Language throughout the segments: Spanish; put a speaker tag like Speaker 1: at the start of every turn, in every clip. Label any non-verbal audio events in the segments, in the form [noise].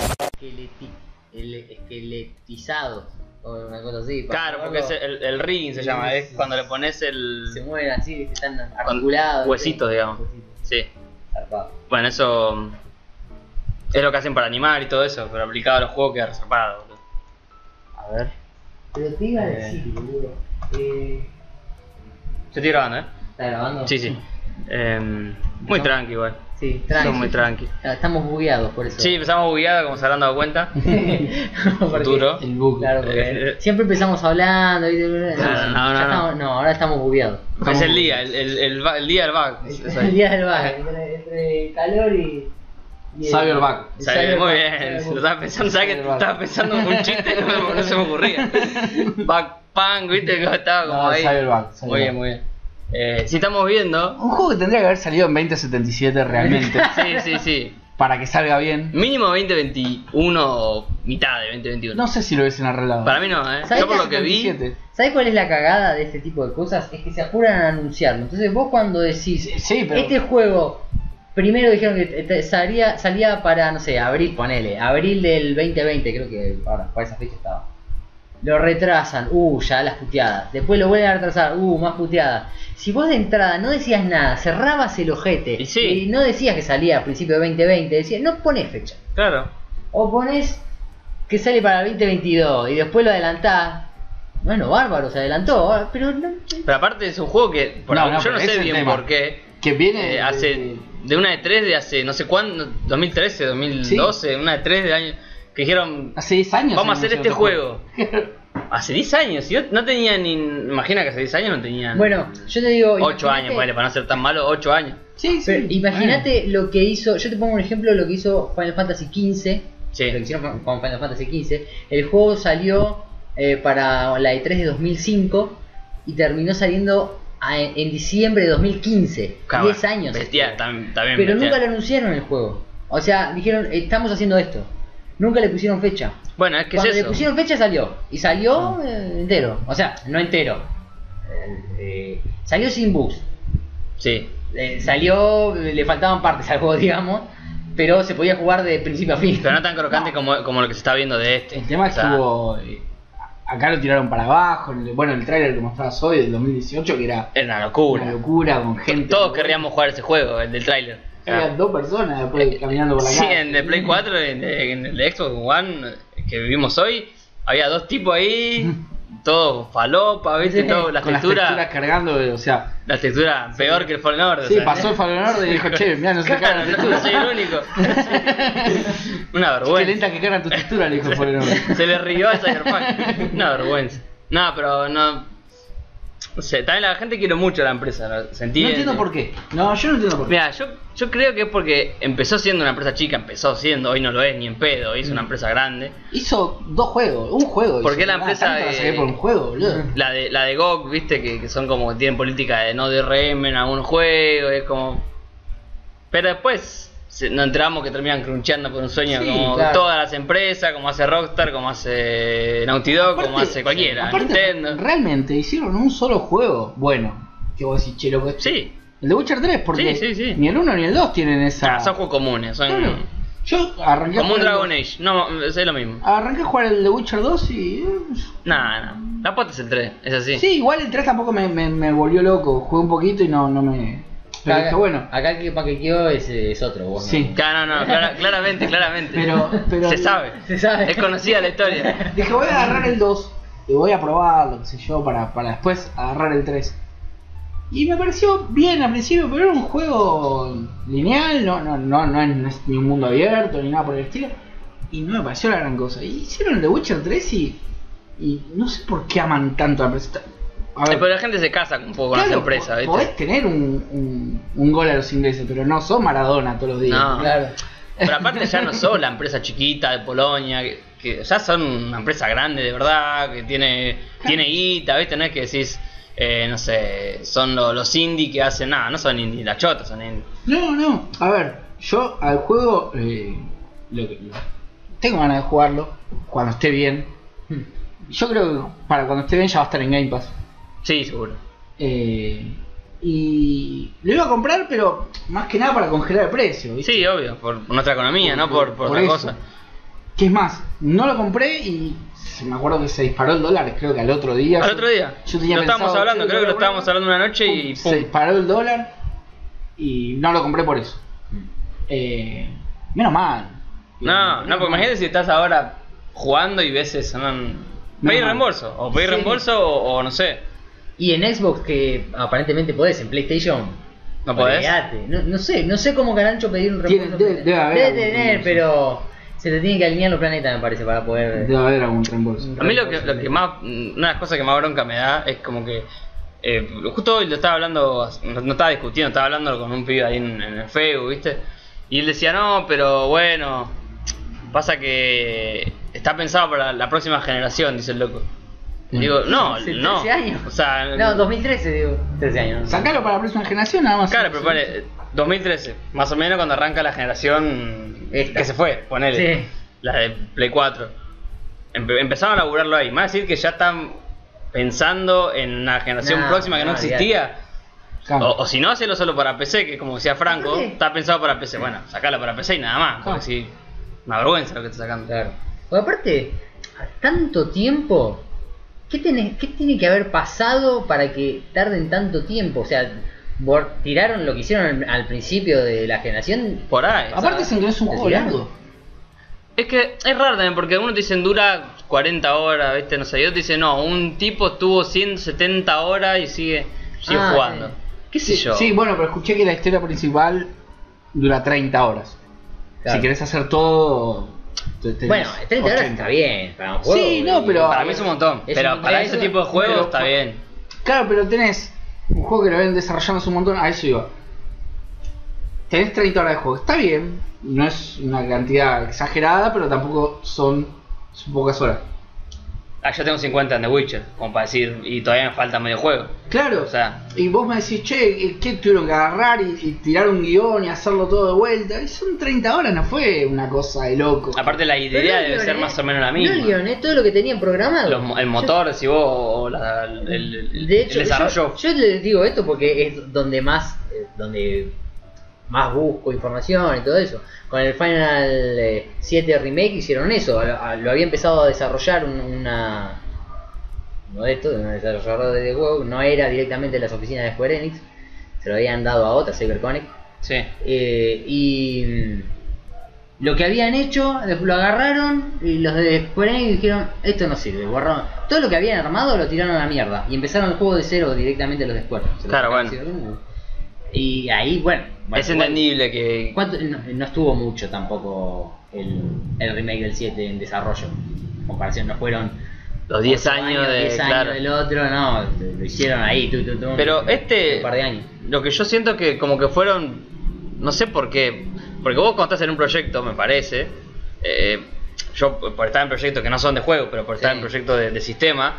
Speaker 1: esqueleti- el- esqueletizado o una cosa así. para
Speaker 2: Claro, porque es
Speaker 1: jugarlo,
Speaker 2: el, el rigging se llama, es cuando le pones el.
Speaker 1: se mueven así, que están articulados.
Speaker 2: huesitos, digamos.
Speaker 1: Huesitos.
Speaker 2: Sí.
Speaker 1: Zarpado.
Speaker 2: Bueno, eso. Es lo que hacen para animar y todo eso, pero aplicado a los juegos queda reservado, boludo.
Speaker 1: A ver.
Speaker 3: Pero te iba a
Speaker 1: Eh.
Speaker 3: decir, boludo. Eh,
Speaker 2: Yo estoy grabando, ¿eh?
Speaker 1: ¿Está grabando?
Speaker 2: Sí, sí. Em, muy
Speaker 1: No.
Speaker 2: tranqui, igual.
Speaker 1: Sí, tranqui.
Speaker 2: Son muy tranqui.
Speaker 1: Ah, Estamos bugueados por eso.
Speaker 2: Sí, empezamos bugueados, como se habrán dado cuenta.
Speaker 1: [laughs] Porque-
Speaker 2: Futuro. Eh,
Speaker 3: el bug.
Speaker 1: Claro, porque siempre empezamos hablando. ¿viste?
Speaker 2: Ah, no, no,
Speaker 1: Ya
Speaker 2: no.
Speaker 1: estamos- no, ahora estamos bugueados.
Speaker 2: Es el día, el, el, el ba- el día del bug.
Speaker 1: [laughs] El, día del baje.
Speaker 3: Entre, entre el calor y. y el-
Speaker 4: Cyberback.
Speaker 2: O sea, muy bien, lo estaba pensando, ¿sabes que
Speaker 4: Cyberpunk.
Speaker 2: estaba pensando en un chiste y no, me- no se me ocurría? Backpunk, viste, que estaba como
Speaker 4: No,
Speaker 2: ahí.
Speaker 4: Cyberpunk, Cyberpunk.
Speaker 2: Muy bien, muy bien. Eh, si estamos viendo,
Speaker 4: Un juego que tendría que haber salido en 2077
Speaker 1: [laughs]
Speaker 4: realmente.
Speaker 2: sí, sí, sí.
Speaker 4: para que salga bien.
Speaker 2: Mínimo 2021 o mitad de 2021.
Speaker 4: No sé si lo hubiesen arreglado.
Speaker 2: Para mí no, ¿eh?
Speaker 1: ¿Sabés
Speaker 2: Yo por
Speaker 1: qué
Speaker 2: lo que vi,
Speaker 4: 77.
Speaker 1: ¿Sabes cuál es la cagada de este tipo de cosas? Es que se apuran a anunciarlo. Entonces vos cuando decís,
Speaker 4: Sí, sí, pero.
Speaker 1: este juego, primero dijeron que te- te- salía, salía para, no sé, abril, ponele, abril del 2020, creo que ahora, para esa fecha estaba. Lo retrasan, uh, ya las puteadas. Después lo vuelven a retrasar, uh, más puteadas. Si vos de entrada no decías nada, cerrabas el ojete
Speaker 2: Y sí.
Speaker 1: y no decías que salía a principios de 2020, decías, no pones fecha.
Speaker 2: claro.
Speaker 1: O pones que sale para el 2022 y después lo adelantás. Bueno, bárbaro, se adelantó, ah, pero no.
Speaker 2: Pero aparte es un juego que por
Speaker 4: No,
Speaker 2: algún-
Speaker 4: no,
Speaker 2: yo no
Speaker 4: pero ese
Speaker 2: sé
Speaker 4: es el
Speaker 2: bien
Speaker 4: tema.
Speaker 2: por qué.
Speaker 4: Que viene.
Speaker 2: Eh,
Speaker 4: de-
Speaker 2: hace de una de tres de hace no sé cuándo, 2013, 2012, una de tres de año que dijeron
Speaker 4: Hace 10 años.
Speaker 2: Vamos a
Speaker 4: se
Speaker 2: hacer
Speaker 4: anunció
Speaker 2: este juego. [laughs] Hace 10 años, yo no tenía ni. Imagina que hace 10 años no tenían.
Speaker 1: Bueno, yo te digo.
Speaker 2: 8 años,
Speaker 1: imaginate-
Speaker 2: vale, para no ser tan malo, 8 años.
Speaker 4: Sí,
Speaker 1: pero
Speaker 4: sí.
Speaker 1: Imagínate lo que hizo. Yo te pongo un ejemplo de lo que hizo Final Fantasy XV.
Speaker 2: Sí.
Speaker 1: Lo que hicieron con- con Final Fantasy XV. El juego salió eh, para la E3 de 2005 y terminó saliendo a- en diciembre de 2015.
Speaker 2: Cabrón,
Speaker 1: 10 años.
Speaker 2: Bestial, tam- también.
Speaker 1: Pero
Speaker 2: bestial.
Speaker 1: nunca lo anunciaron el juego. O sea, dijeron, estamos haciendo esto. Nunca le pusieron fecha.
Speaker 2: Bueno, es que es
Speaker 1: Cuando
Speaker 2: eso. Ah.
Speaker 1: le pusieron fecha salió. Y salió eh, entero. O sea, no entero. Eh, eh, salió sin bugs.
Speaker 2: Sí.
Speaker 1: Eh, salió, le faltaban partes al juego, [laughs] digamos. Pero se podía jugar de principio a fin.
Speaker 2: Pero no tan crocante Como, como lo que se está viendo de este.
Speaker 4: El tema
Speaker 2: O
Speaker 4: es que
Speaker 2: sea,
Speaker 4: hubo. eh, Acá lo tiraron para abajo. en el- Bueno, el trailer que mostrabas hoy del 2018, que era
Speaker 2: Era una locura.
Speaker 4: una locura con gente.
Speaker 2: Todos querríamos jugar ese juego, el del tráiler.
Speaker 4: Eran dos personas
Speaker 2: Eh,
Speaker 4: después caminando por la
Speaker 2: Sí,
Speaker 4: calle.
Speaker 2: en el Play 4, en, en el Xbox One que vivimos hoy, había dos
Speaker 1: [laughs]
Speaker 2: tipos ahí, todos falopa, ¿viste?
Speaker 1: Sí,
Speaker 2: Todo, las
Speaker 4: Con
Speaker 2: texturas.
Speaker 4: las texturas cargando, o sea.
Speaker 2: La textura peor que el Fallen Order.
Speaker 4: Sí,
Speaker 2: o sea,
Speaker 4: pasó
Speaker 2: [laughs]
Speaker 4: el Fallen Order y dijo, che, mirá, no se
Speaker 2: Claro,
Speaker 4: cagan las
Speaker 2: no, no
Speaker 4: texturas.
Speaker 2: soy el
Speaker 4: [laughs]
Speaker 2: único. Una
Speaker 4: Qué
Speaker 2: vergüenza.
Speaker 4: lenta que cargan tu
Speaker 2: [laughs]
Speaker 4: textura, le dijo el Fallen Order.
Speaker 2: Se le rió a Cyberpunk. Una vergüenza. No, pero no. No sé, también la gente quiere mucho a la empresa, ¿no? ¿se
Speaker 4: No
Speaker 2: entiende?
Speaker 4: entiendo por qué. No, yo no entiendo por qué.
Speaker 2: Mira, yo, yo creo que es porque empezó siendo una empresa chica, empezó siendo, hoy no lo es ni en pedo, hoy es una empresa grande.
Speaker 4: Hizo dos juegos, un juego.
Speaker 2: ¿Por
Speaker 4: hizo,
Speaker 2: qué la
Speaker 4: nada,
Speaker 2: empresa
Speaker 4: tanto la
Speaker 2: de-
Speaker 4: saqué por un juego, boludo.
Speaker 2: La de, la de GOG, viste, que, que son como que tienen política de no DRM en algún juego, es como. Pero después se- nos enteramos que terminan cruncheando por un sueño
Speaker 4: Sí,
Speaker 2: como
Speaker 4: claro.
Speaker 2: todas las empresas, como hace Rockstar, como hace Naughty Dog, como
Speaker 4: Aparte-
Speaker 2: hace cualquiera,
Speaker 4: aparte,
Speaker 2: Nintendo.
Speaker 4: Realmente hicieron un solo juego bueno. Que vos decís, che, loco, esto-
Speaker 2: Sí,
Speaker 4: El de Witcher 3, porque
Speaker 2: Sí, sí, sí. Ah,
Speaker 4: ni el 1 ni el 2 tienen esa.
Speaker 2: son juegos comunes, son
Speaker 4: Claro. Yo arranqué a
Speaker 2: como un
Speaker 4: jugar el-
Speaker 2: Dragon Age, no, es lo mismo.
Speaker 4: Arranqué a jugar el de Witcher 2 y. eh,
Speaker 2: Nada, no, la pata es el 3, es así.
Speaker 4: Sí, igual el 3 tampoco me, me- me volvió loco. Jugué un poquito y no, no me. Pero dije, bueno.
Speaker 1: [laughs] Acá el que paqueteó es, eh, es otro, vos no.
Speaker 4: Sí.
Speaker 2: Claro, no, no, clara- claramente, claramente.
Speaker 4: Pero- pero-
Speaker 2: se sabe,
Speaker 1: [laughs] Se sabe.
Speaker 2: es conocida la historia.
Speaker 4: Dije, voy a agarrar el 2 y voy a probarlo, qué sé yo, para, para después agarrar el 3. Y me pareció bien al principio, pero era un juego lineal, no, no, no, no, es, no es ni un mundo abierto ni nada por el estilo. Y no me pareció la gran cosa. Y hicieron el The Witcher 3 y, y no sé por qué aman tanto a la empresa. A ver,
Speaker 2: Pero la gente se casa un poco con
Speaker 4: claro,
Speaker 2: las empresas, ¿viste?
Speaker 4: podés tener un, un, un gol a los ingleses, pero no sos Maradona todos los días.
Speaker 2: No.
Speaker 1: Claro.
Speaker 2: Pero aparte ya no son la empresa chiquita de Polonia, que, que ya son una empresa grande de verdad, que tiene tiene guita, ¿viste? No es que decís, eh, no sé, son lo- los indie que hacen nada, no son indie, la chota son indie.
Speaker 4: No, no. A ver, yo al juego eh, lo que- lo- tengo ganas de jugarlo cuando esté bien. Yo creo que para cuando esté bien ya va a estar en Game Pass.
Speaker 2: Sí, seguro.
Speaker 4: Eh, y lo iba a comprar, pero más que nada para congelar el precio. ¿viste?
Speaker 2: Sí, obvio, por nuestra economía, no por, por,
Speaker 4: Por
Speaker 2: otra
Speaker 4: eso.
Speaker 2: cosa.
Speaker 4: Que es más, no lo compré y se- me acuerdo que se disparó el dólar, creo que al otro día.
Speaker 2: Al
Speaker 4: Yo-
Speaker 2: otro día.
Speaker 4: yo tenía
Speaker 2: lo estábamos
Speaker 4: pensado,
Speaker 2: hablando,
Speaker 4: "Che,
Speaker 2: creo que lo
Speaker 4: voy a
Speaker 2: estábamos hablando una noche y
Speaker 4: pum,
Speaker 2: pum.
Speaker 4: se disparó el dólar y no lo compré por eso. Eh, menos mal.
Speaker 2: Mm. No,
Speaker 4: Menos
Speaker 2: no, porque
Speaker 4: mal.
Speaker 2: imagínate si estás ahora jugando y ves eso. No, no.
Speaker 4: No,
Speaker 2: Pedir
Speaker 4: no.
Speaker 2: reembolso. O pedir
Speaker 1: Sí.
Speaker 2: reembolso o, o no sé.
Speaker 1: Y en Xbox, que aparentemente podés, en PlayStation.
Speaker 2: ¿No podés?
Speaker 1: olvidate. No, no sé, no sé cómo Garancho pedir un
Speaker 4: Tiene-
Speaker 1: reembolso.
Speaker 4: debe- debe haber algún
Speaker 1: tener,
Speaker 4: reembolso.
Speaker 1: pero se te tienen que alinear los planetas, me parece, para poder. eh,
Speaker 4: Debe haber algún reembolso.
Speaker 2: A mí lo que, lo que más. Una de las cosas que más bronca me da es como que. eh, justo hoy lo estaba hablando. No, no estaba discutiendo, estaba hablando con un pibe ahí en, en el Facebook, ¿viste? Y él decía, no, pero bueno. Pasa que. Está pensado para la próxima generación, dice el loco. Y digo, no,
Speaker 1: Hace
Speaker 2: no.
Speaker 1: 13 años.
Speaker 2: O sea,
Speaker 1: No, 2013, digo. 13 años. ¿no?
Speaker 4: Sacalo para la próxima generación, nada más.
Speaker 2: Claro, pero ponele, 2013, más o menos cuando arranca la generación
Speaker 1: Esta.
Speaker 2: que se fue, ponele.
Speaker 1: Sí.
Speaker 2: La de Play 4. Empe- empezaron a laburarlo ahí. Más decir que ya están pensando en una generación
Speaker 1: No,
Speaker 2: próxima que no,
Speaker 1: no,
Speaker 2: existía.
Speaker 4: Claro.
Speaker 2: O, o si no, hacerlo solo para PC, que como decía Franco,
Speaker 1: Aparte-
Speaker 2: está pensado para PC. Bueno, sacalo para PC y nada más. Porque
Speaker 4: Ah.
Speaker 2: sí, una vergüenza lo que está sacando.
Speaker 1: Claro. Porque aparte, a tanto tiempo, ¿qué, tenés- ¿qué tiene que haber pasado para que tarden tanto tiempo? O sea, bor- tiraron lo que hicieron al, al principio de la generación.
Speaker 2: Por ahí.
Speaker 4: Aparte,
Speaker 2: ¿sabes?
Speaker 4: se es un juego
Speaker 1: Decía-
Speaker 4: largo.
Speaker 2: Es que es raro también, porque algunos te dicen dura 40 horas, ¿viste? No sé, y otros te dicen, no, un tipo estuvo 170 horas y sigue, sigue
Speaker 1: Ah,
Speaker 2: jugando.
Speaker 1: sí.
Speaker 2: ¿Qué sé yo?
Speaker 4: Sí, bueno, pero escuché que la historia principal dura 30 horas.
Speaker 1: Claro.
Speaker 4: Si querés hacer todo. te- tenés
Speaker 1: Bueno, 30 horas
Speaker 4: 80.
Speaker 1: está bien para un juego.
Speaker 4: Sí, no, pero-
Speaker 2: para mí es un montón,
Speaker 1: Es
Speaker 2: pero
Speaker 1: un-
Speaker 2: para
Speaker 1: es
Speaker 2: ese
Speaker 1: un-
Speaker 2: tipo de juegos
Speaker 4: pero-
Speaker 2: está bien.
Speaker 4: Claro, pero tenés un juego que lo ven desarrollando hace un montón. A eso iba. Tenés 30 horas de juego. Está bien. No es una cantidad exagerada, pero tampoco son, son pocas horas.
Speaker 2: Ah, yo tengo 50 en The Witcher, como para decir, y todavía me falta medio juego.
Speaker 4: Claro.
Speaker 2: O sea,
Speaker 4: y vos me decís, che, eh, ¿qué tuvieron que agarrar y, y tirar un guión y hacerlo todo de vuelta? Y son 30 horas, no fue una cosa de loco.
Speaker 2: aparte la
Speaker 1: Pero
Speaker 2: idea
Speaker 1: no
Speaker 2: debe
Speaker 1: el
Speaker 2: ser
Speaker 1: guion,
Speaker 2: más
Speaker 1: eh.
Speaker 2: o menos la
Speaker 1: No el
Speaker 2: misma.
Speaker 1: guion, es todo lo que tenían programado.
Speaker 2: Los mo- el motor, si vos, o la- el, el-
Speaker 1: de
Speaker 2: el
Speaker 1: hecho,
Speaker 2: desarrollo.
Speaker 1: yo, yo les digo esto porque es donde más eh, donde más busco información y todo eso. Con el Final eh, 7 Remake hicieron eso. A- a- Lo había empezado a desarrollar un- una. No de esto, de un desarrollador de juego. No era directamente las oficinas de Square Enix. Se lo habían dado a otra, CyberConnect.
Speaker 2: Sí.
Speaker 1: Eh, y mm, lo que habían hecho, después lo agarraron y los de Square Enix dijeron, esto no sirve, borraron. Todo lo que habían armado lo tiraron a la mierda. Y empezaron el juego de cero directamente los de Square. Se lo
Speaker 2: Claro,
Speaker 1: sacaron así,
Speaker 2: bueno.
Speaker 1: uh. Y ahí, bueno. bueno,
Speaker 2: es
Speaker 1: igual-
Speaker 2: entendible que...
Speaker 1: ¿cuánto- no, no estuvo mucho tampoco el, el remake del 7 en desarrollo. En comparación, no fueron...
Speaker 2: Los 10
Speaker 1: ocho
Speaker 2: años, de...
Speaker 1: 10 años
Speaker 2: claro.
Speaker 1: del otro, no, lo hicieron ahí, tú, tú, tú,
Speaker 2: Pero este-
Speaker 1: Un par de años. [laughs]
Speaker 2: Lo que yo siento que como que fueron, no sé por qué, porque vos cuando estás en un proyecto, me parece, eh, yo por estar en proyectos que no son de juego, pero por estar
Speaker 1: Sí.
Speaker 2: en proyectos de, de sistema,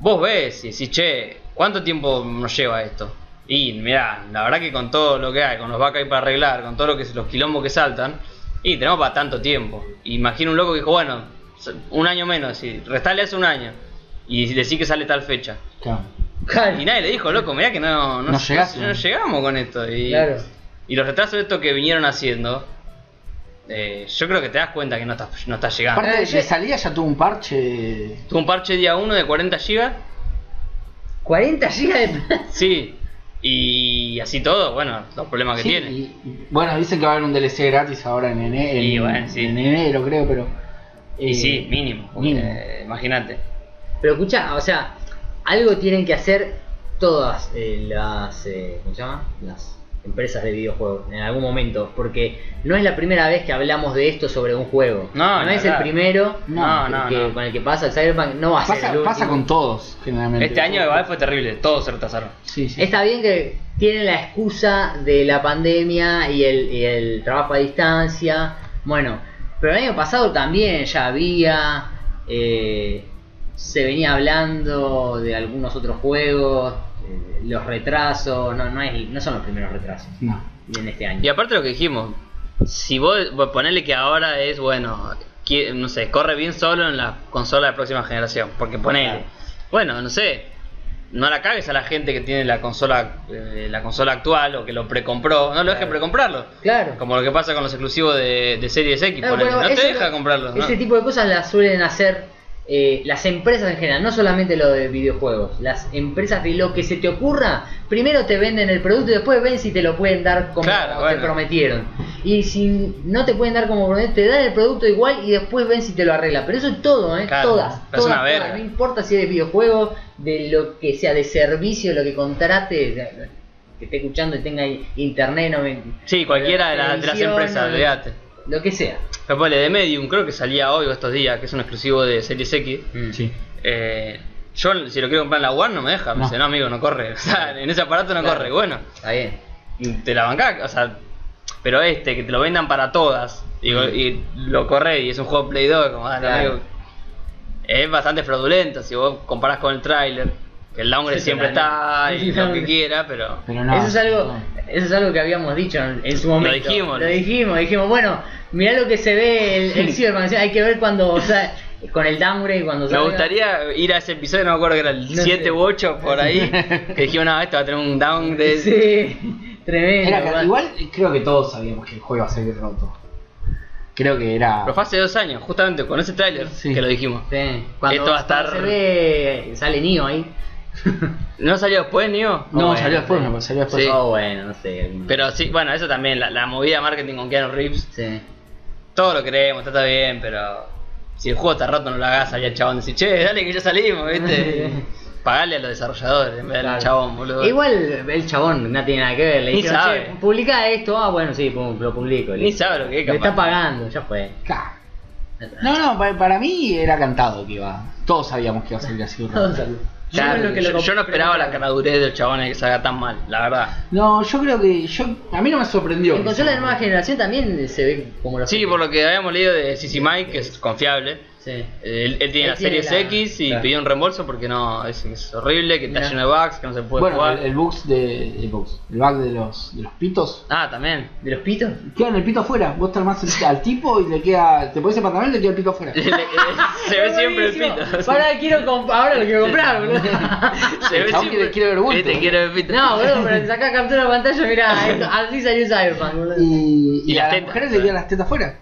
Speaker 2: vos ves y decís, che, ¿cuánto tiempo nos lleva esto? Y mirá, la verdad que con todo lo que hay, con los vacas ahí para arreglar, con todo lo que los quilombos que saltan, y tenemos para tanto tiempo. Imagino un loco que dijo, bueno, un año menos, y restale hace un año, y decir que sale tal fecha.
Speaker 4: Claro.
Speaker 2: Y nadie le dijo, loco, mirá que no, no,
Speaker 4: No llegás,
Speaker 2: no
Speaker 4: ¿no?
Speaker 2: llegamos con esto. Y,
Speaker 1: Claro.
Speaker 2: y los retrasos de esto que vinieron haciendo, eh, yo creo que te das cuenta que no estás, no estás llegando.
Speaker 4: Aparte,
Speaker 1: Eh, yo-
Speaker 4: de salida ya tuvo un parche.
Speaker 2: Tuvo un parche día 1 de 40 GB,
Speaker 1: 40 gigas de...
Speaker 2: sí. Y así todo, bueno, los problemas que
Speaker 4: Sí,
Speaker 2: tiene.
Speaker 4: y- y- bueno, dicen que va a haber un DLC gratis ahora en enero,
Speaker 2: Y
Speaker 4: en,
Speaker 2: bueno, sí.
Speaker 4: en enero creo, pero...
Speaker 2: Y,
Speaker 4: eh,
Speaker 2: sí, mínimo. porque,
Speaker 4: mínimo.
Speaker 2: eh, Imagínate.
Speaker 1: Pero escucha, o sea, algo tienen que hacer todas eh, las, eh, ¿cómo se llama? Las empresas de videojuegos en algún momento, porque no es la primera vez que hablamos de esto sobre un juego.
Speaker 2: No, ni
Speaker 1: es el
Speaker 2: hablar.
Speaker 1: primero
Speaker 2: No, no,
Speaker 1: que-
Speaker 2: no.
Speaker 1: con el que pasa el Cyberpunk, no va a ser
Speaker 4: Pasa,
Speaker 1: el
Speaker 4: pasa
Speaker 1: último.
Speaker 4: con todos, generalmente.
Speaker 2: Este año igual fue terrible, todos se retrasaron.
Speaker 4: Sí, sí.
Speaker 1: Está bien que tienen la excusa de la pandemia y el, y el trabajo a distancia. Bueno, pero el año pasado también ya había. eh, se venía hablando de algunos otros juegos, eh, los retrasos. No, no, es- no son los primeros retrasos
Speaker 4: No.
Speaker 1: en este
Speaker 2: Y
Speaker 1: año.
Speaker 2: aparte lo que dijimos, si vos vos ponele que ahora es, bueno, qui- no sé, corre bien solo en la consola de próxima generación, porque ponele,
Speaker 1: Claro.
Speaker 2: bueno, no sé, no la cagues a la gente que tiene la consola eh, la consola actual o que lo precompró. No lo dejes
Speaker 1: Claro.
Speaker 2: precomprarlo.
Speaker 1: Claro.
Speaker 2: Como lo que pasa con los exclusivos de, de Series X.
Speaker 1: Ah,
Speaker 2: por
Speaker 1: bueno,
Speaker 2: no te
Speaker 1: eso-
Speaker 2: deja comprarlos. ¿no?
Speaker 1: Ese tipo de cosas las suelen hacer eh, las empresas en general, no solamente lo de videojuegos. Las empresas de lo que se te ocurra, primero te venden el producto y después ven si te lo pueden dar como
Speaker 2: Claro,
Speaker 1: te
Speaker 2: bueno.
Speaker 1: prometieron. Y si no te pueden dar como prometieron, te dan el producto igual y después ven si te lo arregla. Pero eso es todo, ¿eh?
Speaker 2: Claro,
Speaker 1: todas.
Speaker 2: pero es
Speaker 1: todas,
Speaker 2: una verga.
Speaker 1: todas. No importa si es de videojuego, de lo que sea, de servicio, lo que contrate. de- Que esté escuchando y tenga internet, no me-
Speaker 2: Sí, cualquiera de, las- de las
Speaker 1: televisión,
Speaker 2: empresas,
Speaker 1: no-
Speaker 2: olvídate.
Speaker 1: lo que sea.
Speaker 2: Pero ponele, de Medium, creo que salía hoy o estos días, que es un exclusivo de Series X.
Speaker 1: Mm.
Speaker 4: Sí.
Speaker 2: Eh, yo, si lo quiero comprar en la One, no me deja. Me
Speaker 4: No.
Speaker 2: dice, no, amigo, no corre. [laughs] O sea, en ese aparato no
Speaker 1: Claro.
Speaker 2: corre. Bueno,
Speaker 1: Está bien.
Speaker 2: te la bancás, o sea, pero este, que te lo vendan para todas, digo,
Speaker 1: Mm.
Speaker 2: y lo corre y es un juego de Play 2, como, ah, no,
Speaker 1: Claro.
Speaker 2: amigo. es bastante fraudulento si vos comparás con el tráiler, que el downgrade
Speaker 1: Sí,
Speaker 2: siempre está
Speaker 1: totalmente.
Speaker 2: y lo que quiera, pero...
Speaker 4: Pero no.
Speaker 1: eso es algo,
Speaker 4: no.
Speaker 1: eso es algo que habíamos dicho en, en su momento.
Speaker 2: dijimos.
Speaker 1: Lo dijimos, dijimos, bueno, mirá lo que se ve el, el Cyberpunk, o sea, hay que ver cuando, o sea, con el downgrade cuando
Speaker 2: Me
Speaker 1: salga.
Speaker 2: gustaría ir a ese episodio, no me acuerdo que era el
Speaker 1: No
Speaker 2: 7
Speaker 1: sé.
Speaker 2: u 8
Speaker 1: [laughs]
Speaker 2: por ahí, que dijimos, no, esto va a tener un downgrade.
Speaker 1: Sí, [laughs] tremendo.
Speaker 4: Era que-
Speaker 1: va.
Speaker 4: igual creo que todos sabíamos que el juego iba a ser roto. Creo que era.
Speaker 2: Pero fue hace dos años, justamente con ese tráiler
Speaker 4: Sí.
Speaker 2: que lo dijimos.
Speaker 1: Sí, cuando,
Speaker 2: Esto va a estar-
Speaker 1: cuando se ve, sale Nio ahí.
Speaker 2: ¿No salió después, Neo?
Speaker 4: No,
Speaker 1: Bueno,
Speaker 4: salió después,
Speaker 1: sí.
Speaker 4: no, salió después.
Speaker 2: eh, Sí.
Speaker 1: Oh, bueno, no sé. alguna-
Speaker 2: Pero sí, bueno, eso también, la, la movida de marketing con Keanu Reeves,
Speaker 1: Sí.
Speaker 2: Todo lo creemos, está todo bien, pero si el juego está roto no lo hagas allá al chabón decir, che, dale que ya salimos, viste. Pagale a los desarrolladores en vez del
Speaker 1: Claro.
Speaker 2: chabón, boludo.
Speaker 1: Igual el chabón no tiene nada que ver. Le
Speaker 2: Ni
Speaker 1: dijeron,
Speaker 2: sabe.
Speaker 1: "Che, publica esto. Ah, bueno, sí, pum, lo publico.
Speaker 2: Ni
Speaker 1: listo.
Speaker 2: sabe lo que es
Speaker 1: Me
Speaker 2: capaz.
Speaker 1: está pagando, ya fue.
Speaker 4: Ca- No, no, pa- para, mí era cantado que iba. Todos sabíamos que iba a
Speaker 2: [laughs]
Speaker 4: salir así roto.
Speaker 2: Yo,
Speaker 1: Claro,
Speaker 2: yo- yo no esperaba la caradurez del chabón que salga tan mal, la verdad.
Speaker 4: No, yo creo que. Yo, a mí no me sorprendió.
Speaker 1: En consola de nueva generación también se ve como los
Speaker 2: Sí, por lo que habíamos leído de CC Mike, que es confiable.
Speaker 1: Sí.
Speaker 2: Él, él tiene
Speaker 1: Él
Speaker 2: la
Speaker 1: tiene
Speaker 2: Series
Speaker 1: la-
Speaker 2: X y
Speaker 1: claro.
Speaker 2: pidió un reembolso porque no, es, es horrible, que está
Speaker 1: Mirá.
Speaker 2: lleno de bugs, que no se puede
Speaker 4: Bueno,
Speaker 2: jugar.
Speaker 4: el, el bugs de. El bugs. El bug de los, de los pitos.
Speaker 2: Ah, también.
Speaker 1: ¿De los pitos?
Speaker 4: Quedan el pito afuera. Vos te armás el- al tipo y le queda. Te pones el pantalón y le queda el pito
Speaker 2: [laughs]
Speaker 4: afuera.
Speaker 2: Le- le- se ve siempre el
Speaker 1: Buenísimo.
Speaker 2: pito.
Speaker 1: Pará, quiero comp- ahora lo quiero comprar,
Speaker 2: [laughs]
Speaker 1: boludo.
Speaker 2: Se ve
Speaker 4: El chabón
Speaker 2: siempre.
Speaker 4: quiere- quiere ver bulto.
Speaker 2: Este quiere ver pito.
Speaker 1: No, boludo, pero te sacás captura de pantalla, mirá, esto- así salió Cyberpunk, boludo.
Speaker 4: Y, y,
Speaker 2: Y
Speaker 4: a
Speaker 2: las
Speaker 4: las
Speaker 2: tetas.
Speaker 4: mujeres le quedan las tetas afuera.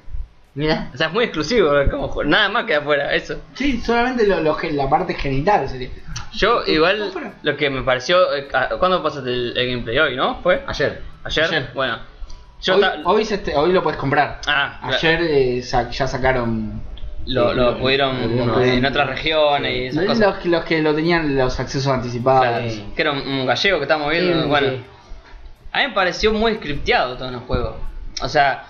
Speaker 1: Mirá.
Speaker 2: O sea, es muy exclusivo ver cómo juega. Nada más queda afuera, eso.
Speaker 4: Sí, solamente lo- lo gen- la parte genital sería.
Speaker 2: Yo
Speaker 4: está
Speaker 2: igual
Speaker 4: afuera.
Speaker 2: lo que me pareció... eh, ah, ¿Cuándo pasaste el, el gameplay? Hoy, ¿no? ¿Fue?
Speaker 1: Ayer.
Speaker 2: ¿Ayer?
Speaker 4: Ayer.
Speaker 2: Bueno. Yo
Speaker 4: hoy,
Speaker 2: ta-
Speaker 4: hoy se este- hoy lo puedes comprar.
Speaker 2: Ah, claro.
Speaker 4: Ayer eh, sa- ya sacaron.
Speaker 2: lo, lo pudieron
Speaker 4: lo- lo-
Speaker 2: en otras regiones y esas
Speaker 4: Los,
Speaker 2: cosas.
Speaker 4: que- los que lo tenían los accesos anticipados.
Speaker 2: Claro,
Speaker 1: sí.
Speaker 2: Que era un, un gallego que estábamos viendo.
Speaker 1: Sí,
Speaker 2: bueno.
Speaker 1: sí.
Speaker 2: A mí me pareció muy scripteado todo en el juego. O sea,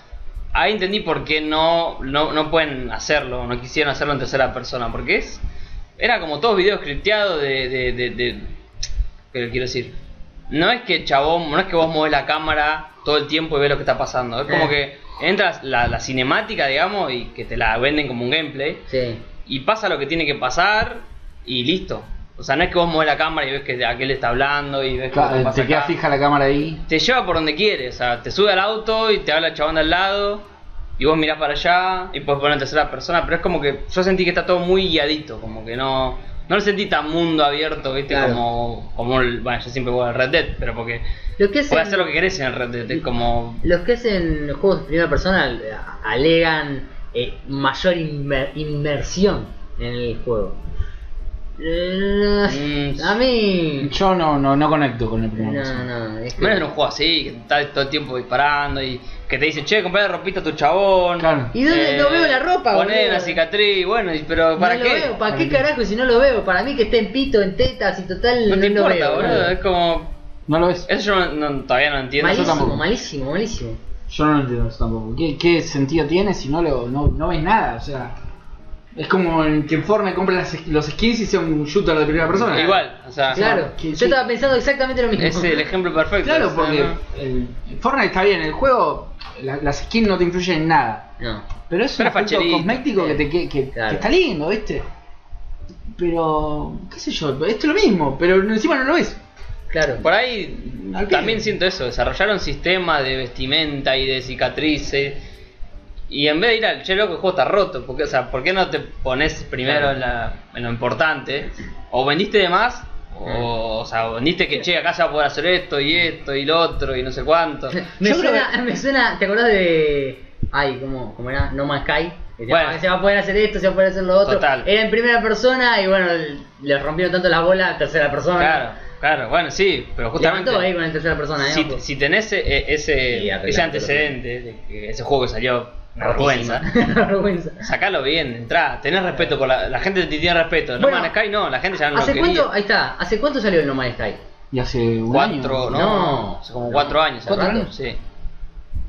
Speaker 2: ahí entendí por qué no, no, no pueden hacerlo, no quisieron hacerlo en tercera persona. Porque es. Era como todos videos scripteados de. de, de, de- pero quiero decir. No es que chabón, no es que vos mueves la cámara todo el tiempo y ves lo que está pasando. Es como
Speaker 1: Eh.
Speaker 2: que entras la, la cinemática, digamos, y que te la venden como un gameplay
Speaker 1: Sí.
Speaker 2: y pasa lo que tiene que pasar y listo. O sea, no es que vos mueves la cámara y ves que aquel está hablando y ves que lo que
Speaker 4: Claro,
Speaker 2: pasa
Speaker 4: eh, te queda
Speaker 2: acá.
Speaker 4: fija la cámara ahí.
Speaker 2: Te lleva por donde quieres, o sea, te sube al auto y te habla el chabón de al lado y vos mirás para allá y puedes poner en tercera persona, pero es como que yo sentí que está todo muy guiadito, como que no no lo sentí tan mundo abierto, ¿viste?
Speaker 1: Claro.
Speaker 2: Como como el, bueno, yo siempre juego al Red Dead, pero porque
Speaker 1: Lo que es
Speaker 2: puedes
Speaker 1: en-
Speaker 2: hacer lo que querés en el Red Dead,
Speaker 1: [laughs]
Speaker 2: es como
Speaker 1: Los que hacen juegos de primera persona eh, alegan eh, mayor inmer- inmersión en el juego. Eh,
Speaker 2: Mm,
Speaker 1: a mí.
Speaker 4: Yo no, no, no conecto con el primer
Speaker 1: No,
Speaker 4: persona.
Speaker 1: no, es que-
Speaker 2: menos en un juego así, que estás todo el tiempo disparando y que te dice, "Che, compré ropita a tu chabón."
Speaker 4: Claro.
Speaker 1: ¿Y dónde no veo la ropa,
Speaker 2: Poner
Speaker 1: boludo?
Speaker 2: la cicatriz, bueno, y- pero
Speaker 1: No
Speaker 2: ¿para
Speaker 1: lo
Speaker 2: qué?
Speaker 1: veo, ¿Para
Speaker 4: ¿Para
Speaker 1: qué
Speaker 4: qué?
Speaker 1: carajo si no lo veo? Para mí que esté en pito, en tetas y total
Speaker 2: No te
Speaker 1: lo
Speaker 2: importa,
Speaker 1: veo,
Speaker 2: boludo.
Speaker 1: boludo.
Speaker 2: Es como.
Speaker 4: No lo ves.
Speaker 2: Eso yo no- no- todavía no entiendo. Yo
Speaker 4: Malísimo.
Speaker 1: Malísimo,
Speaker 4: tampoco.
Speaker 1: malísimo, malísimo.
Speaker 4: Yo no lo entiendo eso tampoco. ¿Qué, qué sentido tiene si no, lo, no, no ves nada? O sea, es como en que Fortnite compra las- los skins y sea un shooter de primera
Speaker 2: tampoco.
Speaker 4: persona.
Speaker 2: Igual, o sea.
Speaker 1: Claro,
Speaker 4: que-
Speaker 1: yo
Speaker 4: que-
Speaker 1: estaba pensando exactamente lo mismo.
Speaker 2: Ah, Es el ejemplo perfecto. o
Speaker 4: Claro,
Speaker 2: sea,
Speaker 4: porque
Speaker 2: ¿no?
Speaker 4: el, Fortnite está bien, el juego, la- las skins no te influyen en nada.
Speaker 1: No.
Speaker 4: Pero es
Speaker 2: Pero
Speaker 4: un
Speaker 2: es
Speaker 4: aspecto
Speaker 2: facherito.
Speaker 4: cosmético que, te, que, que-
Speaker 1: Claro.
Speaker 4: que está lindo, ¿viste? Pero, qué sé yo, esto es lo mismo, pero encima no lo ves.
Speaker 1: Claro.
Speaker 2: Por ahí
Speaker 4: Al pie.
Speaker 2: también siento eso. Desarrollaron sistemas de vestimenta y de cicatrices. Y en vez de ir al che, loco, el juego está roto. Porque, o sea, ¿por qué no te pones primero en, la- en lo importante? O vendiste de más, O, o sea, vendiste que che, acá se va a poder hacer esto y esto y lo otro y no sé cuánto.
Speaker 1: [laughs] Me
Speaker 4: Yo creo
Speaker 1: suena, me suena, ¿te acordás de. Ay, ¿cómo, cómo era? No Man's Sky. Que decía,
Speaker 2: Bueno.
Speaker 1: "Ah, se va a poder hacer esto, se va a poder hacer lo otro.
Speaker 2: Total.
Speaker 1: Era en primera persona y bueno, le rompieron tanto las bolas a tercera persona.
Speaker 2: Claro, claro, bueno, sí, pero justamente.
Speaker 1: Levantó ahí con el tercera persona, ¿eh?
Speaker 2: si,
Speaker 1: Ojo.
Speaker 2: si tenés e- ese,
Speaker 1: Sí, arreglá,
Speaker 2: ese antecedente, de que ese juego que salió una vergüenza,
Speaker 1: Una [laughs] vergüenza.
Speaker 2: sacalo bien, entrá, tenés respeto por la, la gente te tiene respeto. No
Speaker 1: Bueno,
Speaker 2: Man's Sky no, la gente ya no lo
Speaker 1: ¿Hace
Speaker 2: quería.
Speaker 1: cuánto? Ahí está. ¿Hace cuánto salió el No Man's Sky?
Speaker 4: Y hace un
Speaker 2: Cuatro,
Speaker 4: año.
Speaker 2: ¿no?
Speaker 1: No.
Speaker 2: Hace como
Speaker 1: No.
Speaker 2: cuatro años.
Speaker 1: ¿Cuatro
Speaker 2: ¿verdad?
Speaker 1: años?
Speaker 2: Sí.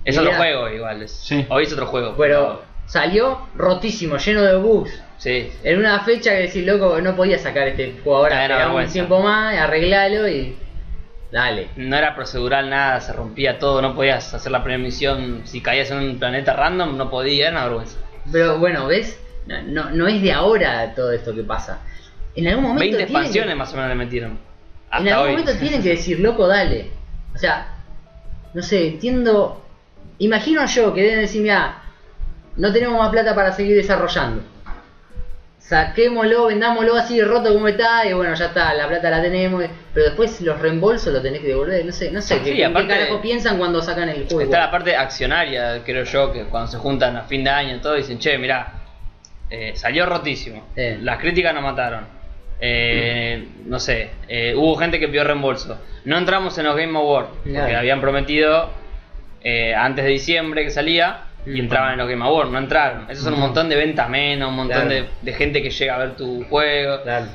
Speaker 2: Es
Speaker 1: Mirá.
Speaker 2: otro juego igual. es-
Speaker 4: Sí.
Speaker 2: Hoy es otro juego.
Speaker 1: Pero salió rotísimo, lleno de bugs.
Speaker 2: Sí.
Speaker 1: En una fecha que decís, loco, no podía sacar este juego
Speaker 2: Ah,
Speaker 1: ahora.
Speaker 2: era
Speaker 1: Esperá un
Speaker 2: vergüenza.
Speaker 1: tiempo más, arreglalo y. Dale.
Speaker 2: No era procedural nada, se rompía todo, no podías hacer la primera misión. Si caías en un planeta random, no podías, era una vergüenza.
Speaker 1: Pero bueno, ¿ves? No, no, no es de ahora todo esto que pasa. En algún momento.
Speaker 2: 20
Speaker 1: tienen que-
Speaker 2: expansiones más o menos le metieron.
Speaker 1: en
Speaker 2: Hasta
Speaker 1: algún
Speaker 2: hoy.
Speaker 1: momento tienen que decir, loco, dale. O sea, no sé, entiendo. Imagino yo que deben decir, mira, no tenemos más plata para seguir desarrollando. Saquémoslo, vendámoslo así roto como está, y bueno, ya está, la plata la tenemos. Pero después los reembolsos lo tenés que devolver. No sé, no sé,
Speaker 2: Sí,
Speaker 1: qué- qué,
Speaker 2: aparte-
Speaker 1: carajo piensan cuando sacan el juego.
Speaker 2: Está la parte accionaria, creo yo, que cuando se juntan a fin de año y todo dicen, che, mirá, eh, salió rotísimo.
Speaker 1: Sí.
Speaker 2: Las críticas nos mataron. Eh, no sé, eh, hubo gente que pidió reembolso. No entramos en los Game Awards, porque
Speaker 1: Claro.
Speaker 2: habían prometido eh, antes de diciembre que salía y
Speaker 1: Mm.
Speaker 2: entraban en los Game Awards, no entraron. Eso
Speaker 4: Mm.
Speaker 2: son un montón de ventas menos, un montón
Speaker 1: Claro.
Speaker 2: de, de gente que llega a ver tu juego.
Speaker 1: Claro.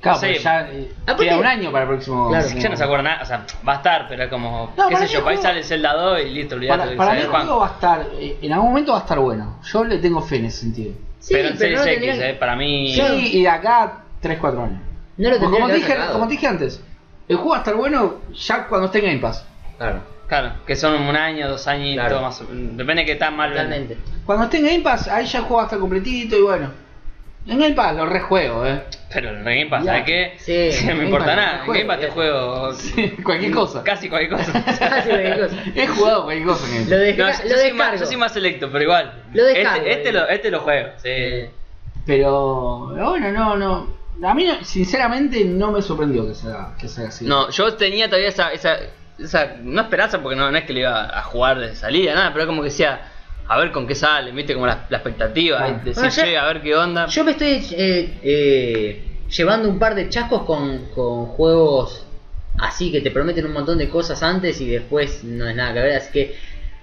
Speaker 4: Claro,
Speaker 2: Sí.
Speaker 4: pero ya eh,
Speaker 1: Aparte-
Speaker 4: queda un año para el próximo.
Speaker 1: Claro.
Speaker 2: Ya no se acuerda nada, o sea, va a estar, pero es como,
Speaker 4: No,
Speaker 2: qué sé
Speaker 4: para mí
Speaker 2: yo,
Speaker 4: el
Speaker 2: para ahí
Speaker 4: juego-
Speaker 2: sale el Zelda 2 y listo, olvidate
Speaker 4: Para,
Speaker 2: del
Speaker 4: para mí el
Speaker 2: Cyberpunk.
Speaker 4: juego va a estar, eh, en algún momento va a estar bueno. Yo le tengo fe en ese sentido.
Speaker 1: Sí,
Speaker 2: pero en
Speaker 1: pero no
Speaker 2: Series
Speaker 1: lo
Speaker 2: X,
Speaker 1: tendrían-
Speaker 2: eh, para mí.
Speaker 4: Sí, y de acá 3-4 años.
Speaker 1: No lo
Speaker 4: Porque
Speaker 1: tendrían
Speaker 4: como,
Speaker 1: que
Speaker 4: te
Speaker 1: haber
Speaker 4: dije,
Speaker 1: sacado.
Speaker 4: como te dije antes, el juego va a estar bueno ya cuando esté en Game Pass.
Speaker 1: Claro,
Speaker 2: Claro, que son un año, dos años
Speaker 1: Claro.
Speaker 2: más. o- Depende de qué tan mal.
Speaker 1: totalmente. [laughs]
Speaker 4: Cuando esté en Game Pass, ahí ya el juego va a estar completito y bueno. En Game Pass lo rejuego, eh.
Speaker 2: Pero
Speaker 4: [laughs]
Speaker 2: en Game Pass,
Speaker 4: Ya.
Speaker 2: ¿sabes qué?
Speaker 1: Sí,
Speaker 2: [laughs] no
Speaker 1: Game
Speaker 2: me importa
Speaker 4: Pass,
Speaker 2: nada. En
Speaker 4: juego,
Speaker 2: Game Pass te
Speaker 1: ya.
Speaker 2: juego
Speaker 4: cualquier cosa.
Speaker 2: casi cualquier
Speaker 1: [laughs]
Speaker 2: cosa.
Speaker 1: Casi cualquier cosa.
Speaker 4: He jugado cualquier cosa en Game
Speaker 1: Lo,
Speaker 4: Pass.
Speaker 1: desca-
Speaker 2: No, yo-
Speaker 1: lo
Speaker 2: yo, soy
Speaker 1: descargo.
Speaker 2: más, yo soy más selecto, pero igual.
Speaker 1: Lo descargo,
Speaker 2: este, este,
Speaker 1: eh.
Speaker 2: lo, este lo juego. Sí.
Speaker 1: Eh,
Speaker 4: Pero bueno, no, no. A mí no- sinceramente no me sorprendió que sea, que sea así.
Speaker 2: No, yo tenía todavía esa, esa, esa no esperanza porque no, no es que le iba a jugar de salida, nada, pero como que decía, a ver con qué sale, viste, como la, la expectativa,
Speaker 4: Bueno.
Speaker 2: y decir,
Speaker 1: Bueno, yo-
Speaker 2: che, a ver qué onda.
Speaker 1: Yo me estoy eh, eh, llevando un par de chascos con, con juegos así que te prometen un montón de cosas antes y después no es nada que ver. Así que,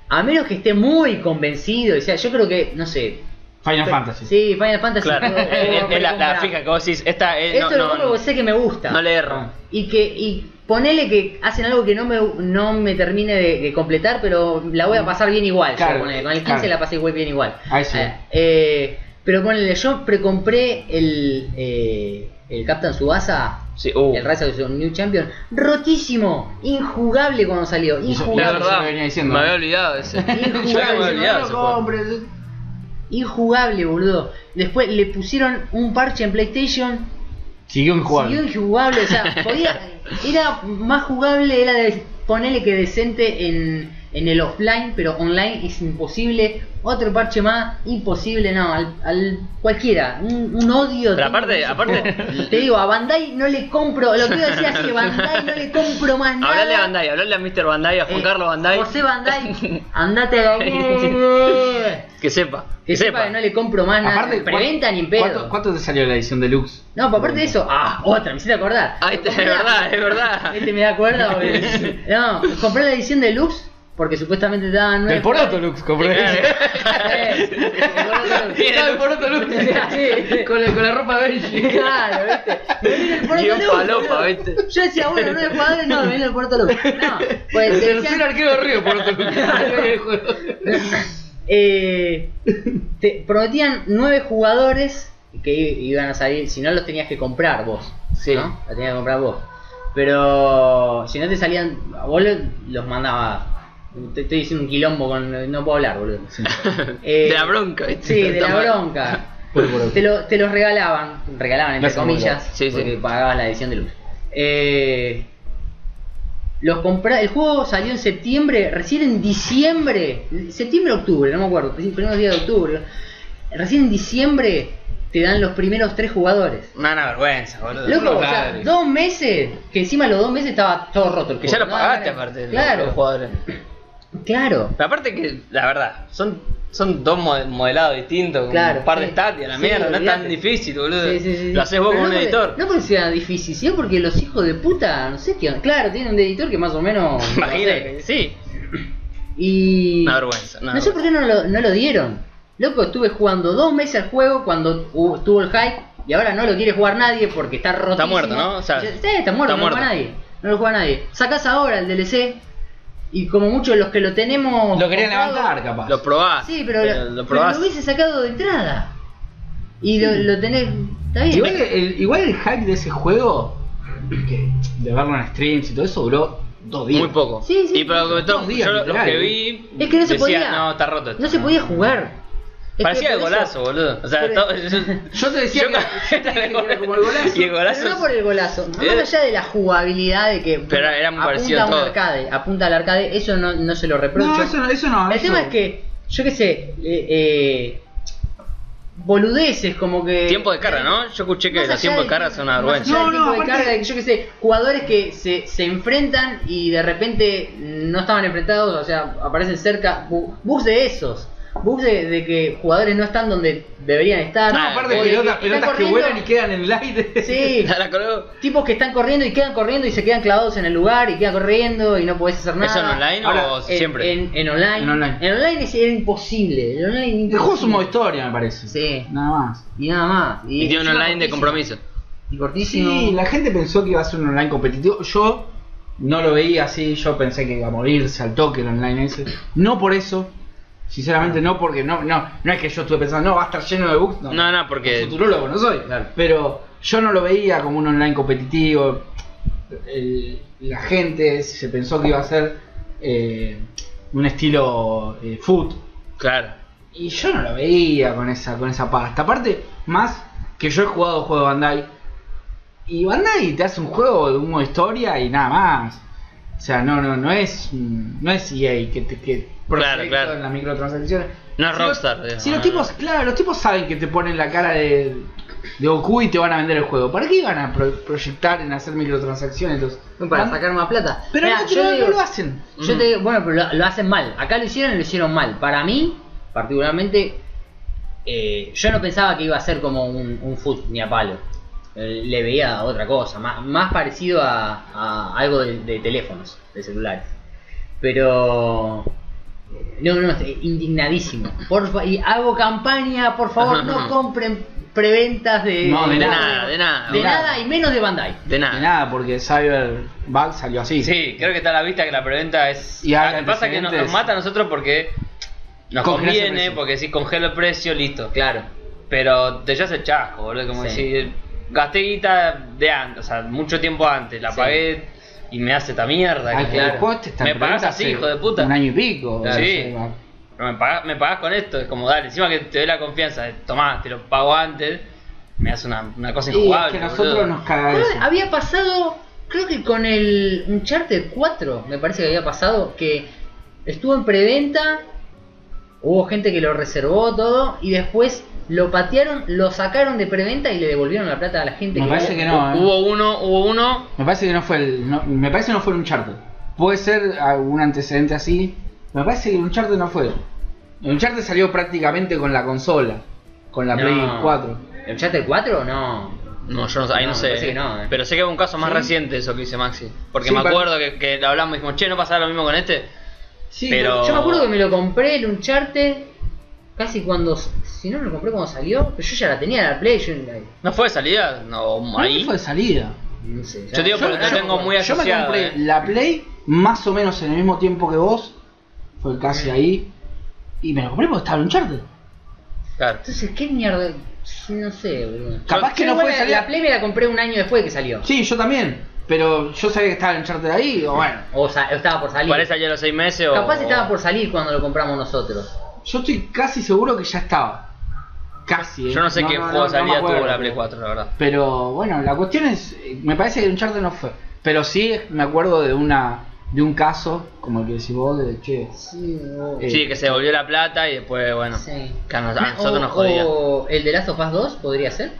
Speaker 1: a menos que esté muy convencido, o sea, yo creo que, no sé.
Speaker 4: Final
Speaker 1: Pe-
Speaker 4: Fantasy.
Speaker 1: Sí, Final Fantasy.
Speaker 2: Claro,
Speaker 1: puedo- puedo
Speaker 2: [laughs] es, es la, la
Speaker 1: precomprar.
Speaker 2: fija que vos decís, esta es,
Speaker 1: Esto
Speaker 2: no,
Speaker 1: es lo
Speaker 2: no,
Speaker 1: único que sé que me gusta.
Speaker 2: no le erro.
Speaker 1: Y que y ponele que hacen algo que no me, no me termine de, de completar, pero la voy a pasar bien igual.
Speaker 4: Claro,
Speaker 1: yo, ponele. con el 15
Speaker 4: claro.
Speaker 1: la pasé igual bien igual.
Speaker 4: Ahí sí.
Speaker 1: Eh, eh, pero ponele, yo precompré el, eh, el Captain Subasa,
Speaker 2: Sí, uh.
Speaker 1: el Rise of the New Champion, rotísimo, injugable cuando salió.
Speaker 4: Y yo-
Speaker 2: La
Speaker 4: Claro,
Speaker 1: Injugable.
Speaker 4: yo
Speaker 2: verdad,
Speaker 4: lo venía diciendo.
Speaker 2: me había olvidado de
Speaker 1: [laughs]
Speaker 2: ese.
Speaker 1: Injugable,
Speaker 2: Yo me había
Speaker 1: no
Speaker 2: olvidado de
Speaker 4: lo
Speaker 2: ese juego.
Speaker 4: compres.
Speaker 1: Injugable, boludo. Después le pusieron un parche en PlayStation
Speaker 4: Siguió en jugar.
Speaker 1: Siguió injugable, o
Speaker 2: [laughs]
Speaker 1: sea, podía, era más jugable, era de, ponerle que decente en, en el offline, pero online es imposible. Otro parche más, imposible, no, al, al cualquiera, un, un odio.
Speaker 2: Pero
Speaker 1: tengo
Speaker 2: aparte-
Speaker 1: por ese
Speaker 2: aparte-
Speaker 1: juego. [laughs] te digo, a Bandai no le compro, lo que iba a decir así, Bandai no le compro más nada.
Speaker 2: Hablale a Bandai, hablale a Mr. Bandai, a Juan
Speaker 1: Eh,
Speaker 2: Carlos Bandai,
Speaker 1: José
Speaker 2: [laughs]
Speaker 1: Bandai, andate a la mierda.
Speaker 2: que sepa,
Speaker 1: Que sepa que no le compro más nada.
Speaker 4: Aparte,
Speaker 1: Preventa
Speaker 4: ¿cuánto-
Speaker 1: ni en pedo.
Speaker 4: ¿cuánto, cuánto te salió la edición deluxe?
Speaker 1: No, pero aparte de eso, ah, otra, me hiciste acordar.
Speaker 2: Ah, este, es
Speaker 1: Compré la-
Speaker 2: verdad, es verdad.
Speaker 1: [laughs] Este me da cuerda, boludo. No, compré la edición deluxe porque supuestamente te daban nueve.
Speaker 4: Del poroto Lux, compré.
Speaker 2: [laughs]
Speaker 1: Eh, el poroto deluxe.
Speaker 2: Bien.
Speaker 4: Del
Speaker 2: [laughs]
Speaker 4: poroto Lux.
Speaker 1: [laughs] Sí.
Speaker 4: Con la, con la ropa beige.
Speaker 1: Claro, viste. Me viene el poroto
Speaker 2: Guión
Speaker 1: deluxe,
Speaker 2: falopa,
Speaker 1: boludo.
Speaker 2: viste.
Speaker 1: Yo decía, bueno, nueve jugadores, no, me viene el poroto deluxe. No, pues
Speaker 2: [laughs]
Speaker 4: El
Speaker 1: te
Speaker 4: tercer
Speaker 1: decían,
Speaker 4: arquero de Río, poroto
Speaker 1: [laughs]
Speaker 4: Lux.
Speaker 1: eh, te prometían nueve jugadores que i- iban a salir, si no los tenías que comprar vos.
Speaker 4: Sí.
Speaker 1: ¿no? La tenías que comprar vos. Pero si no te salían, vos lo- los mandabas. Te estoy diciendo un quilombo con. No puedo hablar, boludo.
Speaker 2: [laughs]
Speaker 1: Eh,
Speaker 2: de la bronca, ¿viste?
Speaker 1: Sí, de la
Speaker 2: Toma. [laughs]
Speaker 1: bronca. Te, lo- te los regalaban, regalaban entre
Speaker 4: Gracias,
Speaker 1: comillas,
Speaker 2: boludo. Sí, sí.
Speaker 1: porque pagabas la edición de luz. Eh, los compra el juego salió en septiembre, recién en diciembre, septiembre octubre, no me acuerdo, primeros días de octubre. Recién en diciembre te dan los primeros tres jugadores.
Speaker 2: Una vergüenza, boludo.
Speaker 1: Loco, o sea,
Speaker 5: madre.
Speaker 1: dos meses, que encima los dos meses estaba todo roto el
Speaker 2: que
Speaker 1: juego.
Speaker 2: ya lo
Speaker 1: No,
Speaker 2: pagaste
Speaker 1: no,
Speaker 2: aparte. los-
Speaker 1: Claro,
Speaker 2: Los jugadores.
Speaker 1: claro.
Speaker 2: Pero aparte que, la verdad, son, son dos mo- modelados distintos, con
Speaker 1: Claro,
Speaker 2: un par de
Speaker 1: sí.
Speaker 2: stats y a la
Speaker 1: Sí,
Speaker 2: mierda, no es tan
Speaker 1: olvídate.
Speaker 2: difícil, boludo.
Speaker 1: Sí, sí, sí, sí.
Speaker 2: Lo haces vos
Speaker 1: Pero
Speaker 2: con
Speaker 1: no
Speaker 2: un
Speaker 1: porque-
Speaker 2: editor.
Speaker 1: No porque sea difícil, sino porque los hijos de puta, no sé qué. Claro, tienen un editor que más o
Speaker 2: [laughs]
Speaker 1: menos. no sé.
Speaker 2: Imagínate, sí.
Speaker 1: Y.
Speaker 2: Una vergüenza. una
Speaker 1: No sé por qué no lo, no lo dieron. Loco, estuve jugando dos meses al juego cuando hu- estuvo el hype y ahora no lo quiere jugar nadie porque está roto.
Speaker 2: muerto, ¿no? O sea,
Speaker 1: está muerto,
Speaker 2: está
Speaker 1: no lo juega
Speaker 2: muerto.
Speaker 1: nadie. No lo juega nadie. Sacás ahora el DLC y como muchos los que lo tenemos.
Speaker 4: Lo querían
Speaker 1: comprado-
Speaker 4: levantar, capaz.
Speaker 2: Lo probás.
Speaker 1: Sí, pero,
Speaker 2: eh,
Speaker 1: lo,
Speaker 2: lo
Speaker 1: pero
Speaker 2: probás.
Speaker 1: lo hubiese sacado de entrada. Y lo, lo tenés. Está bien.
Speaker 4: Igual el, igual el hype de ese juego, que de verlo en streams y todo eso, duró dos días.
Speaker 2: muy poco.
Speaker 1: Sí, sí,
Speaker 2: y pero
Speaker 1: sí.
Speaker 2: sobre todo,
Speaker 4: Dos días,
Speaker 2: yo lo- los
Speaker 4: literal. ¿eh?
Speaker 2: que vi.
Speaker 1: Es que no se
Speaker 2: decía,
Speaker 1: podía.
Speaker 2: No, está roto. esto".
Speaker 1: No se podía jugar. Es que
Speaker 2: Parecía el
Speaker 1: por eso-
Speaker 2: golazo, boludo. O sea,
Speaker 1: Pero-
Speaker 2: todo- [laughs] yo-
Speaker 4: Yo te [laughs] decía
Speaker 2: yo-
Speaker 4: que, yo te dije que era como el golazo.
Speaker 2: [laughs] Y el golazo.
Speaker 1: Pero no por el golazo, más
Speaker 2: Era-
Speaker 1: allá de la jugabilidad de que
Speaker 2: Pero era muy parecido
Speaker 1: apunta
Speaker 2: a
Speaker 1: un
Speaker 2: todo.
Speaker 1: arcade, apunta al arcade, eso no, no se lo reprocho.
Speaker 4: No, eso no, eso no.
Speaker 1: el
Speaker 4: eso-
Speaker 1: tema es que, yo qué sé, eh, eh, boludeces como que.
Speaker 2: Tiempo de carga, ¿no? Yo escuché que
Speaker 1: Más
Speaker 2: los
Speaker 1: allá
Speaker 2: tiempos de
Speaker 1: del-
Speaker 2: carga son una
Speaker 1: más
Speaker 2: vergüenza.
Speaker 1: allá
Speaker 4: No,
Speaker 1: del
Speaker 4: no,
Speaker 1: tiempo de
Speaker 4: aparte-
Speaker 1: carga, yo qué sé, jugadores que se, se enfrentan y de repente no estaban enfrentados, o sea, aparecen cerca. bu- Bugs de esos. Bugs de, de que jugadores no están donde deberían estar.
Speaker 4: No,
Speaker 2: Ah,
Speaker 4: aparte
Speaker 1: o
Speaker 4: de
Speaker 1: de
Speaker 4: pelotas,
Speaker 1: que
Speaker 4: pelotas
Speaker 1: están
Speaker 4: que
Speaker 1: corriendo-
Speaker 4: vuelan y quedan en el aire.
Speaker 1: Sí,
Speaker 2: [laughs] La colgó.
Speaker 1: tipos que están corriendo y quedan corriendo y se quedan clavados en el lugar y quedan corriendo y no podés hacer nada.
Speaker 2: ¿Eso en online
Speaker 4: Ahora,
Speaker 2: o
Speaker 1: En-
Speaker 2: siempre?
Speaker 1: En, en online.
Speaker 4: En online.
Speaker 1: En online es, era imposible. En online
Speaker 4: [laughs] El juego es un modo
Speaker 1: imposible.
Speaker 4: historia, me parece.
Speaker 1: Sí.
Speaker 4: Nada más.
Speaker 1: Y nada más.
Speaker 2: y tiene un
Speaker 1: encima
Speaker 2: online de
Speaker 1: cortísimo.
Speaker 2: compromiso.
Speaker 1: Y
Speaker 4: Sí,
Speaker 1: cortísimo.
Speaker 4: la gente pensó que iba a ser un online competitivo. Yo no lo veía así, yo pensé que iba a morirse al toque el online ese. No por eso. Sinceramente no, porque no, no, no es que yo estuve pensando, no, va a estar lleno de bugs.
Speaker 2: No, no, porque-
Speaker 4: Futurólogo no soy.
Speaker 1: Claro.
Speaker 4: Pero yo no lo veía como un online competitivo. El- la gente se pensó que iba a ser eh, un estilo eh, foot.
Speaker 2: Claro.
Speaker 4: Y yo no lo veía con esa, con esa pasta. Aparte, más que yo he jugado juego de Bandai. Y Bandai te hace un juego de un modo historia y nada más. O sea, no, no, no es. mm, No es EA que te que prospecta
Speaker 2: claro.
Speaker 4: en las microtransacciones.
Speaker 2: No es
Speaker 4: Si los-
Speaker 2: Rockstar, digamos,
Speaker 4: Si los
Speaker 2: no,
Speaker 4: tipos,
Speaker 2: no.
Speaker 4: claro, los tipos saben que te ponen la cara de, de Goku y te van a vender el juego. ¿Para qué iban a pro- proyectar en hacer microtransacciones? Los,
Speaker 1: Para
Speaker 4: Ban-
Speaker 1: sacar más plata.
Speaker 4: Pero
Speaker 1: Mirá,
Speaker 4: no, no-
Speaker 1: yo
Speaker 4: no
Speaker 1: digo-
Speaker 4: lo hacen.
Speaker 1: Yo te digo, bueno, pero lo, lo hacen mal. Acá lo hicieron y lo hicieron mal. Para mí, particularmente, eh, yo no pensaba que iba a ser como un, un foot ni a palo. Eh, Le veía otra cosa, más, más parecido a, a algo de, de teléfonos, de celulares. Pero. eh, No, no, estoy indignadísimo. Por fa- y hago campaña, por favor, no compren preventas de.
Speaker 4: No,
Speaker 2: De
Speaker 4: de
Speaker 2: nada, de nada.
Speaker 1: de
Speaker 2: boludo.
Speaker 1: nada y menos de Bandai.
Speaker 2: De
Speaker 4: De
Speaker 2: nada.
Speaker 4: nada, porque Cyberpunk salió así.
Speaker 2: Sí, creo que está a la vista que la preventa es.
Speaker 4: Y hay
Speaker 2: Ah, que pasa que nos, nos
Speaker 4: antecedentes.
Speaker 2: mata a nosotros porque nos
Speaker 4: Congela el
Speaker 2: conviene,
Speaker 4: precio.
Speaker 2: porque si congelo el precio, listo.
Speaker 1: Claro.
Speaker 2: Pero te llevas el chasco, boludo. Como
Speaker 1: Sí.
Speaker 2: decir, gasté guita de antes, o sea, mucho tiempo antes, la
Speaker 1: Sí.
Speaker 2: pagué y me hace esta mierda.
Speaker 4: Al
Speaker 2: que-
Speaker 4: que el juego te está en
Speaker 2: Ah, Me pagás
Speaker 4: preventa
Speaker 2: así,
Speaker 4: hace
Speaker 2: hijo de puta.
Speaker 4: Un año y pico.
Speaker 2: Claro.
Speaker 4: o sea,
Speaker 2: Sí.
Speaker 4: va.
Speaker 2: Pero me pagás, me pagás con esto, es como dale, encima que te doy la confianza, de, tomá, te lo pago antes, me hace una, una cosa
Speaker 4: Y
Speaker 2: injugable.
Speaker 4: es que
Speaker 2: boludo.
Speaker 4: nosotros nos caga
Speaker 1: Creo que
Speaker 4: eso.
Speaker 1: había pasado, creo que con el Uncharted 4, me parece que había pasado, que estuvo en preventa, hubo gente que lo reservó todo, y después lo patearon, lo sacaron de preventa y le devolvieron la plata a la gente.
Speaker 4: Me
Speaker 1: que
Speaker 4: parece
Speaker 1: lo-
Speaker 4: que no, ¿eh?
Speaker 2: Hubo uno, hubo uno,
Speaker 4: Me parece que no fue el. no- me parece que no fue un charter. Puede ser algún antecedente así. Me parece que un charter no fue. Un charter salió prácticamente con la consola. Con la
Speaker 1: No.
Speaker 4: Play 4.
Speaker 1: ¿El Uncharted 4? No.
Speaker 2: No, yo no, ahí no,
Speaker 1: No, me
Speaker 2: sé.
Speaker 1: parece que no, eh.
Speaker 2: Pero sé que hubo un caso más
Speaker 4: ¿Sí?
Speaker 2: reciente eso que dice Maxi. Porque
Speaker 4: Sí,
Speaker 2: me
Speaker 4: pa-
Speaker 2: acuerdo que, que lo hablamos y dijimos, che, ¿no pasará lo mismo con este?
Speaker 4: Sí,
Speaker 2: Pero-
Speaker 1: Yo me acuerdo que me lo compré el Uncharted casi cuando, si no me lo compré cuando salió, pero yo ya la tenía la Play, yo
Speaker 2: ¿No fue de salida? No,
Speaker 4: no
Speaker 2: ahí.
Speaker 4: fue de salida.
Speaker 1: no sé. ya-
Speaker 2: Yo digo
Speaker 1: yo-
Speaker 2: porque te tengo muy
Speaker 4: Yo me
Speaker 2: asociado.
Speaker 4: compré
Speaker 2: eh.
Speaker 4: la Play más o menos en el mismo tiempo que vos. Fue casi
Speaker 2: Mm.
Speaker 4: ahí. Y me lo compré porque estaba en un charter.
Speaker 2: Claro.
Speaker 1: Entonces, ¿qué mierda? No sé, boludo.
Speaker 4: Capaz
Speaker 1: Yo
Speaker 4: que no
Speaker 1: igual
Speaker 4: fue
Speaker 1: la-
Speaker 4: de salida.
Speaker 1: La Play me la compré un año después de que salió.
Speaker 4: Sí, yo también. Pero yo sabía que estaba en charter ahí. O bueno.
Speaker 1: O, sa- o estaba por salir.
Speaker 2: Parece ayer a los seis meses o.
Speaker 1: Capaz estaba por salir cuando lo compramos nosotros.
Speaker 4: Yo estoy casi seguro que ya estaba. Casi. ¿eh?
Speaker 2: Yo no sé qué juego
Speaker 4: no
Speaker 2: de salida
Speaker 4: me acuerdo,
Speaker 2: tuvo la
Speaker 4: pero-
Speaker 2: Play 4, la verdad.
Speaker 4: Pero bueno, la cuestión es. eh, Me parece que Uncharted no fue. Pero sí me acuerdo de una. de un caso como el que decís vos, de che,
Speaker 3: Sí, o-
Speaker 4: eh,
Speaker 2: Sí, que se devolvió la plata y después, bueno,
Speaker 3: Sí.
Speaker 2: que a, nos- a
Speaker 1: Ah, O-
Speaker 2: nosotros nos jodía.
Speaker 1: o el de Last of Us 2 podría ser.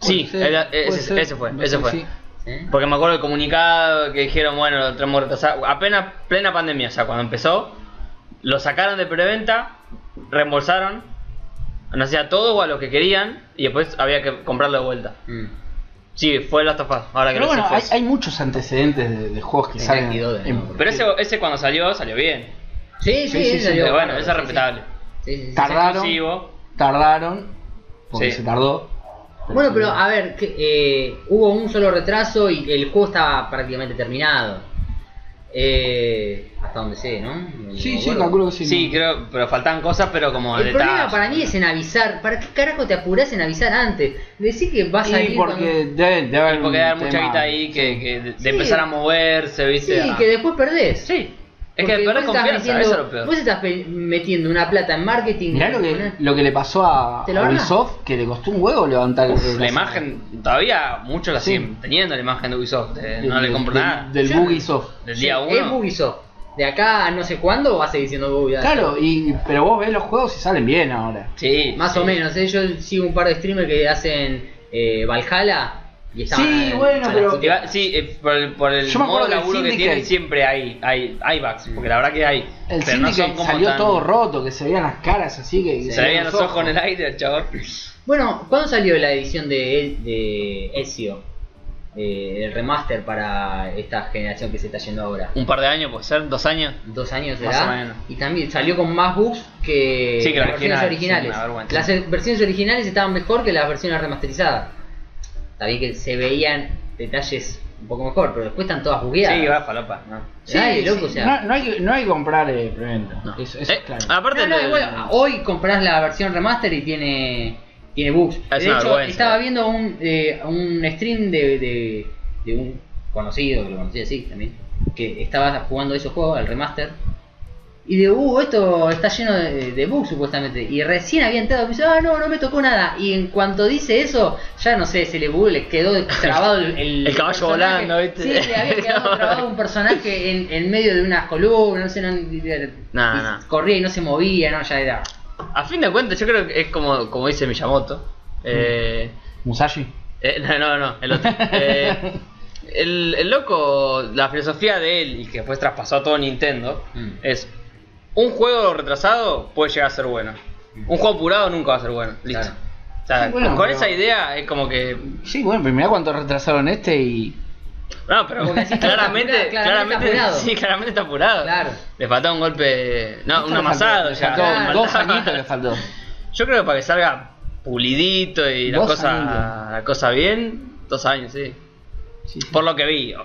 Speaker 2: Sí,
Speaker 4: puede ser,
Speaker 2: era- e-,
Speaker 4: puede
Speaker 2: ese,
Speaker 4: ser,
Speaker 2: ese fue,
Speaker 4: puede
Speaker 2: ese
Speaker 4: ser,
Speaker 2: fue.
Speaker 4: sí.
Speaker 1: ¿Eh?
Speaker 2: Porque me acuerdo el comunicado que dijeron, bueno, lo tenemos retrasado. Apenas plena pandemia, o sea, cuando empezó, lo sacaron de preventa, reembolsaron, no sé, a todos o a los que querían, y después había que comprarlo de vuelta.
Speaker 1: Mm.
Speaker 2: Sí, fue Last of Us, ahora que lo sé
Speaker 4: Pero bueno,
Speaker 2: fue
Speaker 4: hay,
Speaker 2: eso.
Speaker 4: hay muchos antecedentes de, de juegos que
Speaker 1: En
Speaker 4: salen.
Speaker 1: Yankee Doodle,
Speaker 4: en-
Speaker 1: ¿no?
Speaker 2: Pero ese, ese cuando salió, salió bien.
Speaker 1: Sí, sí,
Speaker 4: Sí, sí,
Speaker 1: ese
Speaker 4: sí,
Speaker 1: salió
Speaker 2: Pero bueno,
Speaker 1: bárbaro,
Speaker 2: eso es
Speaker 1: sí,
Speaker 2: respetable.
Speaker 1: sí. Sí, sí, sí.
Speaker 4: Tardaron.
Speaker 2: Exclusivo.
Speaker 4: Tardaron, porque
Speaker 2: Sí.
Speaker 4: se tardó.
Speaker 1: Bueno, pero a ver, que, eh, hubo un solo retraso y el juego estaba prácticamente terminado. Eh, hasta donde sé, ¿no? No
Speaker 4: Sí,
Speaker 1: me
Speaker 4: sí,
Speaker 1: acuerdo.
Speaker 4: calculo que sí.
Speaker 2: Sí, creo, pero faltan cosas, pero como
Speaker 1: El
Speaker 2: detalles.
Speaker 1: problema para mí es en avisar. ¿Para qué carajo te apurás en avisar antes? Decir que vas a
Speaker 4: Sí,
Speaker 1: salir
Speaker 4: porque debe, debe haber.
Speaker 2: Y porque
Speaker 4: un
Speaker 2: hay mucha
Speaker 4: tema-
Speaker 2: guita ahí que, que de, de
Speaker 1: Sí.
Speaker 2: empezar a moverse,
Speaker 1: cuando-
Speaker 2: ¿viste?
Speaker 1: Sí,
Speaker 2: Ah.
Speaker 1: que después perdés.
Speaker 2: Sí. Es
Speaker 1: Porque
Speaker 2: que
Speaker 1: vos
Speaker 2: perder
Speaker 1: estás
Speaker 2: confianza,
Speaker 1: metiendo-
Speaker 2: eso es lo peor.
Speaker 1: Vos estás pe- metiendo una plata en marketing.
Speaker 4: Mirá lo que, lo que le pasó a,
Speaker 1: Te lo
Speaker 4: a
Speaker 1: van a-
Speaker 4: Ubisoft, que le costó un huevo levantar el-
Speaker 2: la imagen, todavía muchos la
Speaker 4: Sí.
Speaker 2: siguen teniendo, la imagen de Ubisoft. eh,
Speaker 4: del-
Speaker 2: no le compro
Speaker 4: del-
Speaker 2: nada.
Speaker 4: Del
Speaker 1: Yo-
Speaker 4: Bugisoft.
Speaker 2: Del día
Speaker 1: Sí, Es
Speaker 2: 1.
Speaker 1: Ubisoft. De acá a no sé cuándo vas a seguir siendo Ubisoft.
Speaker 4: Claro, y, pero vos ves los juegos y salen bien ahora.
Speaker 2: Sí.
Speaker 1: Más
Speaker 2: sí.
Speaker 1: o menos, ¿eh? yo sigo un par de streamers que hacen eh, Valhalla y están.
Speaker 4: Sí, bueno, pero-
Speaker 2: Te va- Sí, eh, por el, por el
Speaker 4: Yo me
Speaker 2: modo
Speaker 4: acuerdo que el
Speaker 2: laburo que
Speaker 4: Syndicate-
Speaker 2: tienen siempre hay, hay, hay bugs, porque la verdad que hay. pero
Speaker 4: El
Speaker 2: no
Speaker 4: Syndicate
Speaker 2: son como
Speaker 4: salió
Speaker 2: tan-
Speaker 4: todo roto, que se veían las caras así que. que
Speaker 2: Se le veían los ojos en el aire, chaval.
Speaker 1: Bueno, ¿cuándo salió la edición de, El- de Ezio? Eh, el remaster para esta generación que se está yendo ahora.
Speaker 2: Un par de años, puede ser, dos años.
Speaker 1: Dos años
Speaker 2: Más o
Speaker 1: será.
Speaker 2: menos.
Speaker 1: Y también salió con más bugs que,
Speaker 2: Sí, que
Speaker 1: las
Speaker 2: la
Speaker 1: versiones
Speaker 2: original, sí,
Speaker 1: originales.
Speaker 2: una vergüenza.
Speaker 1: las eh, versiones originales estaban mejor que las versiones remasterizadas. Está bien que se veían detalles un poco mejor, pero después están todas bugueadas.
Speaker 2: Sí, va, falopa. No.
Speaker 4: Sí,
Speaker 1: Ay, loco,
Speaker 4: sí.
Speaker 1: o sea.
Speaker 4: no, no hay, que- no hay que comprar eh, preventa.
Speaker 2: No.
Speaker 4: Eso, eso
Speaker 2: Eh,
Speaker 4: es claro.
Speaker 2: Aparte,
Speaker 1: No, no,
Speaker 2: del-
Speaker 1: igual, hoy compras la versión remaster y tiene tiene bugs.
Speaker 2: Ah, Es
Speaker 1: de
Speaker 2: una
Speaker 1: hecho,
Speaker 2: vergüenza.
Speaker 1: estaba viendo un, eh, un stream de, de, de un conocido, que lo conocí así también, que estaba jugando esos juegos, el remaster. Y de, uh, esto está lleno de, de bugs supuestamente. Y recién había entrado y dice, ah, no, no me tocó nada. Y en cuanto dice eso, ya no sé, se le bugueó, le quedó trabado el,
Speaker 2: [laughs] El caballo
Speaker 1: personaje.
Speaker 2: volando, ¿viste?
Speaker 1: Sí, le había
Speaker 2: [laughs]
Speaker 1: quedado trabado un personaje en, en medio de unas columnas, no sé, no,
Speaker 2: No,
Speaker 1: y
Speaker 2: no.
Speaker 1: corría y no se movía, no, ya era.
Speaker 2: A fin de cuentas, yo creo que es como, como dice Miyamoto.
Speaker 4: Mm.
Speaker 2: Eh,
Speaker 4: Musashi.
Speaker 2: eh, [laughs] no, no, no, el otro. Eh, el, el loco, la filosofía de él y que después traspasó a todo Nintendo
Speaker 1: Mm.
Speaker 2: es: un juego retrasado puede llegar a ser bueno. Un juego apurado nunca va a ser bueno. Listo.
Speaker 1: Mm. Claro.
Speaker 2: O sea,
Speaker 4: Sí, bueno,
Speaker 2: con
Speaker 4: pero-
Speaker 2: esa idea es como que.
Speaker 4: Sí, bueno, pero mirá cuánto retrasaron este y.
Speaker 2: No, pero
Speaker 1: Porque
Speaker 4: [laughs]
Speaker 1: así está
Speaker 2: claramente,
Speaker 1: apurado, claramente está apurado.
Speaker 2: sí, claramente está apurado.
Speaker 1: Claro.
Speaker 2: Le faltaba un golpe. No, un
Speaker 4: Le
Speaker 2: amasado
Speaker 4: faltó-
Speaker 2: Ah, ya.
Speaker 4: le faltó
Speaker 2: Le
Speaker 4: Dos
Speaker 2: faltaba-
Speaker 4: añitos le faltó.
Speaker 2: Yo creo que para que salga pulidito y la
Speaker 4: Dos
Speaker 2: cosa,
Speaker 4: años.
Speaker 2: la cosa bien, dos años, sí.
Speaker 4: Sí, sí.
Speaker 2: Por lo que vi, oh,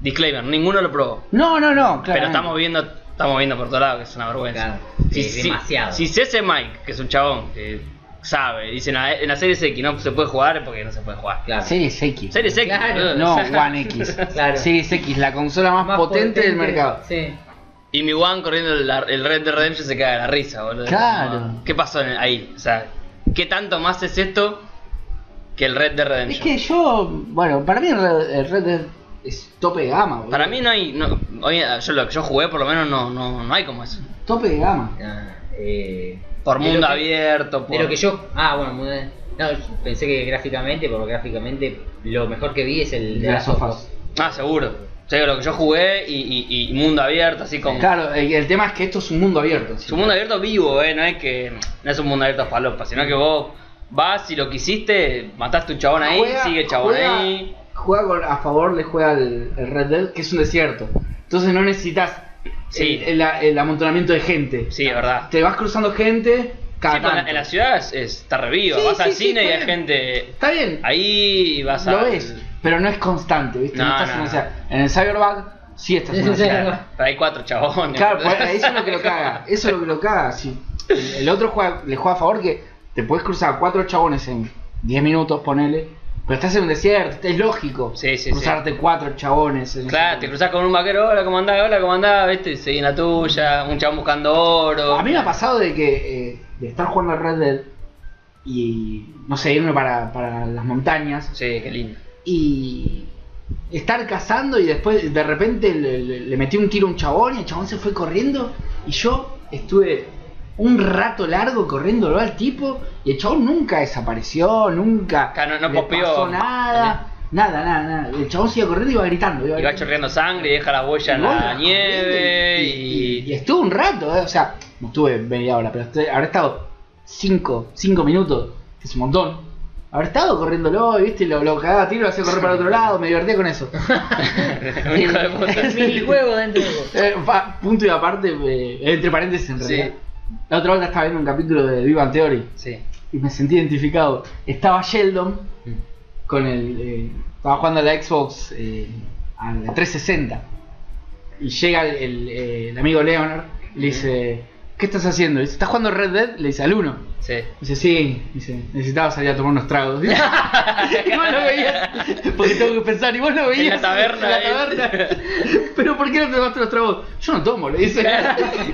Speaker 2: disclaimer, ninguno lo probó.
Speaker 4: No, no, no, claro.
Speaker 2: Pero estamos viendo, estamos viendo por todos lados que es una vergüenza.
Speaker 1: Claro, es demasiado.
Speaker 2: Si, si ese Mike, que es un chabón, que sabe, dice en la, en la serie X no se puede jugar es porque no se puede jugar.
Speaker 1: Claro.
Speaker 4: Series X.
Speaker 2: Series X,
Speaker 1: Claro.
Speaker 2: boludo.
Speaker 4: No,
Speaker 2: O sea,
Speaker 4: One [laughs] X.
Speaker 1: Claro.
Speaker 4: Series X, la consola más,
Speaker 1: Más
Speaker 4: potente, del
Speaker 1: potente,
Speaker 4: mercado.
Speaker 1: Sí.
Speaker 2: Y mi One corriendo el, el Red Dead Redemption se cae de la risa, boludo.
Speaker 4: Claro.
Speaker 2: ¿Qué pasó en- ahí? O sea, ¿qué tanto más es esto que el Red Dead Redemption?
Speaker 4: Es que yo, bueno, para mí el Red el Red Dead es tope de gama, boludo.
Speaker 2: Para mí no hay, no, hoy, yo lo que yo jugué por lo menos no, no, no hay como eso.
Speaker 4: Tope de gama.
Speaker 1: Ah, eh,
Speaker 2: Por
Speaker 1: de
Speaker 2: mundo
Speaker 1: lo que-
Speaker 2: abierto, por...
Speaker 1: De lo que yo. Ah, bueno, muy bien. no, yo pensé que gráficamente, porque gráficamente lo mejor que vi es el
Speaker 4: De las sofás.
Speaker 2: Ah, seguro. O sea, lo que yo jugué y, y- y mundo abierto, así como...
Speaker 4: Claro, el, el tema es que esto es un mundo abierto.
Speaker 2: Es un mundo abierto vivo, eh, no es que... No es un mundo abierto falopa, sino que vos vas y lo que hiciste, mataste un chabón ahí,
Speaker 4: Juega-
Speaker 2: sigue el chabón
Speaker 4: juega-
Speaker 2: ahí.
Speaker 4: Juega con- a favor, le juega el, Red Dead, que es un desierto. Entonces no necesitas
Speaker 2: Sí.
Speaker 4: el, el- el amontonamiento de gente.
Speaker 2: Sí, es verdad.
Speaker 4: Te vas cruzando gente cada
Speaker 2: Sí, pero en la-
Speaker 4: tanto.
Speaker 2: en la ciudad es, es- está reviva,
Speaker 4: Sí,
Speaker 2: vas
Speaker 4: sí,
Speaker 2: al
Speaker 4: sí,
Speaker 2: cine y
Speaker 4: está
Speaker 2: hay
Speaker 4: bien.
Speaker 2: gente...
Speaker 4: Está bien,
Speaker 2: Ahí vas a...
Speaker 4: lo ves, pero no es constante, ¿viste? No,
Speaker 2: No,
Speaker 4: estás
Speaker 2: no,
Speaker 4: en una
Speaker 2: no.
Speaker 4: ciudad. En el Cyberpunk sí estás [laughs] en una
Speaker 1: Sí,
Speaker 4: ciudad.
Speaker 2: Claro, pero [laughs] hay cuatro chabones.
Speaker 4: Claro, pues, eso es lo que lo caga. Eso es lo que lo caga. Si el- el otro juega- le juega a favor que te puedes cruzar cuatro chabones en 10 minutos, ponele. Pero estás en un desierto, es lógico.
Speaker 2: Sí, sí, sí.
Speaker 4: cruzarte cuatro chabones. en
Speaker 2: [laughs]
Speaker 4: un
Speaker 2: Claro,
Speaker 4: segundo.
Speaker 2: te cruzás con un vaquero, hola, ¿cómo andás? Hola, ¿cómo andás? ¿Viste? Seguí en la tuya, un chabón buscando oro.
Speaker 4: A mí me ha pasado de que eh, de estar jugando al Red Dead y no sé, irme para, para las montañas
Speaker 2: Sí, qué lindo.
Speaker 4: y estar cazando y después de repente le, le- le metí un tiro a un chabón y el chabón se fue corriendo y yo estuve un rato largo corriéndolo al tipo y el chabón nunca desapareció, nunca
Speaker 2: Claro, no- no
Speaker 4: le
Speaker 2: copió.
Speaker 4: pasó nada, nada, nada, nada. El chabón seguía corriendo y iba gritando. Iba
Speaker 2: Y va
Speaker 4: gritando.
Speaker 2: chorreando sangre y deja la huella en
Speaker 4: Y vos
Speaker 2: la
Speaker 4: la
Speaker 2: nieve
Speaker 4: corriente,
Speaker 2: y, [laughs]
Speaker 4: y estuve un rato, eh, o sea, no estuve media hora, pero estuve- habré estado 5 cinco minutos, que es un montón. Habré estado corriéndolo, viste, lo, lo cagaba a tiro, lo hacía correr para otro lado, me divertía con eso.
Speaker 2: un [laughs] hijo de
Speaker 1: [laughs]
Speaker 2: puta.
Speaker 3: Mil juego dentro de vos.
Speaker 4: Eh, fa- punto y aparte, eh, entre paréntesis en
Speaker 1: Sí.
Speaker 4: realidad. La otra vez estaba viendo un capítulo de Vivan Theory
Speaker 1: Sí.
Speaker 4: y me sentí identificado. Estaba Sheldon con el. eh, estaba jugando a la Xbox eh, a la 360. Y llega el, el, eh, el amigo Leonard y le dice: ¿Qué estás haciendo? Le dice: ¿Estás jugando Red Dead? Le dice al 1.
Speaker 1: Sí.
Speaker 4: Dice: Sí, dice, necesitaba salir a tomar unos tragos. [laughs] y vos lo veías. Porque tengo que pensar, y vos lo veías.
Speaker 2: la taberna,
Speaker 4: en la
Speaker 2: ¿eh?
Speaker 4: taberna. [laughs] Pero ¿por qué no tomaste unos tragos? Yo no tomo,
Speaker 2: [laughs]
Speaker 4: le dice.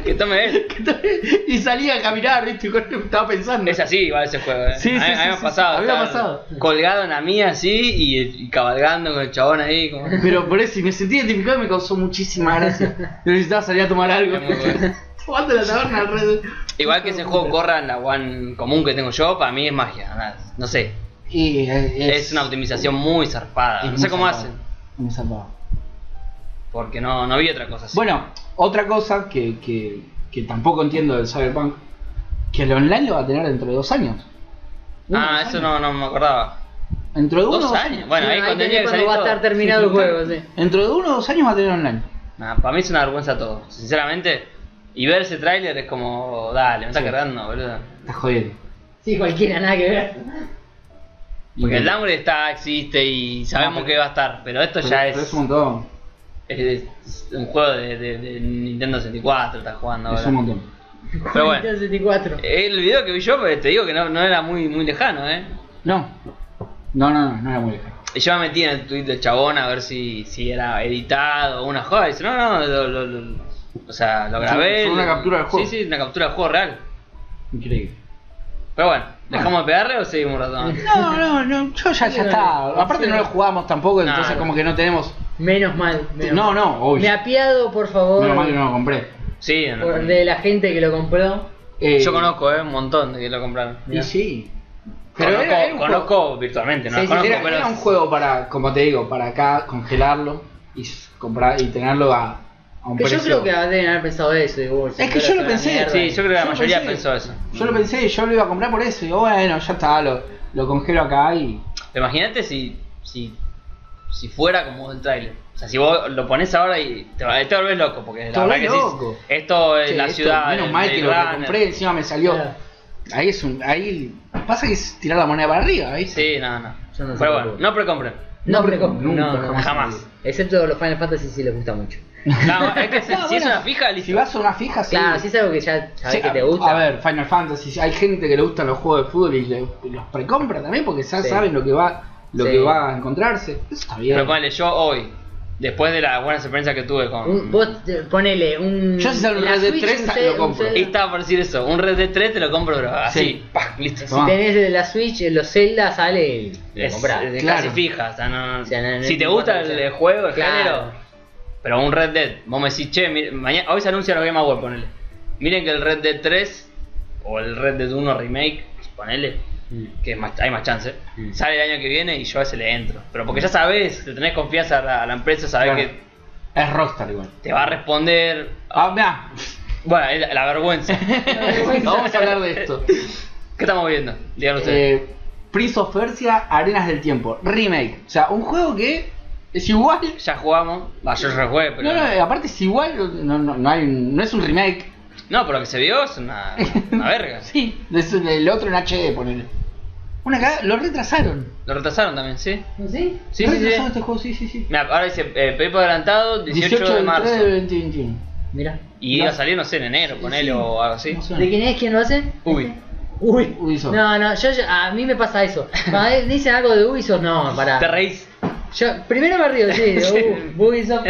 Speaker 2: que tome eh. él.
Speaker 4: y salía a caminar, ¿viste? Con- Estaba pensando.
Speaker 2: Es así igual ese juego. ¿eh?
Speaker 4: Sí, sí,
Speaker 2: a, mí- a mí
Speaker 4: sí,
Speaker 2: me ha
Speaker 4: sí,
Speaker 2: pasado.
Speaker 4: sí, había
Speaker 2: estar
Speaker 4: pasado.
Speaker 2: Colgado en la mía así y, y cabalgando con el chabón ahí.
Speaker 4: [laughs]
Speaker 2: Como...
Speaker 4: Pero por eso, y me sentí identificado y me causó muchísima gracia. Yo necesitaba salir a tomar algo.
Speaker 2: Es
Speaker 4: [laughs]
Speaker 2: muy bueno.
Speaker 4: Tomando la taberna al red.
Speaker 2: Igual que ese juego corra en la One común que tengo yo, para mí es magia. nada, No sé.
Speaker 4: Y, eh,
Speaker 2: Es una optimización muy zarpada.
Speaker 4: es
Speaker 2: No
Speaker 4: muy
Speaker 2: sé cómo
Speaker 4: zarpado.
Speaker 2: hacen.
Speaker 4: Muy zarpado.
Speaker 2: Porque no, no vi otra cosa así.
Speaker 4: Bueno, otra cosa que, que, que tampoco entiendo del Cyberpunk, que el online lo va a tener dentro de dos años. Uno,
Speaker 2: ah,
Speaker 4: dos
Speaker 2: eso no,
Speaker 4: años.
Speaker 2: no me acordaba.
Speaker 4: Dentro de uno,
Speaker 2: Dos años. Bueno, ahí, cuando tenía que
Speaker 3: cuando
Speaker 2: salir
Speaker 3: va a
Speaker 2: todo.
Speaker 3: estar terminado el
Speaker 2: [laughs]
Speaker 3: juego, sí.
Speaker 4: Dentro de uno o dos años va a tener online.
Speaker 2: Nah, para mí es una vergüenza todo. Sinceramente, y ver ese tráiler es como, dale, me está
Speaker 4: Sí.
Speaker 2: cargando, boludo.
Speaker 4: Estás jodido.
Speaker 3: Sí, cualquiera, nada que ver.
Speaker 2: Porque el downgrade está, existe y sabemos
Speaker 4: pero-
Speaker 2: que va a estar, pero esto
Speaker 4: Pero-
Speaker 2: ya
Speaker 4: pero
Speaker 2: es,
Speaker 4: un montón.
Speaker 2: es- es un juego de, de- de Nintendo 64, está jugando
Speaker 4: es
Speaker 2: ahora.
Speaker 4: un montón.
Speaker 2: Pero bueno. Eh.
Speaker 3: 64.
Speaker 2: El video que vi yo, pues, te digo que no, no era muy, muy lejano, ¿eh?
Speaker 4: No. No, no, no, no era muy lejano.
Speaker 2: Y Yo me metí en el tweet del chabón a ver si, si era editado o una joda. Y Dice, no, no, lo, lo- lo- o sea, lo
Speaker 4: Fue-
Speaker 2: grabé.
Speaker 4: fue una
Speaker 2: lo-
Speaker 4: captura del juego.
Speaker 2: Sí, sí, una captura del juego real.
Speaker 4: Increíble.
Speaker 2: Pero bueno, ¿dejamos de pegarle o seguimos un rato
Speaker 4: [laughs]
Speaker 2: más?
Speaker 4: No, no, no, yo ya, ya está. Aparte no lo jugamos tampoco,
Speaker 2: No,
Speaker 4: entonces
Speaker 2: no.
Speaker 4: como que no tenemos.
Speaker 3: Menos mal. menos
Speaker 4: No,
Speaker 3: mal.
Speaker 4: no,
Speaker 3: Me
Speaker 4: obvio.
Speaker 3: apiado, por favor,
Speaker 4: Menos mal que no lo compré.
Speaker 2: Sí, no,
Speaker 3: por de la gente que lo compró.
Speaker 4: Eh,
Speaker 2: yo conozco, ¿eh? Un montón de que lo compraron.
Speaker 4: Y sí.
Speaker 2: conozco,
Speaker 4: era- era un juego-
Speaker 2: conozco virtualmente, no
Speaker 4: Sí, sí,
Speaker 2: las conozco,
Speaker 4: era,
Speaker 2: pero
Speaker 4: era un juego para, como te digo, para acá congelarlo y s- comprar y tenerlo a, a un
Speaker 3: Que yo
Speaker 4: precio.
Speaker 3: creo que deben haber pensado eso. y, "Uy,
Speaker 4: Es que yo lo pensé,
Speaker 3: mierda".
Speaker 2: Sí, yo creo que la
Speaker 4: Yo
Speaker 2: mayoría
Speaker 4: pensé-
Speaker 2: pensó eso.
Speaker 4: Yo lo pensé, yo lo iba a comprar por eso. Y digo, bueno, ya está, lo, lo congelo acá y.
Speaker 2: Pero Imagínate si, si, si fuera como el tráiler. O sea, si vos lo pones ahora y te, va- te volvés loco, porque
Speaker 4: Te
Speaker 2: la verdad
Speaker 4: volvés
Speaker 2: que decís,
Speaker 4: loco.
Speaker 2: esto es
Speaker 4: Che,
Speaker 2: la
Speaker 4: esto,
Speaker 2: ciudad.
Speaker 4: Menos
Speaker 2: el
Speaker 4: mal que lo
Speaker 2: Blade
Speaker 4: que
Speaker 2: Runner.
Speaker 4: compré, encima me salió.
Speaker 3: Claro.
Speaker 4: Ahí es un. Ahí. Pasa que es tirar la moneda para arriba, ¿viste?
Speaker 2: Sí, no, no.
Speaker 1: Yo no sé
Speaker 2: Pero bueno,
Speaker 1: tampoco.
Speaker 2: no precompren.
Speaker 3: No,
Speaker 4: pero
Speaker 3: pero-
Speaker 4: nunca,
Speaker 3: no, no,
Speaker 2: Jamás.
Speaker 1: Excepto los Final Fantasy sí les gusta mucho.
Speaker 2: No,
Speaker 4: [laughs]
Speaker 2: es que si,
Speaker 4: No,
Speaker 2: si es
Speaker 4: Ah, bueno,
Speaker 2: una fija,
Speaker 4: Si
Speaker 2: listo.
Speaker 4: vas a una fija, sí.
Speaker 1: Claro, si es algo que ya sabes
Speaker 4: Sí,
Speaker 1: que
Speaker 4: a-
Speaker 1: te gusta.
Speaker 4: A ver, Final Fantasy, hay gente que le gustan los juegos de fútbol y, le- y los precompra también porque ya
Speaker 1: Sí.
Speaker 4: saben lo que va lo
Speaker 1: Sí.
Speaker 4: que va a encontrarse. Eso está bien.
Speaker 2: Pero ponele, yo hoy, después de las buenas experiencias que tuve con.
Speaker 1: Un- vos
Speaker 3: eh,
Speaker 1: te- ponele un.
Speaker 4: Yo si sale un
Speaker 1: la
Speaker 4: Red Dead
Speaker 1: Switch,
Speaker 4: 3
Speaker 1: un
Speaker 4: lo
Speaker 1: Zelda- un
Speaker 4: compro.
Speaker 1: Zelda.
Speaker 2: Y estaba por decir eso, un Red Dead 3 te lo compro, bro. Así,
Speaker 4: Sí.
Speaker 2: pa, listo.
Speaker 1: Si tenés de la Switch,
Speaker 3: eh,
Speaker 1: los Zelda sale y lo
Speaker 2: Es,
Speaker 1: comprás.
Speaker 2: es
Speaker 4: Claro.
Speaker 2: casi fija, o sea, no-
Speaker 1: O sea, no- no
Speaker 2: si te
Speaker 1: importa,
Speaker 2: gusta
Speaker 1: o
Speaker 2: el,
Speaker 1: sea.
Speaker 2: juego, el
Speaker 1: Claro.
Speaker 2: género, pero un Red Dead, vos me decís, che, mi- mañana, hoy se anuncia los Game Awards, ponele. Miren que el Red Dead 3 o el Red Dead 1 Remake, ponele,
Speaker 1: Mm.
Speaker 2: que es más- hay más chance,
Speaker 1: Mm.
Speaker 2: sale el año que viene y yo a ese le entro. Pero porque ya sabes, le tenés confianza a la, a la empresa, sabés
Speaker 4: Claro.
Speaker 2: que
Speaker 4: Es Rockstar igual.
Speaker 2: te va a responder.
Speaker 4: Ah,
Speaker 2: [laughs]
Speaker 4: mirá, [laughs]
Speaker 2: Bueno, es la, la
Speaker 1: [laughs]
Speaker 2: vergüenza.
Speaker 4: no vamos a hablar de esto.
Speaker 2: ¿Qué estamos viendo? Díganlo ustedes.
Speaker 4: Eh, Prince of Persia, Arenas del Tiempo, remake. O sea, un juego que es igual.
Speaker 2: ya jugamos, va, yo ya jugué, pero.
Speaker 4: No, no, eh, aparte es igual, no, no, no, hay, un- no es un remake.
Speaker 2: No, pero lo que se vio es
Speaker 4: [laughs]
Speaker 2: una, una verga.
Speaker 4: Sí, es el- el otro en HD, ponele. Una cagada, lo retrasaron.
Speaker 2: Lo retrasaron también, ¿sí?
Speaker 3: ¿Sí?
Speaker 2: Sí, sí,
Speaker 4: retrasaron
Speaker 2: sí.
Speaker 4: este juego, sí, sí, sí.
Speaker 2: Mirá, ahora dice eh, Pepe adelantado 18, de
Speaker 4: del
Speaker 2: marzo.
Speaker 4: 3 del 2021.
Speaker 1: Mirá.
Speaker 2: Y iba a salir, no sé, en enero, ponele o algo así.
Speaker 4: No sé.
Speaker 3: ¿De quién es? ¿Quién lo hace?
Speaker 2: Uy.
Speaker 3: Uy.
Speaker 4: Ubisoft.
Speaker 3: No, no, yo, yo- a mí me
Speaker 4: [laughs]
Speaker 3: pasa eso. Cuando dicen algo de Ubisoft, no,
Speaker 4: Ah.
Speaker 3: pará.
Speaker 2: Te reís.
Speaker 3: Yo primero me río,
Speaker 2: [laughs]
Speaker 3: sí, uh, Ubisoft.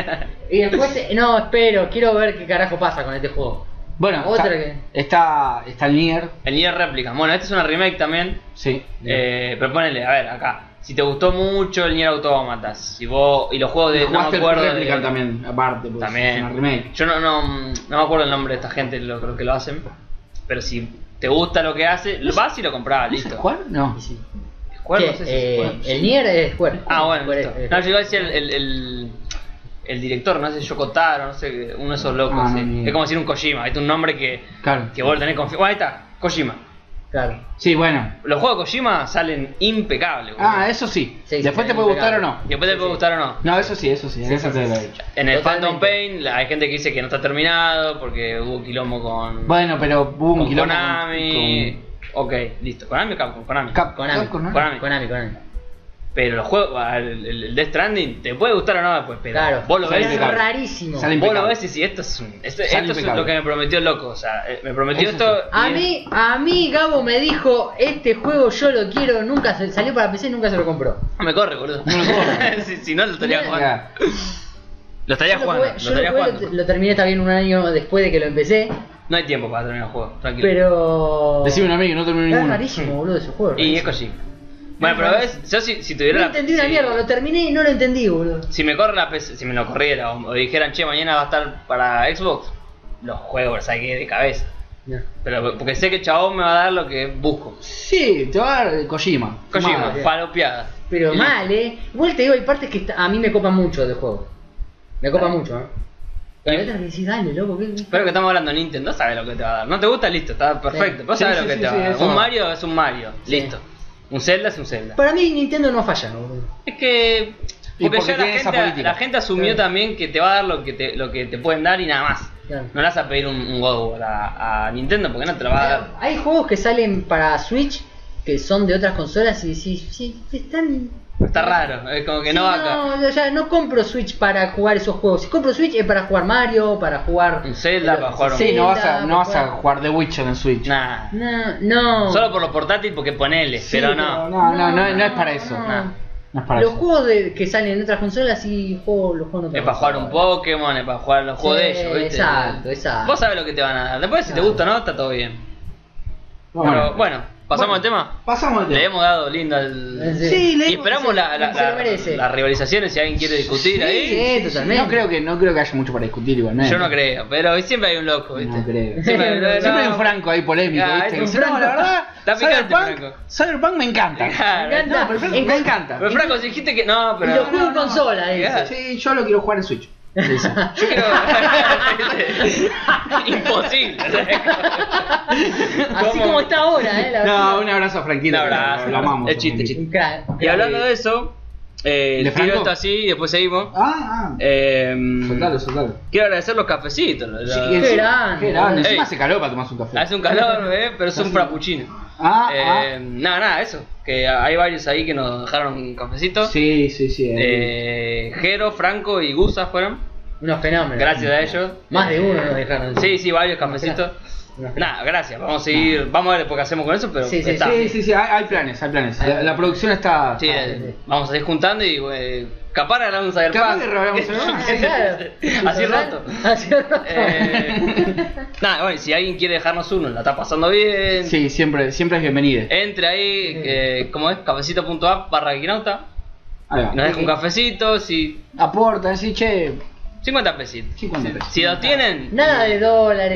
Speaker 3: Y después, eh, no, espero, quiero ver qué carajo pasa con este juego.
Speaker 4: Bueno,
Speaker 3: Otra
Speaker 4: está,
Speaker 3: que-
Speaker 4: está, está el Nier,
Speaker 2: El Nier réplica. Bueno, este es una remake también.
Speaker 4: sí.
Speaker 2: Eh, pero ponele, a ver, acá. si te gustó mucho el Nier Autómatas, si vos y los juegos de no me acuerdo de-
Speaker 4: Replica también, aparte, porque
Speaker 2: También.
Speaker 4: es una remake.
Speaker 2: Yo no, no, no me acuerdo el nombre de esta gente, lo, lo que lo hacen. Pero si te gusta lo que hace, lo vas y lo compras, listo.
Speaker 4: ¿Cuál? No.
Speaker 2: Square, no
Speaker 1: ¿Qué?
Speaker 2: sé si
Speaker 1: Eh,
Speaker 2: Square.
Speaker 1: el Nier es Square.
Speaker 2: Ah, bueno,
Speaker 1: Square
Speaker 2: listo.
Speaker 1: es-
Speaker 2: No, yo iba a decir el, el, el- el director, no sé, Yokotaro, no sé, uno de esos locos.
Speaker 4: Ah, no,
Speaker 2: sí.
Speaker 4: ni idea.
Speaker 2: Es como decir un Kojima, es un nombre que,
Speaker 4: Claro.
Speaker 2: que vos le tenés confianza. Bueno, ahí está, Kojima.
Speaker 1: Claro.
Speaker 4: Sí, bueno.
Speaker 2: Los juegos de Kojima salen impecables. boludo.
Speaker 4: Ah, eso sí.
Speaker 1: Sí, sí,
Speaker 4: Después te
Speaker 1: es
Speaker 4: puede gustar o
Speaker 1: impecable.
Speaker 4: no.
Speaker 2: Después te puede gustar o no.
Speaker 4: No, eso sí, eso sí. en esa te lo he dicho.
Speaker 2: En el
Speaker 1: Totalmente.
Speaker 2: Phantom Pain la- hay gente que dice que no está terminado porque hubo quilombo con,
Speaker 4: Bueno, pero hubo un
Speaker 2: con
Speaker 4: quilombo con-
Speaker 2: Konami. Ok, listo. ¿Konami o Capcom? Konami.
Speaker 4: con Cap-
Speaker 1: Konami.
Speaker 4: Capcom, ¿no?
Speaker 2: Konami.
Speaker 1: Konami, Konami.
Speaker 2: Pero los juegos, el, el- el Death Stranding, te puede gustar o no después, pero
Speaker 1: Claro.
Speaker 2: vos lo
Speaker 4: Sale
Speaker 2: ves.
Speaker 1: es
Speaker 4: impecable.
Speaker 1: rarísimo.
Speaker 4: Sale
Speaker 2: Vos lo
Speaker 4: impecable.
Speaker 2: ves y si esto es, un- esto,
Speaker 4: Sale
Speaker 2: esto es
Speaker 4: impecable.
Speaker 2: lo que me prometió el loco, o sea, eh, me prometió
Speaker 4: Eso
Speaker 2: esto.
Speaker 1: A
Speaker 2: y-
Speaker 1: mí, a mí Gabo me dijo, este juego yo lo quiero, nunca se, salió para PC y nunca se lo compró.
Speaker 2: No me corre, boludo. [laughs] si, si no, lo estaría
Speaker 1: Mira.
Speaker 2: jugando. Lo estaría
Speaker 1: Yo lo
Speaker 2: jugando,
Speaker 1: jugué-
Speaker 2: lo
Speaker 1: yo lo
Speaker 2: estaría
Speaker 1: jugué,
Speaker 2: jugando.
Speaker 1: lo- lo terminé también un año después de que lo empecé,
Speaker 2: No hay tiempo para terminar el juego, tranquilo.
Speaker 1: pero...
Speaker 4: Decime un amigo, no termino
Speaker 1: Es
Speaker 4: ninguno.
Speaker 1: rarísimo, boludo, ese juego.
Speaker 2: y es
Speaker 1: rarísimo.
Speaker 2: Kojima. Bueno, pero ves, yo si, si tuviera.
Speaker 1: No
Speaker 2: la-
Speaker 1: entendí una
Speaker 2: si-
Speaker 1: mierda, lo terminé y no lo entendí, boludo.
Speaker 2: Si me corre la PC, si me lo corriera o, o dijeran, che, mañana va a estar para Xbox, los juegos, los saqué de cabeza. Pero porque sé que el chabón me va a dar lo que busco.
Speaker 4: Sí, te va a dar Kojima.
Speaker 2: Kojima,
Speaker 4: Fumado.
Speaker 2: falopeada.
Speaker 1: Pero
Speaker 2: Y-
Speaker 1: mal, eh. Igual te digo, hay partes que está- a mí me copan mucho del juego. Me copan mucho, eh. Pero otras que decís, dale, loco, ¿qué? qué?
Speaker 2: Espero que estamos hablando de Nintendo, sabes lo que te va a dar. No te gusta, listo, está perfecto. Vos
Speaker 4: Sí,
Speaker 2: sabés
Speaker 4: sí,
Speaker 2: lo que
Speaker 4: sí,
Speaker 2: te
Speaker 4: sí,
Speaker 2: va a dar.
Speaker 4: eso
Speaker 2: Un
Speaker 4: va.
Speaker 2: Mario es un Mario,
Speaker 1: Sí.
Speaker 2: listo. Un Zelda es un Zelda.
Speaker 1: Para mí Nintendo no falla, boludo.
Speaker 2: Es que.
Speaker 4: Y
Speaker 2: Porque,
Speaker 4: porque
Speaker 2: ya la
Speaker 4: tiene esa
Speaker 2: gente,
Speaker 4: política.
Speaker 2: la gente asumió
Speaker 1: Claro.
Speaker 2: también que te va a dar lo que te, lo que te pueden dar y nada más.
Speaker 1: Claro.
Speaker 2: No le vas a pedir un, un God of War a, a Nintendo porque no te lo va a dar.
Speaker 1: Hay juegos que salen para Switch que son de otras consolas y decís, sí, están.
Speaker 2: Está raro, es como que
Speaker 1: Sí,
Speaker 2: no va acá.
Speaker 1: no, o sea, no compro Switch para jugar esos juegos. Si compro Switch es para jugar Mario, para jugar.
Speaker 2: Un Zelda, para jugar un-
Speaker 4: Sí, pues. no vas a, no vas a
Speaker 1: para
Speaker 4: jugar The Witcher en Switch.
Speaker 2: Nah.
Speaker 1: No, no.
Speaker 2: Solo por los portátiles porque ponele,
Speaker 4: Sí,
Speaker 2: pero no.
Speaker 4: No, no, no, no, es para eso.
Speaker 1: no.
Speaker 4: No, No es para
Speaker 1: Los
Speaker 4: eso.
Speaker 1: juegos de- que salen en otras consolas y juego, los juegos no
Speaker 2: Es para jugar un Pokémon, es para jugar los juegos
Speaker 1: Sí,
Speaker 2: de ellos, ¿viste?
Speaker 1: exacto, exacto.
Speaker 2: Vos sabés lo que te van a dar. Después, si te
Speaker 1: Claro.
Speaker 2: gusta o no, está todo bien. Pero
Speaker 4: Bueno,
Speaker 2: bueno, pasamos al tema.
Speaker 4: pasamos al
Speaker 2: Le
Speaker 4: tema.
Speaker 2: hemos dado lindo al.
Speaker 1: Sí.
Speaker 4: Sí, le
Speaker 2: y esperamos
Speaker 1: se-
Speaker 2: la, la,
Speaker 1: se lo
Speaker 2: la-
Speaker 1: merece.
Speaker 2: las rivalizaciones si alguien quiere discutir ahí.
Speaker 1: Sí, totalmente.
Speaker 4: No creo que no creo que haya mucho para discutir igualmente.
Speaker 2: Yo no creo, pero siempre hay un loco, ¿viste?
Speaker 4: No creo.
Speaker 2: Siempre hay un loco.
Speaker 4: Siempre hay un Franco ahí polémico,
Speaker 2: Ah,
Speaker 4: ¿viste?
Speaker 2: es un
Speaker 4: Dice, no,
Speaker 2: Franco.
Speaker 4: la verdad,
Speaker 2: Está picante,
Speaker 4: Cyberpunk,
Speaker 2: Franco.
Speaker 4: Cyberpunk me
Speaker 2: [laughs]
Speaker 4: encanta.
Speaker 2: Claro.
Speaker 1: Me encanta.
Speaker 4: No, pero Franco, me encanta.
Speaker 2: Pero Franco, si dijiste que. No,
Speaker 1: Y los
Speaker 2: pero.
Speaker 1: juegos en
Speaker 4: no, no.
Speaker 1: consola, eh. dice.
Speaker 2: [laughs] Claro.
Speaker 4: Sí, yo lo quiero jugar en Switch. [laughs] Dice.
Speaker 2: Yo quiero.
Speaker 4: [laughs]
Speaker 2: Imposible.
Speaker 1: Así como está ahora, eh. La
Speaker 4: No, un
Speaker 1: verdad.
Speaker 4: abrazo a Franquito.
Speaker 2: Un abrazo.
Speaker 4: que Lo amamos.
Speaker 2: Es chiste,
Speaker 4: Franquito.
Speaker 1: Un crack.
Speaker 2: Y hablando de eso, eh,
Speaker 4: ¿De
Speaker 2: tiro
Speaker 4: Franco?
Speaker 2: esto así y después seguimos.
Speaker 4: Ah, ah.
Speaker 2: Eh,
Speaker 4: Soltalo, soltalo.
Speaker 2: quiero agradecer los cafecitos. los-
Speaker 4: Sí,
Speaker 2: los-
Speaker 4: encima-
Speaker 1: grande.
Speaker 4: Qué grande. Encima
Speaker 2: Ey.
Speaker 4: hace calor para tomarse un café.
Speaker 2: Hace un calor, eh, pero es un
Speaker 4: Hace-
Speaker 2: frappuccino.
Speaker 4: Ah,
Speaker 2: Eh, nada, nada, eso. Que hay varios ahí que nos dejaron un
Speaker 4: ah.
Speaker 2: cafecito.
Speaker 4: Sí, sí, sí. ahí.
Speaker 2: Eh, Jero, Franco y Gusa fueron.
Speaker 1: Unos fenómenos.
Speaker 2: Gracias a ellos.
Speaker 1: Más de uno nos dejaron.
Speaker 2: Sí, sí, varios cafecitos. [laughs] Nada, gracias. Vamos a seguir. Vamos a ver después qué hacemos con eso, pero
Speaker 1: Sí, sí,
Speaker 2: está.
Speaker 4: Sí, Ah, sí, sí, hay, hay planes, hay planes. La, la producción está.
Speaker 2: Sí,
Speaker 4: está-
Speaker 2: eh, vamos a ir juntando y eh, capaz regalamos un
Speaker 4: Capaz
Speaker 2: cyberpunk.
Speaker 4: que
Speaker 2: [laughs]
Speaker 4: regalamos un
Speaker 1: Ah, Claro.
Speaker 2: Así roto.
Speaker 1: [laughs] Así roto.
Speaker 2: Eh, nada, bueno, si alguien quiere dejarnos uno, la está pasando bien.
Speaker 4: Sí, siempre, siempre es bienvenida.
Speaker 2: Entre ahí, eh, ¿cómo es? cafecito.app barra guinauta.
Speaker 4: Ahí va.
Speaker 2: Nos deja un cafecito, si
Speaker 4: Aporta, así, che.
Speaker 2: 50 pesitos.
Speaker 4: ¿qué cuando
Speaker 2: Si lo tienen,
Speaker 1: Nada de dólares,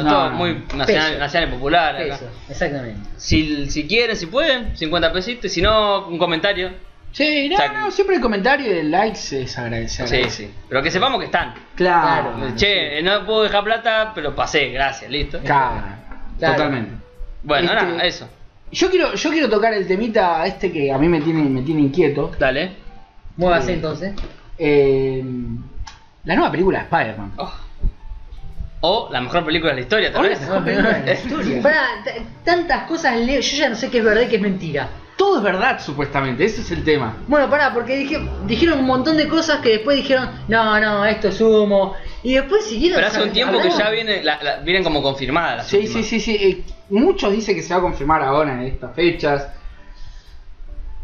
Speaker 1: nada.
Speaker 4: no,
Speaker 2: todo
Speaker 4: no.
Speaker 2: muy nacional,
Speaker 1: Peso.
Speaker 2: nacional y popular. acá.
Speaker 1: Eso, exactamente.
Speaker 2: Si, si quieren, si pueden, 50 pesitos. Si no, un comentario.
Speaker 4: Sí, no,
Speaker 2: Exacto.
Speaker 4: no, siempre el comentario y el like se se agradece.
Speaker 2: Sí, sí. Pero que sepamos que están.
Speaker 4: Claro.
Speaker 1: Claro.
Speaker 2: Che, eh, no puedo dejar plata, pero pasé, gracias, listo.
Speaker 4: Claro.
Speaker 1: Claro.
Speaker 4: Totalmente.
Speaker 2: Bueno,
Speaker 4: Este-
Speaker 2: nada, eso.
Speaker 4: Yo quiero, yo quiero tocar el temita este que a mí me tiene, me tiene inquieto.
Speaker 2: Dale.
Speaker 1: Muévase
Speaker 4: Eh,
Speaker 1: entonces.
Speaker 4: Eh, la nueva película de Spider-Man.
Speaker 2: Oh. O la mejor película de la historia, tal
Speaker 4: Hola,
Speaker 2: vez.
Speaker 4: mejor
Speaker 2: [laughs]
Speaker 4: película de la historia.
Speaker 1: Pará, t- tantas cosas leo, yo ya no sé qué es verdad y qué es mentira.
Speaker 4: Todo es verdad, supuestamente, ese es el tema.
Speaker 1: Bueno, pará, porque dije, dijeron un montón de cosas que después dijeron, no, no, esto es humo. Y después siguieron.
Speaker 2: Pero hace un tiempo que ya
Speaker 1: viene
Speaker 2: viene, la- la- vienen como confirmadas las
Speaker 4: Sí, sí,
Speaker 2: últimas.
Speaker 4: sí, sí. eh, muchos dicen que se va a confirmar ahora en estas fechas.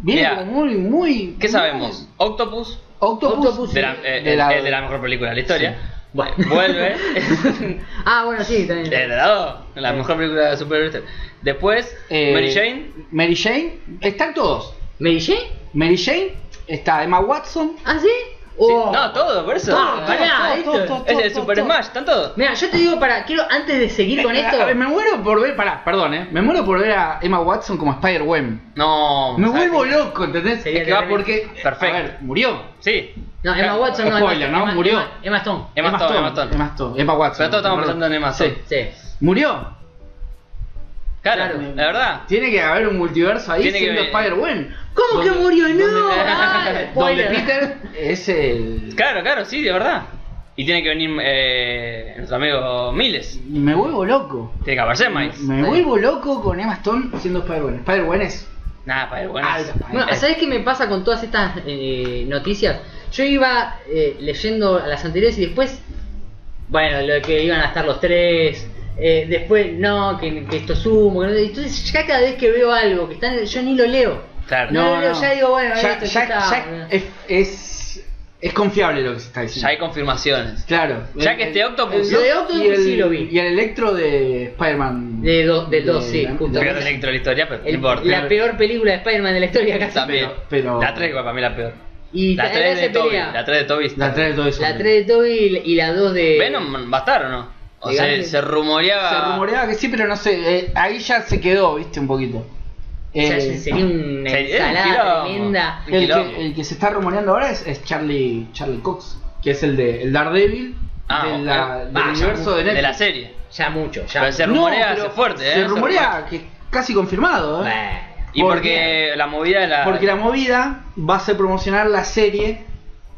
Speaker 4: Viene
Speaker 2: Mirá,
Speaker 4: como muy, muy.
Speaker 2: ¿Qué
Speaker 4: muy-
Speaker 2: sabemos? Octopus,
Speaker 4: Octopus.
Speaker 1: Octopus.
Speaker 2: de la,
Speaker 1: Sí,
Speaker 2: eh,
Speaker 4: de
Speaker 2: el-
Speaker 4: la-
Speaker 2: el de la mejor película de la historia.
Speaker 1: Bueno.
Speaker 4: [laughs]
Speaker 2: Vuelve.
Speaker 1: [laughs] Ah, bueno, sí, también.
Speaker 2: de la dos, la mejor película de superhéroes. Después,
Speaker 4: eh,
Speaker 2: Mary Jane.
Speaker 4: Mary Jane. Están todos.
Speaker 1: ¿Me dije?
Speaker 4: Mary Jane, está Emma Watson.
Speaker 1: ¿Ah, sí?
Speaker 2: Sí,
Speaker 1: Oh.
Speaker 2: No, todo, por eso.
Speaker 1: Ah, pará,
Speaker 4: todo, todo,
Speaker 1: esto-
Speaker 4: todo,
Speaker 2: es el
Speaker 4: todo,
Speaker 2: Super
Speaker 4: todo.
Speaker 2: Smash, ¿están todos?
Speaker 1: Mira, yo te digo para. Quiero, antes de seguir con
Speaker 4: Eh,
Speaker 1: esto.
Speaker 4: [laughs] a ver, me muero por ver, pará, perdón, eh. Me muero por ver a Emma Watson como Spider-Gwen.
Speaker 2: No.
Speaker 4: Me
Speaker 2: o sea,
Speaker 4: vuelvo loco, ¿entendés?
Speaker 1: Sería
Speaker 4: Es que va
Speaker 1: terrible.
Speaker 4: porque.
Speaker 2: Perfecto.
Speaker 4: A ver, murió.
Speaker 2: Sí.
Speaker 1: No, Emma Watson no.
Speaker 4: Spoiler,
Speaker 1: Emma-
Speaker 4: ¿no?
Speaker 1: Emma-
Speaker 4: Murió.
Speaker 1: Emma, Emma Stone.
Speaker 2: Emma Stone, Emma Stone.
Speaker 4: Emma Stone, Emma Watson.
Speaker 2: Pero todos estamos
Speaker 4: perdón.
Speaker 2: pensando en Emma Stone.
Speaker 4: Sí.
Speaker 1: Sí.
Speaker 4: Murió.
Speaker 2: Claro,
Speaker 1: Claro.
Speaker 2: la verdad.
Speaker 4: Tiene que haber un multiverso ahí
Speaker 2: Tiene que
Speaker 4: siendo
Speaker 2: ver-
Speaker 4: Spider-Gwen.
Speaker 1: ¿Cómo que
Speaker 4: Donde-
Speaker 1: murió? No.
Speaker 4: donde-
Speaker 1: ah,
Speaker 4: [laughs] Donde
Speaker 1: [laughs] spoiler.
Speaker 4: Peter es el.
Speaker 2: Claro, claro, sí, de verdad. Y tiene que venir eh, nuestro amigo Miles.
Speaker 4: Me vuelvo loco.
Speaker 2: Tiene que aparecer Miles.
Speaker 4: Me vuelvo loco con Emma Stone siendo Spider-Gwen. Spider-Gwen es.
Speaker 2: Nada, para bueno.
Speaker 4: Alta, pa-
Speaker 1: Bueno,
Speaker 2: Eh.
Speaker 1: ¿sabes qué me pasa con todas estas eh, noticias? Yo iba eh, leyendo las anteriores y después, bueno, lo que iban a estar los tres, eh, después no, que, que esto sumo, que no- entonces ya cada vez que veo algo que está, en- yo ni lo leo.
Speaker 2: Claro.
Speaker 1: No, no, ya digo, bueno,
Speaker 4: ya,
Speaker 1: esto
Speaker 4: ya-
Speaker 1: ya está,
Speaker 4: ya
Speaker 1: bueno.
Speaker 4: es, es, es confiable lo que se está diciendo.
Speaker 2: Ya hay confirmaciones.
Speaker 4: Claro.
Speaker 2: Ya que este Octopus-
Speaker 4: el-
Speaker 1: Lo de Octopus
Speaker 4: y el-
Speaker 1: sí lo vi.
Speaker 4: Y el electro de Spider-Man.
Speaker 1: De do- del dos, sí, justo.
Speaker 2: Peor
Speaker 4: pero-
Speaker 2: electro de la historia, pero no
Speaker 1: El-
Speaker 2: importa.
Speaker 1: la peor película de Spider-Man de la historia casi.
Speaker 2: También.
Speaker 4: Pero- pero-
Speaker 2: La 3 igual para mí la peor.
Speaker 1: Y
Speaker 2: la
Speaker 1: ta-
Speaker 2: 3
Speaker 1: se
Speaker 2: de Toby.
Speaker 1: pelea.
Speaker 2: La 3 de Toby.
Speaker 4: La 3 de todo eso.
Speaker 1: La 3 de Toby y- y la 2 de...
Speaker 2: Venom va a estar o no? O
Speaker 1: De
Speaker 2: sea,
Speaker 1: Garfield.
Speaker 2: se rumoreaba.
Speaker 4: Eh, Se rumoreaba que sí, pero no sé. eh, ahí ya se quedó, viste, un poquito.
Speaker 1: O sea,
Speaker 4: Eh,
Speaker 1: sería una
Speaker 2: sería un
Speaker 1: ensalada
Speaker 2: quilombo.
Speaker 1: tremenda.
Speaker 4: el,
Speaker 2: quilombo.
Speaker 4: que, el que se está rumoreando ahora es, es Charlie, Charlie Cox, que es el de el Daredevil
Speaker 2: Ah,
Speaker 4: de
Speaker 2: ok.
Speaker 4: la- del
Speaker 2: Vaya,
Speaker 4: universo de Netflix.
Speaker 2: De la serie.
Speaker 1: Ya mucho, ya.
Speaker 2: Pero se
Speaker 4: No,
Speaker 2: rumorea
Speaker 4: pero
Speaker 2: hace fuerte, ¿eh?
Speaker 4: Se
Speaker 2: Se
Speaker 4: rumorea que es casi confirmado, ¿eh?
Speaker 1: Bueno.
Speaker 2: Y
Speaker 4: ¿Por
Speaker 2: porque la movida de la.
Speaker 4: Porque la movida va a ser promocionar la serie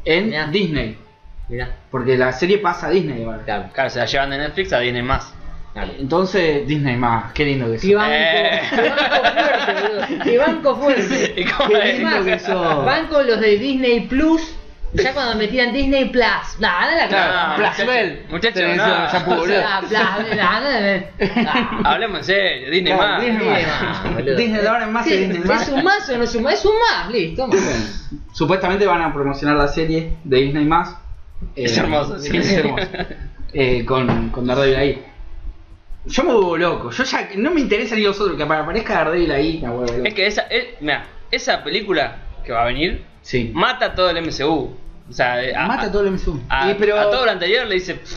Speaker 4: en
Speaker 1: Mirá.
Speaker 4: Disney.
Speaker 1: Mirá,
Speaker 4: Porque la serie pasa a Disney ahora.
Speaker 1: claro,
Speaker 2: Claro, se la llevan de Netflix a Disney
Speaker 4: [laughs]
Speaker 2: más.
Speaker 1: claro.
Speaker 4: Entonces, Disney más, qué lindo que
Speaker 1: Qué
Speaker 4: sos.
Speaker 1: banco,
Speaker 2: Eh.
Speaker 1: qué banco fuerte, boludo. Qué banco fuerte.
Speaker 2: [laughs] ¿Y cómo
Speaker 4: Qué
Speaker 2: es?
Speaker 4: lindo que sos.
Speaker 1: Banco los de Disney Plus. Ya cuando metían Disney Plus. Nah, anda la cara.
Speaker 2: No,
Speaker 4: Plas
Speaker 2: muchacho,
Speaker 4: Bell.
Speaker 2: muchacho,
Speaker 4: Tenés
Speaker 2: no.
Speaker 4: eso, ya pudo,
Speaker 1: O
Speaker 4: boludo.
Speaker 1: sea, Plus, nah, nah, nah.
Speaker 2: Hablemos en serio, Disney
Speaker 4: Claro,
Speaker 2: más. [laughs]
Speaker 4: Disney
Speaker 1: Disney
Speaker 4: más.
Speaker 1: más, Ah, boludo.
Speaker 4: Disney de ahora en más y
Speaker 1: Sí,
Speaker 4: Disney
Speaker 1: ¿Es
Speaker 4: más.
Speaker 1: un más o no es un más? Es un más, listo.
Speaker 4: Supuestamente van a promocionar la serie de Disney más. eh,
Speaker 2: Es hermoso, sí.
Speaker 4: sí,
Speaker 2: [laughs]
Speaker 4: es hermoso. Eh, con, con Daredevil ahí. Yo me vuelvo loco. Yo ya no me interesa ni los otros. Que aparezca Daredevil ahí, me vuelvo loco.
Speaker 2: Es que esa, es- mirá, esa película que va a venir
Speaker 4: Sí.
Speaker 2: mata todo el MCU. O sea, eh, a,
Speaker 4: Mata
Speaker 2: a-
Speaker 4: todo el MCU.
Speaker 2: a-
Speaker 4: Y pero,
Speaker 2: a todo lo anterior le dice. "Pff,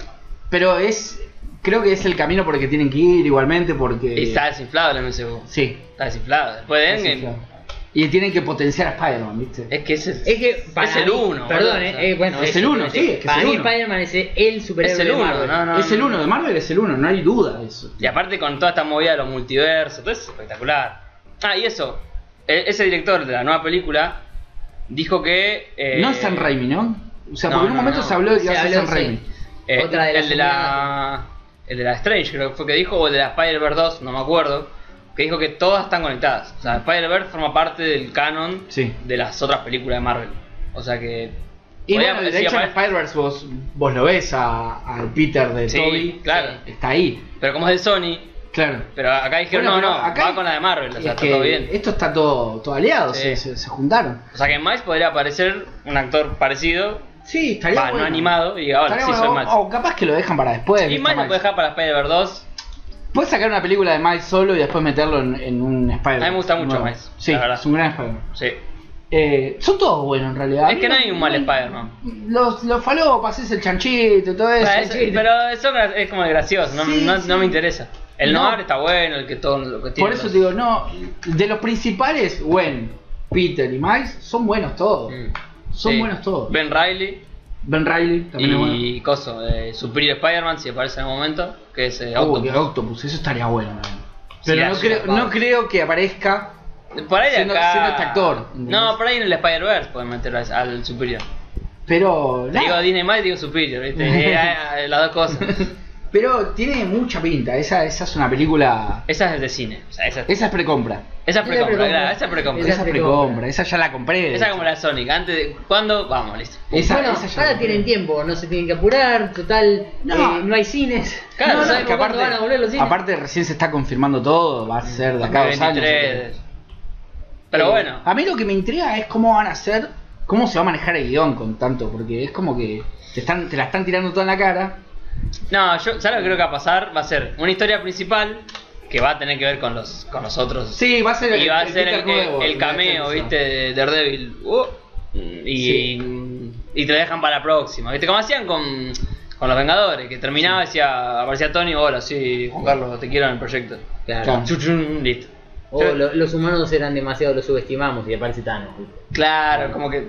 Speaker 4: pero es. Creo que es el camino por el que tienen que ir igualmente. Porque.
Speaker 2: y está desinflado el MCU.
Speaker 4: Sí.
Speaker 2: Está desinflado. Después de Endgame.
Speaker 4: Y tienen que potenciar a Spider-Man, ¿viste?
Speaker 2: Es que ese.
Speaker 1: Es que para
Speaker 2: Es el
Speaker 1: mí-
Speaker 2: uno,
Speaker 1: Perdón,
Speaker 2: boludo.
Speaker 1: eh, eh, bueno,
Speaker 4: Es el uno, sí, es que es
Speaker 1: para
Speaker 4: el
Speaker 1: mí
Speaker 4: uno.
Speaker 1: Spider-Man es el superhéroe.
Speaker 2: Es el
Speaker 1: de
Speaker 2: uno,
Speaker 1: Marvel.
Speaker 2: no, no.
Speaker 4: es el uno de Marvel, es el uno, no hay duda de eso.
Speaker 2: Y aparte con toda esta movida de los multiversos, todo es espectacular. Ah, y eso, e- ese director de la nueva película dijo que... eh,
Speaker 4: no es San Raimi, ¿no? O sea,
Speaker 2: no,
Speaker 4: porque en un
Speaker 2: no,
Speaker 4: momento
Speaker 2: no.
Speaker 4: se habló de que
Speaker 1: Se
Speaker 4: iba a ser
Speaker 1: habló,
Speaker 4: San Raimi.
Speaker 1: sí.
Speaker 2: eh,
Speaker 1: Otra de las
Speaker 2: el de la... El de la Strange creo que fue que dijo, o el de la Spider-Verse 2, no me acuerdo, que dijo que todas están conectadas. O sea, Spider-Verse forma parte del canon
Speaker 4: Sí.
Speaker 2: de las otras películas de Marvel. O sea que...
Speaker 4: Y
Speaker 2: podía-
Speaker 4: bueno, de
Speaker 2: sí,
Speaker 4: hecho en
Speaker 2: apare-
Speaker 4: Spider-Verse vos, vos lo ves a- al Peter de
Speaker 2: Sí,
Speaker 4: Toby.
Speaker 2: claro.
Speaker 4: Está ahí,
Speaker 2: Pero como es de Sony,
Speaker 4: claro.
Speaker 2: pero acá dijeron,
Speaker 4: Bueno,
Speaker 2: no,
Speaker 4: pero
Speaker 2: no,
Speaker 4: acá
Speaker 2: va
Speaker 4: hay-
Speaker 2: con la de Marvel, o sea,
Speaker 4: Es
Speaker 2: está
Speaker 4: que
Speaker 2: todo bien.
Speaker 4: Esto está todo, todo aliado,
Speaker 2: Sí.
Speaker 4: se, se- se juntaron.
Speaker 2: O sea que en Miles podría aparecer un actor parecido,
Speaker 4: Sí, estaría
Speaker 2: va, no
Speaker 4: bueno.
Speaker 2: animado, y ahora
Speaker 4: Estaría
Speaker 2: sí soy
Speaker 4: bueno,
Speaker 2: Miles.
Speaker 4: o, o capaz que lo dejan para después.
Speaker 2: Y
Speaker 4: ¿viste,
Speaker 2: Miles lo
Speaker 4: Miles?
Speaker 2: puede dejar para Spider-Verse 2.
Speaker 4: Puedes sacar una película de Miles solo y después meterlo en, en un Spider-Man.
Speaker 2: A mí me gusta mucho
Speaker 4: nuevo.
Speaker 2: Miles,
Speaker 4: Sí,
Speaker 2: la verdad.
Speaker 4: es un gran Spider-Man.
Speaker 2: Sí.
Speaker 4: Eh, son todos buenos en realidad.
Speaker 2: Es que no hay un mal Spider-Man.
Speaker 4: Los, los falopas, es el chanchito, todo eso.
Speaker 2: Ah, es- pero eso gra- es como gracioso, no,
Speaker 4: Sí,
Speaker 2: no,
Speaker 4: sí.
Speaker 2: no me interesa. El
Speaker 4: No.
Speaker 2: Noir está bueno, el que todo lo que tiene.
Speaker 4: Por eso
Speaker 2: los-
Speaker 4: te digo, no. De los principales, Gwen, Peter y Miles, son buenos todos.
Speaker 2: Mm.
Speaker 4: Son
Speaker 2: Sí.
Speaker 4: buenos todos. Ben,
Speaker 2: Ben Riley
Speaker 4: Riley también es bueno.
Speaker 2: y Coso, eh, Superior Spider-Man, si aparece en algún momento, que es eh,
Speaker 4: Oh,
Speaker 2: Octopus.
Speaker 4: que Octopus, eso estaría bueno. man.
Speaker 2: Sí,
Speaker 4: Pero no,
Speaker 2: así,
Speaker 4: creo,
Speaker 2: vamos.
Speaker 4: no creo que aparezca.
Speaker 2: Por ahí de
Speaker 4: siendo-
Speaker 2: acá.
Speaker 4: siendo este actor, ¿entendés?
Speaker 2: No, por ahí en el Spider-Verse pueden meter al, al Superior.
Speaker 4: Pero.
Speaker 2: Te Digo
Speaker 4: nada.
Speaker 2: Disney más y digo Superior, [laughs] ¿viste? Eh, eh, las dos cosas.
Speaker 4: Pero tiene mucha pinta. Esa, esa es una película.
Speaker 2: Esa es de cine. O sea, esa,
Speaker 4: Esa es precompra.
Speaker 2: esa es precompra,
Speaker 1: precompra.
Speaker 2: claro, esa es precompra.
Speaker 4: Esa es
Speaker 1: es
Speaker 4: precompra.
Speaker 1: precompra.
Speaker 4: Esa ya la compré.
Speaker 2: Esa como la de Sonic. Antes de. ¿Cuándo? Vamos, listo.
Speaker 4: Esa-
Speaker 1: bueno,
Speaker 4: esa ya la
Speaker 1: ahora
Speaker 4: compré.
Speaker 1: tienen tiempo, no se tienen que apurar, total, eh,
Speaker 4: No.
Speaker 1: no, hay cines.
Speaker 2: Claro,
Speaker 1: no,
Speaker 2: no,
Speaker 1: sabemos
Speaker 4: que
Speaker 1: cuándo
Speaker 4: aparte,
Speaker 1: van a volver los cines.
Speaker 4: aparte recién se está confirmando todo, va a ser de acá a dos años.
Speaker 2: 2023. Pero bueno,
Speaker 4: Eh, A mí lo que me intriga es cómo van a hacer, cómo se va a manejar el guión con tanto, porque es como que te, están, te la están tirando toda en la cara.
Speaker 2: no, yo, ¿sabes lo que creo que va a pasar? Va a ser una historia principal que va a tener que ver con los, con los otros.
Speaker 4: Sí, va a ser
Speaker 2: y va a ser
Speaker 4: Peter
Speaker 2: el,
Speaker 4: nuevo,
Speaker 2: el cameo,
Speaker 4: Peter,
Speaker 2: ¿viste? De Daredevil. Uh, y, y te lo dejan para la próxima, ¿viste? Como hacían con, con los Vengadores, que terminaba, decía, aparecía Tony, hola, sí, Juan Carlos, te quiero en el proyecto.
Speaker 3: Claro.
Speaker 4: Claro.
Speaker 2: Chuchun, listo.
Speaker 3: O lo- los humanos eran demasiado, los subestimamos y aparece Thanos. ¿viste?
Speaker 2: Claro, como que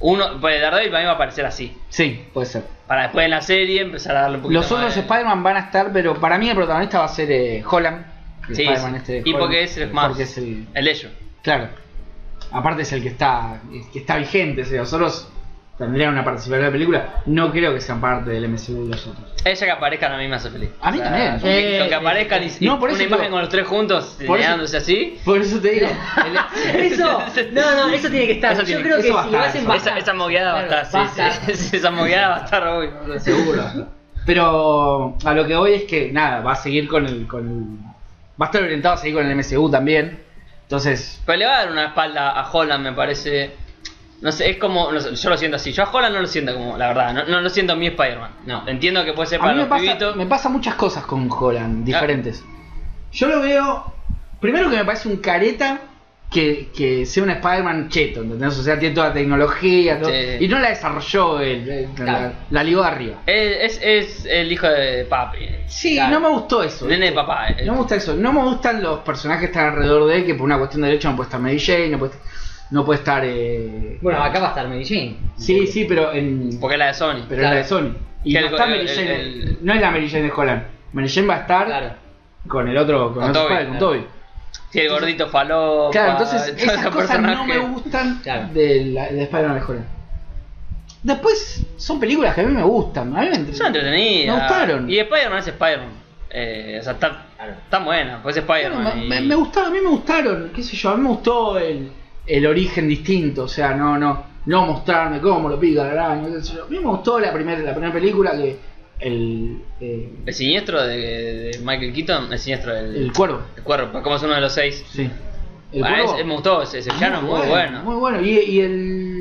Speaker 2: uno, pues Daredevil para mí va a aparecer así.
Speaker 4: Sí, puede ser.
Speaker 2: Para después en la serie empezar a darle un poquito
Speaker 4: Los otros
Speaker 2: más de-
Speaker 4: Spider-Man van a estar, pero para mí el protagonista va a ser eh, Holland. el
Speaker 2: Sí,
Speaker 4: Spider-Man
Speaker 2: sí.
Speaker 4: este de
Speaker 2: y
Speaker 4: Holland,
Speaker 2: porque es el más,
Speaker 4: Porque es el.
Speaker 2: el ello.
Speaker 4: Claro. Aparte es el que está el que está vigente. O sea, los otros tendrían una participación en la película. No creo que sean parte del MCU de los otros.
Speaker 2: Ella que aparezcan a mí me hace feliz.
Speaker 4: A mí también.
Speaker 2: con que- con que
Speaker 3: Eh,
Speaker 2: aparezcan y,
Speaker 4: no, por
Speaker 2: una
Speaker 4: eso
Speaker 2: imagen
Speaker 4: digo-
Speaker 2: con los tres juntos,
Speaker 4: Por eso-
Speaker 2: liándose así.
Speaker 4: Por eso te
Speaker 2: [laughs]
Speaker 4: digo. el-
Speaker 3: Ah, Eso, no, [laughs] no, eso tiene que estar.
Speaker 2: Eso
Speaker 3: Yo
Speaker 2: tiene-
Speaker 3: creo que si
Speaker 4: eso va a
Speaker 3: lo
Speaker 4: estar,
Speaker 3: hacen
Speaker 4: eso.
Speaker 3: bajar-
Speaker 2: Esa, esa mogueada va a
Speaker 3: Claro,
Speaker 2: estar, sí,
Speaker 3: bajar.
Speaker 2: sí, sí, esa mogueada va a estar hoy.
Speaker 4: Seguro. Pero a lo que voy es que nada, va a seguir con el. Con el- va a estar orientado a seguir con el MCU también. Entonces.
Speaker 2: Pero le va a dar una espalda a Holland, me parece. No sé, es como. no sé, yo lo siento así. Yo a Holland no lo siento como, la verdad. No, no lo siento mi Spider-Man.
Speaker 3: No.
Speaker 2: Entiendo que puede ser
Speaker 4: A
Speaker 2: para
Speaker 4: mí me
Speaker 2: los
Speaker 4: pasa,
Speaker 2: pibitos. Ah.
Speaker 4: me pasa muchas cosas con Holland, diferentes. Yo lo veo. Primero que me parece un careta que, que sea un Spider-Man cheto, ¿entendés? O sea, tiene toda la tecnología, todo-
Speaker 2: Sí.
Speaker 4: y no la desarrolló él, él,
Speaker 3: Claro.
Speaker 4: la, la ligó arriba.
Speaker 2: Es, es, es el hijo de papi.
Speaker 4: Sí,
Speaker 3: Claro.
Speaker 4: no me gustó eso.
Speaker 2: Nene de papá. eh.
Speaker 4: No me gusta eso. No me gustan los personajes que están alrededor de él, que por una cuestión de derecho no puede estar Mary Jane, no puede, no puede estar. eh,
Speaker 3: [laughs] Bueno, acá va a estar Mary Jane.
Speaker 4: Sí, sí, pero en.
Speaker 2: Porque es la de Sony.
Speaker 4: Pero
Speaker 3: Claro.
Speaker 4: es la de Sony. Y
Speaker 2: Que
Speaker 4: no
Speaker 2: el-
Speaker 4: está Mary
Speaker 2: el-
Speaker 4: Jane.
Speaker 2: el-
Speaker 4: no es la Mary Jane de Holland. Mary Jane va a estar
Speaker 3: Claro.
Speaker 4: con el otro, con,
Speaker 2: Con
Speaker 4: otro
Speaker 2: Toby,
Speaker 4: padre, con
Speaker 2: claro.
Speaker 4: Toby.
Speaker 2: Sí, el gordito faló. [laughs]
Speaker 4: Claro, entonces esas cosas no me gustan
Speaker 3: Claro.
Speaker 4: de, la, de Spider-Man de Holland. Después son películas que a mí me gustan. A mí me entre-
Speaker 2: Son entretenidas.
Speaker 4: Me gustaron.
Speaker 2: Y Spider-Man es Spider-Man. Eh, o sea, está,
Speaker 3: Claro.
Speaker 2: está buena. Pues es
Speaker 4: Bueno,
Speaker 2: Spider-Man.
Speaker 4: me,
Speaker 2: y-
Speaker 4: me- me gustaron, a mí me gustaron, qué sé yo, a mí me gustó el, el origen distinto, o sea, no, no, no mostrarme cómo lo pica la araña, qué sé yo. A mí me gustó la primera la primera película que el, eh,
Speaker 2: El siniestro de, de Michael Keaton. El siniestro del
Speaker 4: el cuervo.
Speaker 2: el cuervo. Como es uno de los seis.
Speaker 4: Sí. El
Speaker 2: Ah,
Speaker 4: cuervo.
Speaker 2: ese- me gustó ese, ese villano, muy, bueno.
Speaker 4: Muy bueno. Y, y el.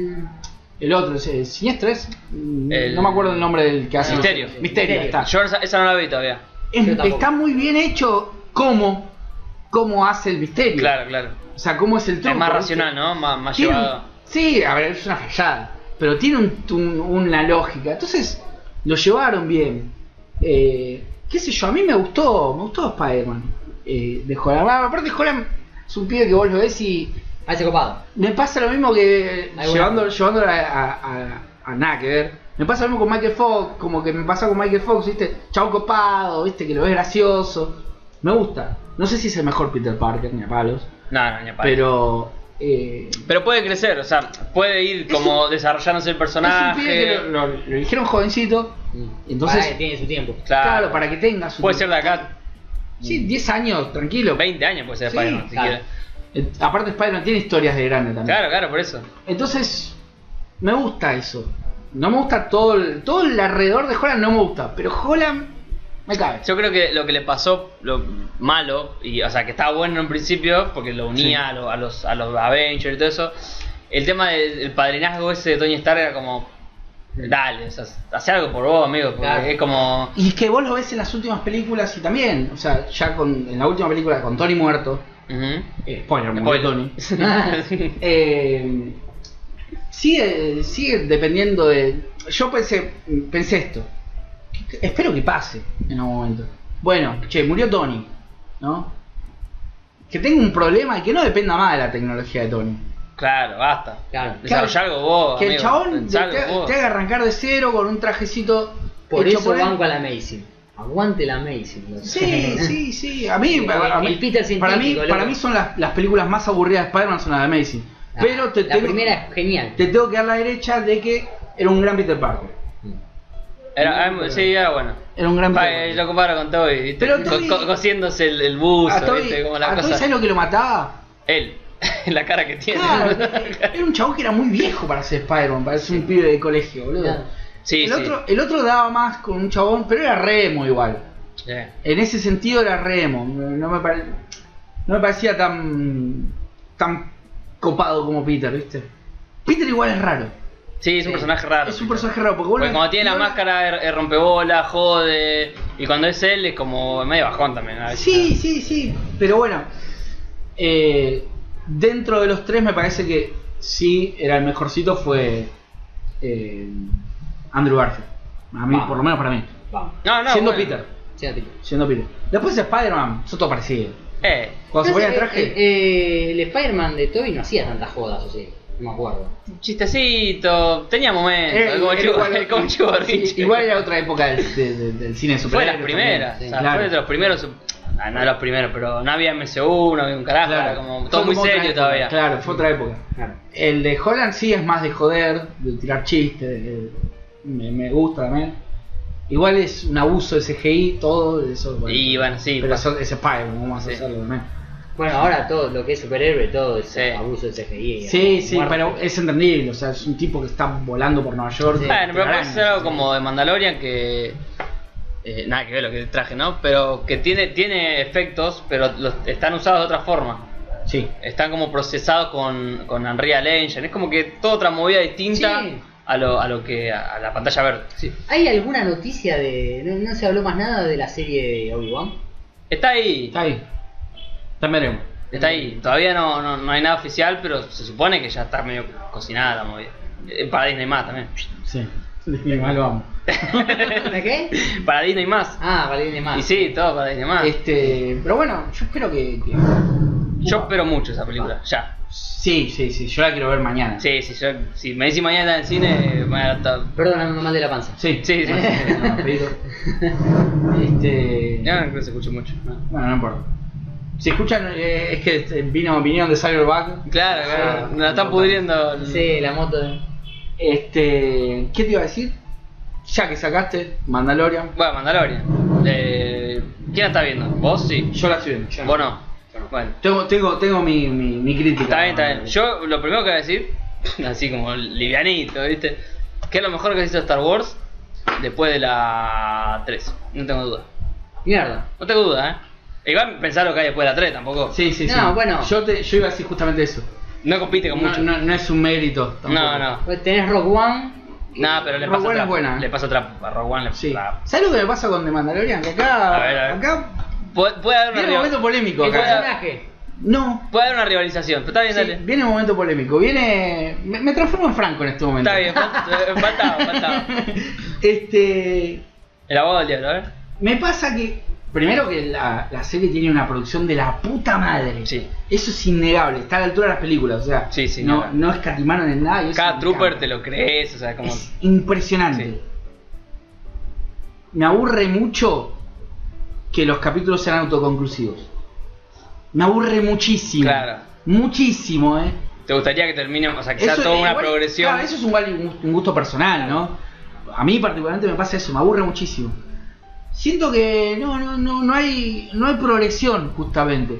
Speaker 4: El otro, ese, el siniestro es. Mm,
Speaker 2: El-
Speaker 4: no me acuerdo el nombre del que hace.
Speaker 2: Misterio.
Speaker 4: Misterio, ahí está.
Speaker 2: Yo esa, esa no la vi todavía.
Speaker 4: Es-
Speaker 3: Yo tampoco.
Speaker 4: está muy bien hecho cómo, cómo hace el misterio.
Speaker 2: Claro, claro.
Speaker 4: O sea, cómo es el truco.
Speaker 2: es más
Speaker 4: ¿viste?
Speaker 2: racional, ¿no? Más, más
Speaker 4: Tiene un-
Speaker 2: llevado.
Speaker 4: sí, a ver, es una fallada. Pero tiene un- un- una lógica. Entonces, lo llevaron bien. Eh, qué sé yo, a mí me gustó, me gustó Spider-Man eh, de Holland. Ah, Aparte, Holland es un pibe que vos lo ves y
Speaker 3: Hace copado.
Speaker 4: me pasa lo mismo que
Speaker 3: Ay, bueno.
Speaker 4: llevando, llevándolo a, a, a- a nada que ver. Me pasa lo mismo con Michael Fox, como que me pasa con Michael Fox, ¿viste? Chau copado, ¿viste? Que lo ves gracioso. Me gusta. No sé si es el mejor Peter Parker, ni a palos.
Speaker 2: No, no, ni a palo.
Speaker 4: Pero. eh,
Speaker 2: Pero puede crecer, o sea, puede ir como desarrollándose el
Speaker 4: es un pibe
Speaker 2: personaje.
Speaker 4: que lo, lo- lo eligieron jovencito. Entonces,
Speaker 3: Entonces. tiene su tiempo.
Speaker 4: claro,
Speaker 2: Claro,
Speaker 4: para que tenga su.
Speaker 2: puede ser de acá
Speaker 4: Sí, 10 años, tranquilo.
Speaker 2: 20 años, puede ser
Speaker 4: Sí,
Speaker 2: Spider-Man, si
Speaker 3: claro.
Speaker 2: quiere.
Speaker 4: Eh, Aparte, Spider-Man tiene historias de grande también.
Speaker 2: Claro, claro, por eso.
Speaker 4: Entonces, me gusta eso. No me gusta todo el, todo el alrededor de Holland, no me gusta. Pero Holland me cabe.
Speaker 2: Yo creo que lo que le pasó lo malo, y, o sea, que estaba bueno en un principio, porque lo unía
Speaker 4: Sí.
Speaker 2: a, lo- a los, a los Avengers y todo eso. El tema del el padrinazgo ese de Tony Stark era como. Dale, o sea, hace algo por vos, amigo, porque
Speaker 3: Claro.
Speaker 2: es como.
Speaker 4: Y es que vos lo ves en las últimas películas y también, o sea, ya con, en la última película con Tony muerto,
Speaker 2: Ujú.
Speaker 4: eh, spoiler, murió
Speaker 2: Spoiler.
Speaker 4: [laughs] Tony, Ah, eh, sigue, sigue dependiendo de... Yo pensé, pensé esto, espero que pase en algún momento. Bueno, che, murió Tony, ¿no? Que tenga un problema y que no dependa más de la tecnología de Tony.
Speaker 2: Claro, basta.
Speaker 3: Claro.
Speaker 2: Desarrollá algo vos.
Speaker 4: Que el
Speaker 2: Oh, amigo.
Speaker 4: chabón te,
Speaker 2: Pensá algo vos.
Speaker 4: te haga arrancar de cero con un trajecito
Speaker 3: Por
Speaker 4: hecho
Speaker 3: eso
Speaker 4: él.
Speaker 3: banco a la Amazing. Aguante la Amazing. loco. [laughs]
Speaker 4: Sí, sí, sí. A mí,
Speaker 3: El-
Speaker 4: a mí-
Speaker 3: el Peter
Speaker 4: para, mí
Speaker 3: científico, loco.
Speaker 4: para mí son las, las películas más aburridas de Spider-Man, son las de Amazing.
Speaker 3: Ah,
Speaker 4: Pero te,
Speaker 3: la
Speaker 4: tengo,
Speaker 3: primera es genial.
Speaker 4: te tengo que dar la derecha de que era un gran Peter Parker.
Speaker 2: Era, era- sí, era bueno.
Speaker 4: Era un gran
Speaker 2: Pa,
Speaker 4: Peter
Speaker 2: eh,
Speaker 4: Parker.
Speaker 2: lo comparo con Toby, ¿viste?
Speaker 4: Pero Toby-
Speaker 2: Co- co- cosiéndose el, el buzo,
Speaker 4: a Toby,
Speaker 2: ¿viste? Como la
Speaker 4: a Toby,
Speaker 2: cosa.
Speaker 4: ¿sabes lo que lo mataba?
Speaker 2: Él, [laughs] la cara que tiene. [laughs]
Speaker 4: Claro, era un chabón que era muy viejo para ser Spider-Man, para ser un pibe de colegio, boludo.
Speaker 3: Claro.
Speaker 2: sí,
Speaker 4: el,
Speaker 2: sí.
Speaker 4: Otro, el otro daba más con un chabón, pero era remo igual.
Speaker 2: Eh.
Speaker 4: En ese sentido era remo, no me, pare- no me parecía tan tan copado como Peter, ¿viste? Peter igual es raro.
Speaker 2: Sí, es un
Speaker 3: Sí.
Speaker 2: personaje raro.
Speaker 4: es un personaje raro porque vos
Speaker 2: Porque
Speaker 4: lo-
Speaker 2: como tiene la
Speaker 4: vos lo-
Speaker 2: máscara, es, es rompebola, jode, Y cuando es él es como medio bajón también. a veces.
Speaker 4: Sí, sí, sí. Pero bueno, eh, dentro de los tres me parece que sí era el mejorcito fue eh, Andrew Garfield. A mí,
Speaker 1: Vamos.
Speaker 4: por lo menos para mí.
Speaker 1: Vamos.
Speaker 2: Ah. No, no,
Speaker 4: siendo
Speaker 2: bueno.
Speaker 4: Peter.
Speaker 1: Sí, a ti.
Speaker 4: Siendo Peter. Después Spider-Man, son todo parecido.
Speaker 2: Eh,
Speaker 4: Cuando se
Speaker 1: Entonces,
Speaker 4: ponían el traje.
Speaker 1: eh, eh, el Spider-Man de Toby no hacía tantas jodas, o sí. No me acuerdo.
Speaker 2: chistecito, tenía momentos.
Speaker 4: Eh,
Speaker 2: como
Speaker 4: era
Speaker 2: chivo,
Speaker 4: igual-
Speaker 2: [laughs] como chivo
Speaker 4: Sí,
Speaker 2: Richie.
Speaker 4: igual era otra época del, de- de- del cine de
Speaker 2: Fue
Speaker 4: superhéroes.
Speaker 2: las primeras,
Speaker 4: también.
Speaker 2: o sea,
Speaker 4: Claro.
Speaker 2: fue de los primeros. ah, no de los primeros, pero no había MCU, no había un carajo,
Speaker 4: Claro.
Speaker 2: era como
Speaker 4: Fue
Speaker 2: todo muy
Speaker 4: como otra
Speaker 2: serio
Speaker 4: época,
Speaker 2: todavía.
Speaker 4: Claro, fue otra época.
Speaker 1: Claro.
Speaker 4: El de Holland sí es más de joder, de tirar chistes, de- de- me, me gusta también. Igual es un abuso de CGI, todo eso. bueno.
Speaker 2: Y bueno, sí,
Speaker 4: pero
Speaker 2: pasó.
Speaker 4: eso, es Spider-Man, vamos a
Speaker 2: Sí.
Speaker 4: hacerlo también.
Speaker 1: Bueno, ahora todo lo que es superhéroe, todo es
Speaker 2: Sí.
Speaker 1: abuso de CGI.
Speaker 4: Sí, sí,
Speaker 1: muerte.
Speaker 4: pero es entendible, o sea, es un tipo que está volando por Nueva York.
Speaker 1: Sí.
Speaker 2: Bueno, pero puede
Speaker 4: telarañas.
Speaker 2: ser algo como de Mandalorian que. eh, nada que ver lo que traje, ¿no? Pero que tiene, tiene efectos, pero los, están usados de otra forma.
Speaker 4: Sí.
Speaker 2: Están como procesados con, con Unreal Engine. Es como que toda otra movida distinta
Speaker 1: Sí.
Speaker 2: a, lo, a lo que. a la pantalla verde.
Speaker 1: ¿Hay alguna noticia de.? No, no se habló más nada de la serie de
Speaker 4: [laughs]
Speaker 1: Obi-Wan?
Speaker 2: Está ahí.
Speaker 4: Está ahí. También veremos.
Speaker 2: Está ahí, todavía no, no, no hay nada oficial, pero se supone que ya está medio cocinada la movida. Eh, Para Disney más también. [laughs]
Speaker 4: Sí. [laughs] Mal vamos.
Speaker 1: ¿De qué?
Speaker 2: Para Disney más.
Speaker 1: Ah, Valiente más.
Speaker 2: Y sí, todo para Disney más.
Speaker 4: Este, pero bueno, yo espero que, que-
Speaker 2: Yo espero mucho esa película, ya.
Speaker 4: Sí, sí, sí, yo la quiero ver mañana.
Speaker 2: Sí, sí, yo, si me decís mañana en el cine, voy a estar-
Speaker 1: Perdóname, mamá de la panza.
Speaker 4: Sí,
Speaker 2: Sí, sí.
Speaker 4: [laughs] No, pero-
Speaker 2: [laughs]
Speaker 4: este,
Speaker 2: Ya no se escucha mucho. ¿no?
Speaker 4: Bueno, no importa. Si escuchan, eh, es que este, vino opinión de Cyberback.
Speaker 2: Claro, claro, nos la están pudriendo. el-
Speaker 1: Sí, la moto. de-
Speaker 4: Este, ¿Qué te iba a decir? Ya que sacaste Mandalorian,
Speaker 2: Bueno, Mandalorian. Eh, ¿Quién la está viendo? ¿Vos sí?
Speaker 4: yo la estoy viendo. yo no.
Speaker 2: ¿Vos no? Bueno.
Speaker 4: Tengo, tengo, tengo mi, mi, mi crítica.
Speaker 2: Está bien, está bien. Yo lo primero que voy a decir, [laughs] así como livianito, ¿viste? Que es lo mejor que se hizo Star Wars después de la 3. No tengo duda.
Speaker 1: Mierda.
Speaker 2: No tengo duda, ¿eh? Igual pensar lo que hay después de la 3 tampoco.
Speaker 4: Sí, sí, sí.
Speaker 1: No, bueno.
Speaker 4: Yo, te, yo iba a decir justamente eso.
Speaker 2: No compite con
Speaker 4: No,
Speaker 2: mucho.
Speaker 4: no, no es un mérito. tampoco.
Speaker 2: No, no.
Speaker 1: Pues tenés Rogue One.
Speaker 2: No, pero le
Speaker 4: Rogue
Speaker 2: pasa
Speaker 4: One
Speaker 2: otra.
Speaker 4: es buena, ¿eh?
Speaker 2: Le pasa otra. A Rogue One le
Speaker 4: Sí.
Speaker 2: la-
Speaker 4: ¿Sabes lo que me pasa con The Mandalorian? Que acá.
Speaker 2: A ver, a ver.
Speaker 4: Acá.
Speaker 2: Pu- Puede haber una
Speaker 4: Viene un momento
Speaker 2: rival-
Speaker 4: polémico
Speaker 2: Y
Speaker 4: acá.
Speaker 2: puede-
Speaker 1: Personaje.
Speaker 4: No.
Speaker 2: Puede haber una rivalización. Pero está bien,
Speaker 4: Sí,
Speaker 2: dale.
Speaker 4: viene un momento polémico. Viene. Me, me transformo en Franco en este momento.
Speaker 2: Está bien, fal- eh, faltaba, faltaba.
Speaker 4: [laughs] Este.
Speaker 2: El abogado del diablo, a ver.
Speaker 4: Me pasa que. Primero que la, la serie tiene una producción de la puta madre.
Speaker 2: Sí.
Speaker 4: Eso es innegable. Está a la altura de las películas. O sea,
Speaker 2: Sí, sí,
Speaker 4: no,
Speaker 2: nada.
Speaker 4: no escatimaron en nada. y eso
Speaker 2: Cada
Speaker 4: me
Speaker 2: trooper
Speaker 4: encanta.
Speaker 2: te lo crees, o sea, como.
Speaker 4: Es impresionante.
Speaker 2: Sí.
Speaker 4: Me aburre mucho que los capítulos sean autoconclusivos. Me aburre muchísimo.
Speaker 2: Claro.
Speaker 4: Muchísimo, ¿eh?
Speaker 2: ¿Te gustaría que termine, o sea, que sea
Speaker 4: Eso-
Speaker 2: toda una
Speaker 4: igual-
Speaker 2: progresión?
Speaker 4: claro, eso es un, val- un gusto personal, ¿no? A mí particularmente me pasa eso, me aburre muchísimo. Siento que no, no, no, no hay, no hay progresión justamente.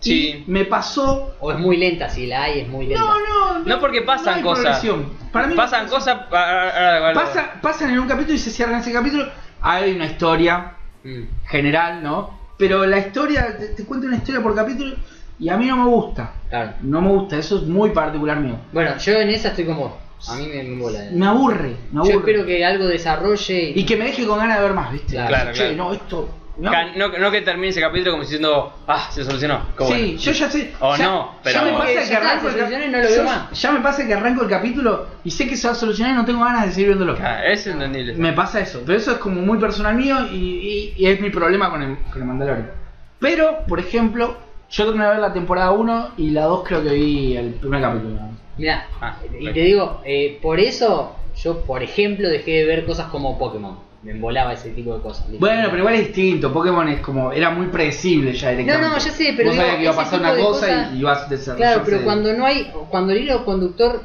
Speaker 2: Sí.
Speaker 4: Y me pasó.
Speaker 1: O es muy lenta, si la hay es muy lenta.
Speaker 4: No, no, no.
Speaker 2: No porque pasan
Speaker 4: hay
Speaker 2: cosas.
Speaker 4: progresión. Para mí
Speaker 2: pasan
Speaker 4: cosas
Speaker 2: cosas. ah, ah, ah,
Speaker 4: Pasa- pasan en un capítulo y se cierran ese capítulo. Hay una historia
Speaker 1: Mm.
Speaker 4: general, ¿no? Pero la historia, te, te cuento una historia por capítulo y a mí no me gusta.
Speaker 1: Claro.
Speaker 4: No me gusta, eso es muy particular mío.
Speaker 1: Bueno, yo en esa estoy como. A mí me, me mola. eh.
Speaker 4: Me aburre, me aburre.
Speaker 1: Yo espero que algo desarrolle.
Speaker 4: Y que me deje con ganas de ver más, ¿viste?
Speaker 1: Claro,
Speaker 2: claro,
Speaker 4: Che,
Speaker 2: claro.
Speaker 4: no, esto. no.
Speaker 2: Ca- No, no que termine ese capítulo como diciendo, ah, se solucionó. qué
Speaker 4: sí,
Speaker 2: bueno".
Speaker 4: yo ya sé.
Speaker 2: O
Speaker 4: ya-
Speaker 2: no, pero-
Speaker 4: Ya me
Speaker 1: Porque ya
Speaker 4: pasa que
Speaker 1: está,
Speaker 4: arranco
Speaker 1: se
Speaker 4: el cap-
Speaker 1: solucionó y no lo veo
Speaker 4: yo-
Speaker 1: más.
Speaker 4: ya me pasa que arranco el capítulo y sé que se va a solucionar y no tengo ganas de seguir viéndolo.
Speaker 2: Ah, es entendible.
Speaker 4: Me pasa eso, pero eso es como muy personal mío y, y- y es mi problema con el, con el Mandalorian. Pero, por ejemplo, yo terminé de ver la temporada 1 y la 2 creo que vi el primer capítulo.
Speaker 1: Mirá,
Speaker 2: Ah,
Speaker 1: y
Speaker 2: ok.
Speaker 1: te digo, eh, por eso yo, por ejemplo, dejé de ver cosas como Pokémon. Me embolaba ese tipo de cosas.
Speaker 4: Bueno, pero igual es distinto, Pokémon es como, era muy predecible ya directamente.
Speaker 1: No, no, ya sé, pero digo,
Speaker 4: Vos sabías que iba a
Speaker 1: ese
Speaker 4: pasar
Speaker 1: tipo
Speaker 4: una
Speaker 1: de
Speaker 4: cosa
Speaker 1: cosas-
Speaker 4: y, y ibas a desarrollarse.
Speaker 1: Claro, pero cuando no hay, cuando el hilo conductor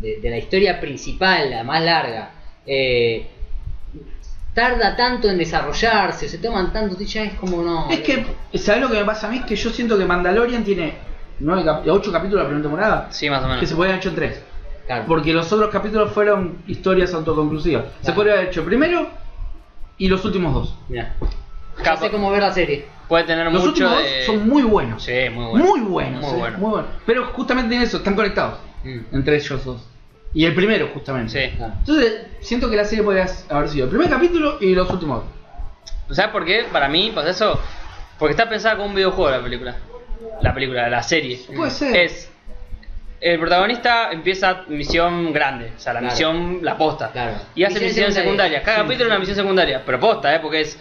Speaker 1: de, de la historia principal, la más larga, eh, tarda tanto en desarrollarse, se toman tanto, ya es como no.
Speaker 4: Es que, ¿sabes lo que me pasa a mí? Es que yo siento que Mandalorian tiene 8 capítulos la primera temporada
Speaker 2: Sí, más o
Speaker 4: que
Speaker 2: menos.
Speaker 4: se podían haber hecho en 3.
Speaker 1: Claro.
Speaker 4: Porque los otros capítulos fueron historias autoconclusivas. Se podría haber hecho primero y los últimos dos.
Speaker 1: Mirá.
Speaker 2: Capa.
Speaker 1: No sé cómo ver la serie.
Speaker 2: Puede tener
Speaker 4: Los
Speaker 2: mucho
Speaker 4: últimos dos
Speaker 2: de.
Speaker 4: son muy buenos.
Speaker 2: Sí, muy bueno.
Speaker 4: Muy buenos.
Speaker 2: Muy
Speaker 4: eh,
Speaker 2: bueno.
Speaker 4: muy buenos. Pero justamente tienen eso, están conectados
Speaker 1: Mm.
Speaker 4: entre ellos dos. Y el primero, justamente.
Speaker 2: Sí.
Speaker 1: Claro.
Speaker 4: Entonces, siento que la serie podría haber sido el primer capítulo y los últimos dos.
Speaker 2: ¿Sabes por qué? Para mí, para eso, porque está pensada como un videojuego la película. La película, la serie.
Speaker 4: Puede ser.
Speaker 2: Es. El protagonista empieza misión grande, o sea, la
Speaker 3: Claro.
Speaker 2: misión, la posta.
Speaker 3: Claro.
Speaker 2: Y hace
Speaker 3: Misión
Speaker 2: misión
Speaker 3: secundaria.
Speaker 2: secundaria. Cada capítulo es una misión secundaria, pero posta, ¿eh? Porque es.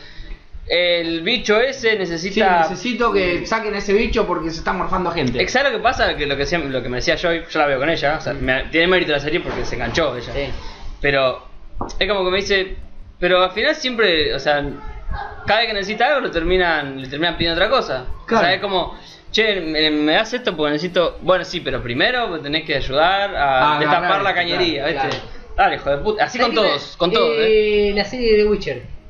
Speaker 2: El bicho ese
Speaker 4: Sí,
Speaker 2: necesita.
Speaker 4: necesito que saquen ese bicho porque se está morfando gente.
Speaker 2: Exacto lo que pasa, que lo que, siempre- lo que me decía yo, yo la veo con ella, o sea, me- tiene mérito la serie porque se enganchó ella.
Speaker 3: Mm. Sí.
Speaker 2: Pero es como que me dice, pero al final siempre, o sea, cada vez que necesita algo lo terminan, le terminan pidiendo otra cosa.
Speaker 4: Claro.
Speaker 2: O sea, es como, che, me, me das esto porque necesito, bueno, sí, pero primero vos tenés que ayudar a
Speaker 4: Ah,
Speaker 2: destapar
Speaker 4: agarrar,
Speaker 2: la cañería,
Speaker 3: claro,
Speaker 2: ¿viste? Dale, hijo de puta, así con
Speaker 3: ¿Sabés que
Speaker 2: todos,
Speaker 3: me-
Speaker 2: con todos, ¿eh?
Speaker 3: eh, La serie de The Witcher.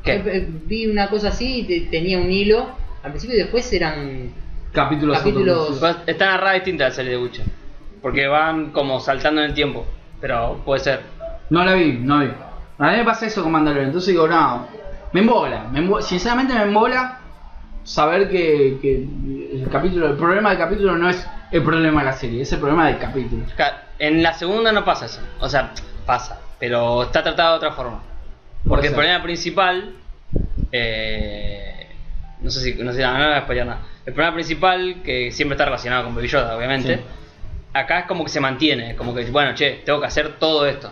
Speaker 2: ¿Qué?
Speaker 3: Eh, eh, Vi una cosa así, te- tenía un hilo. Al principio y después eran.
Speaker 4: Capítulos.
Speaker 3: Capítulos-
Speaker 4: autoconclusivos.
Speaker 2: Va- Está narrada distinta la serie de Witcher, porque van como saltando en el tiempo, pero puede ser.
Speaker 4: No la vi, no vi. A mí me pasa eso con Mandalorian, entonces digo, no. Me embola, me embo- sinceramente me embola saber que, que el capítulo, el problema del capítulo no es el problema de la serie, es el problema del capítulo.
Speaker 2: Ca- En la segunda no pasa eso. O sea, pasa. Pero está tratado de otra forma.
Speaker 4: Puede
Speaker 2: Porque el
Speaker 4: ser.
Speaker 2: problema principal. eh, no sé si. No sé, no, no voy a spoilear nada. El problema principal, que siempre está relacionado con Baby Yoda, obviamente.
Speaker 4: Sí.
Speaker 2: Acá es como que se mantiene. es Como que, bueno, che, tengo que hacer todo esto.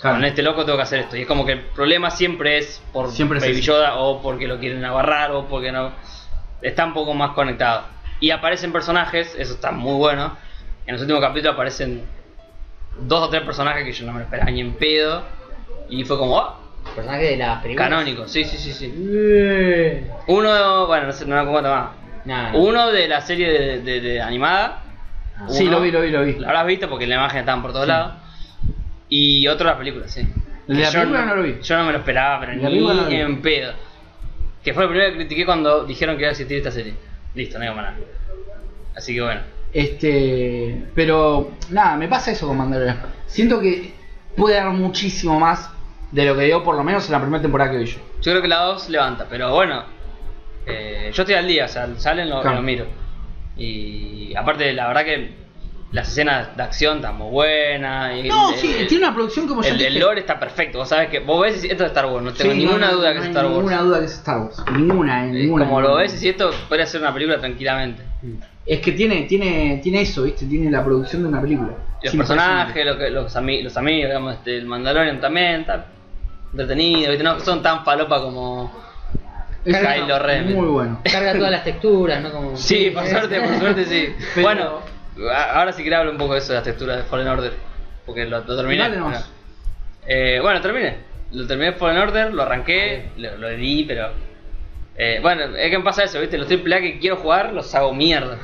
Speaker 4: Claro.
Speaker 2: Con este loco tengo que hacer esto. Y es como que el problema siempre es por
Speaker 4: Siempre es
Speaker 2: Baby
Speaker 4: ese.
Speaker 2: Yoda o porque lo quieren agarrar o porque no. Está un poco más conectado. Y aparecen personajes, eso está muy bueno. En los últimos capítulos aparecen dos o tres personajes que yo no me lo esperaba ni en pedo. Y fue como, oh,
Speaker 3: Personajes de la primera.
Speaker 2: canónico. Sí, sí, sí, sí.
Speaker 3: Eh.
Speaker 2: Uno, bueno, no sé, no me acuerdo más.
Speaker 3: Nah.
Speaker 2: Uno de la serie de, de- de animada.
Speaker 4: Sí,
Speaker 2: Uno.
Speaker 4: lo vi, lo vi, lo vi.
Speaker 2: Lo habrás visto porque la imagen estaban por todos lados. Y otro las películas, sí.
Speaker 4: El de la
Speaker 2: Que yo
Speaker 4: película no lo vi.
Speaker 2: Yo no me lo esperaba, pero
Speaker 4: El de
Speaker 2: ni
Speaker 4: la película no lo vi.
Speaker 2: en pedo. Que fue lo primero que critiqué cuando dijeron que iba a existir esta serie. Listo, no digo más nada. Así que bueno.
Speaker 4: Este, pero nada, me pasa eso con Mandalorian. Siento que puede dar muchísimo más de lo que dio por lo menos en la primera temporada que vi yo.
Speaker 2: Yo creo que la 2 levanta, pero bueno. eh, yo estoy al día, o sea, salen lo,
Speaker 4: Claro.
Speaker 2: lo miro. Y aparte, la verdad que las escenas de acción están muy buenas. y
Speaker 4: No,
Speaker 2: el-
Speaker 4: sí,
Speaker 2: el-
Speaker 4: tiene una producción como yo
Speaker 2: el,
Speaker 4: te
Speaker 2: el
Speaker 4: dije.
Speaker 2: lore está perfecto, vos sabés que vos ves y decís, esto es Star Wars, no tengo
Speaker 4: Sí,
Speaker 2: ninguna
Speaker 4: no, no,
Speaker 2: duda que
Speaker 4: no
Speaker 2: es
Speaker 4: hay
Speaker 2: Star Wars.
Speaker 4: Ninguna duda que es Star Wars. Ninguna, eh,
Speaker 2: Eh,
Speaker 4: ninguna.
Speaker 2: Como lo
Speaker 4: ninguna.
Speaker 2: ves, y si esto podría ser una película tranquilamente.
Speaker 4: Es que tiene, tiene, tiene eso, ¿viste? Tiene la producción de una película.
Speaker 2: Los
Speaker 4: Es
Speaker 2: personajes, lo que, los, ami- los amigos, digamos, este, el Mandalorian también, está entretenido, ¿viste? no son tan falopa como.
Speaker 4: impresionante. Es
Speaker 2: Kylo Ren.
Speaker 4: Muy [laughs] bueno.
Speaker 3: Carga todas las texturas, ¿no?
Speaker 2: [laughs]
Speaker 3: Como,
Speaker 2: Sí, por suerte, por suerte sí.
Speaker 4: [laughs] Pero-
Speaker 2: Bueno, a- ahora sí quiero hablar un poco de eso, de las texturas de Fallen Order, porque lo, lo terminé.
Speaker 4: Dale nomás.
Speaker 2: Eh, bueno, terminé. Lo terminé Fallen Order, lo arranqué, lo, lo di, pero. eh, bueno, es que me pasa eso, ¿viste? Los AAA que quiero jugar los hago mierda.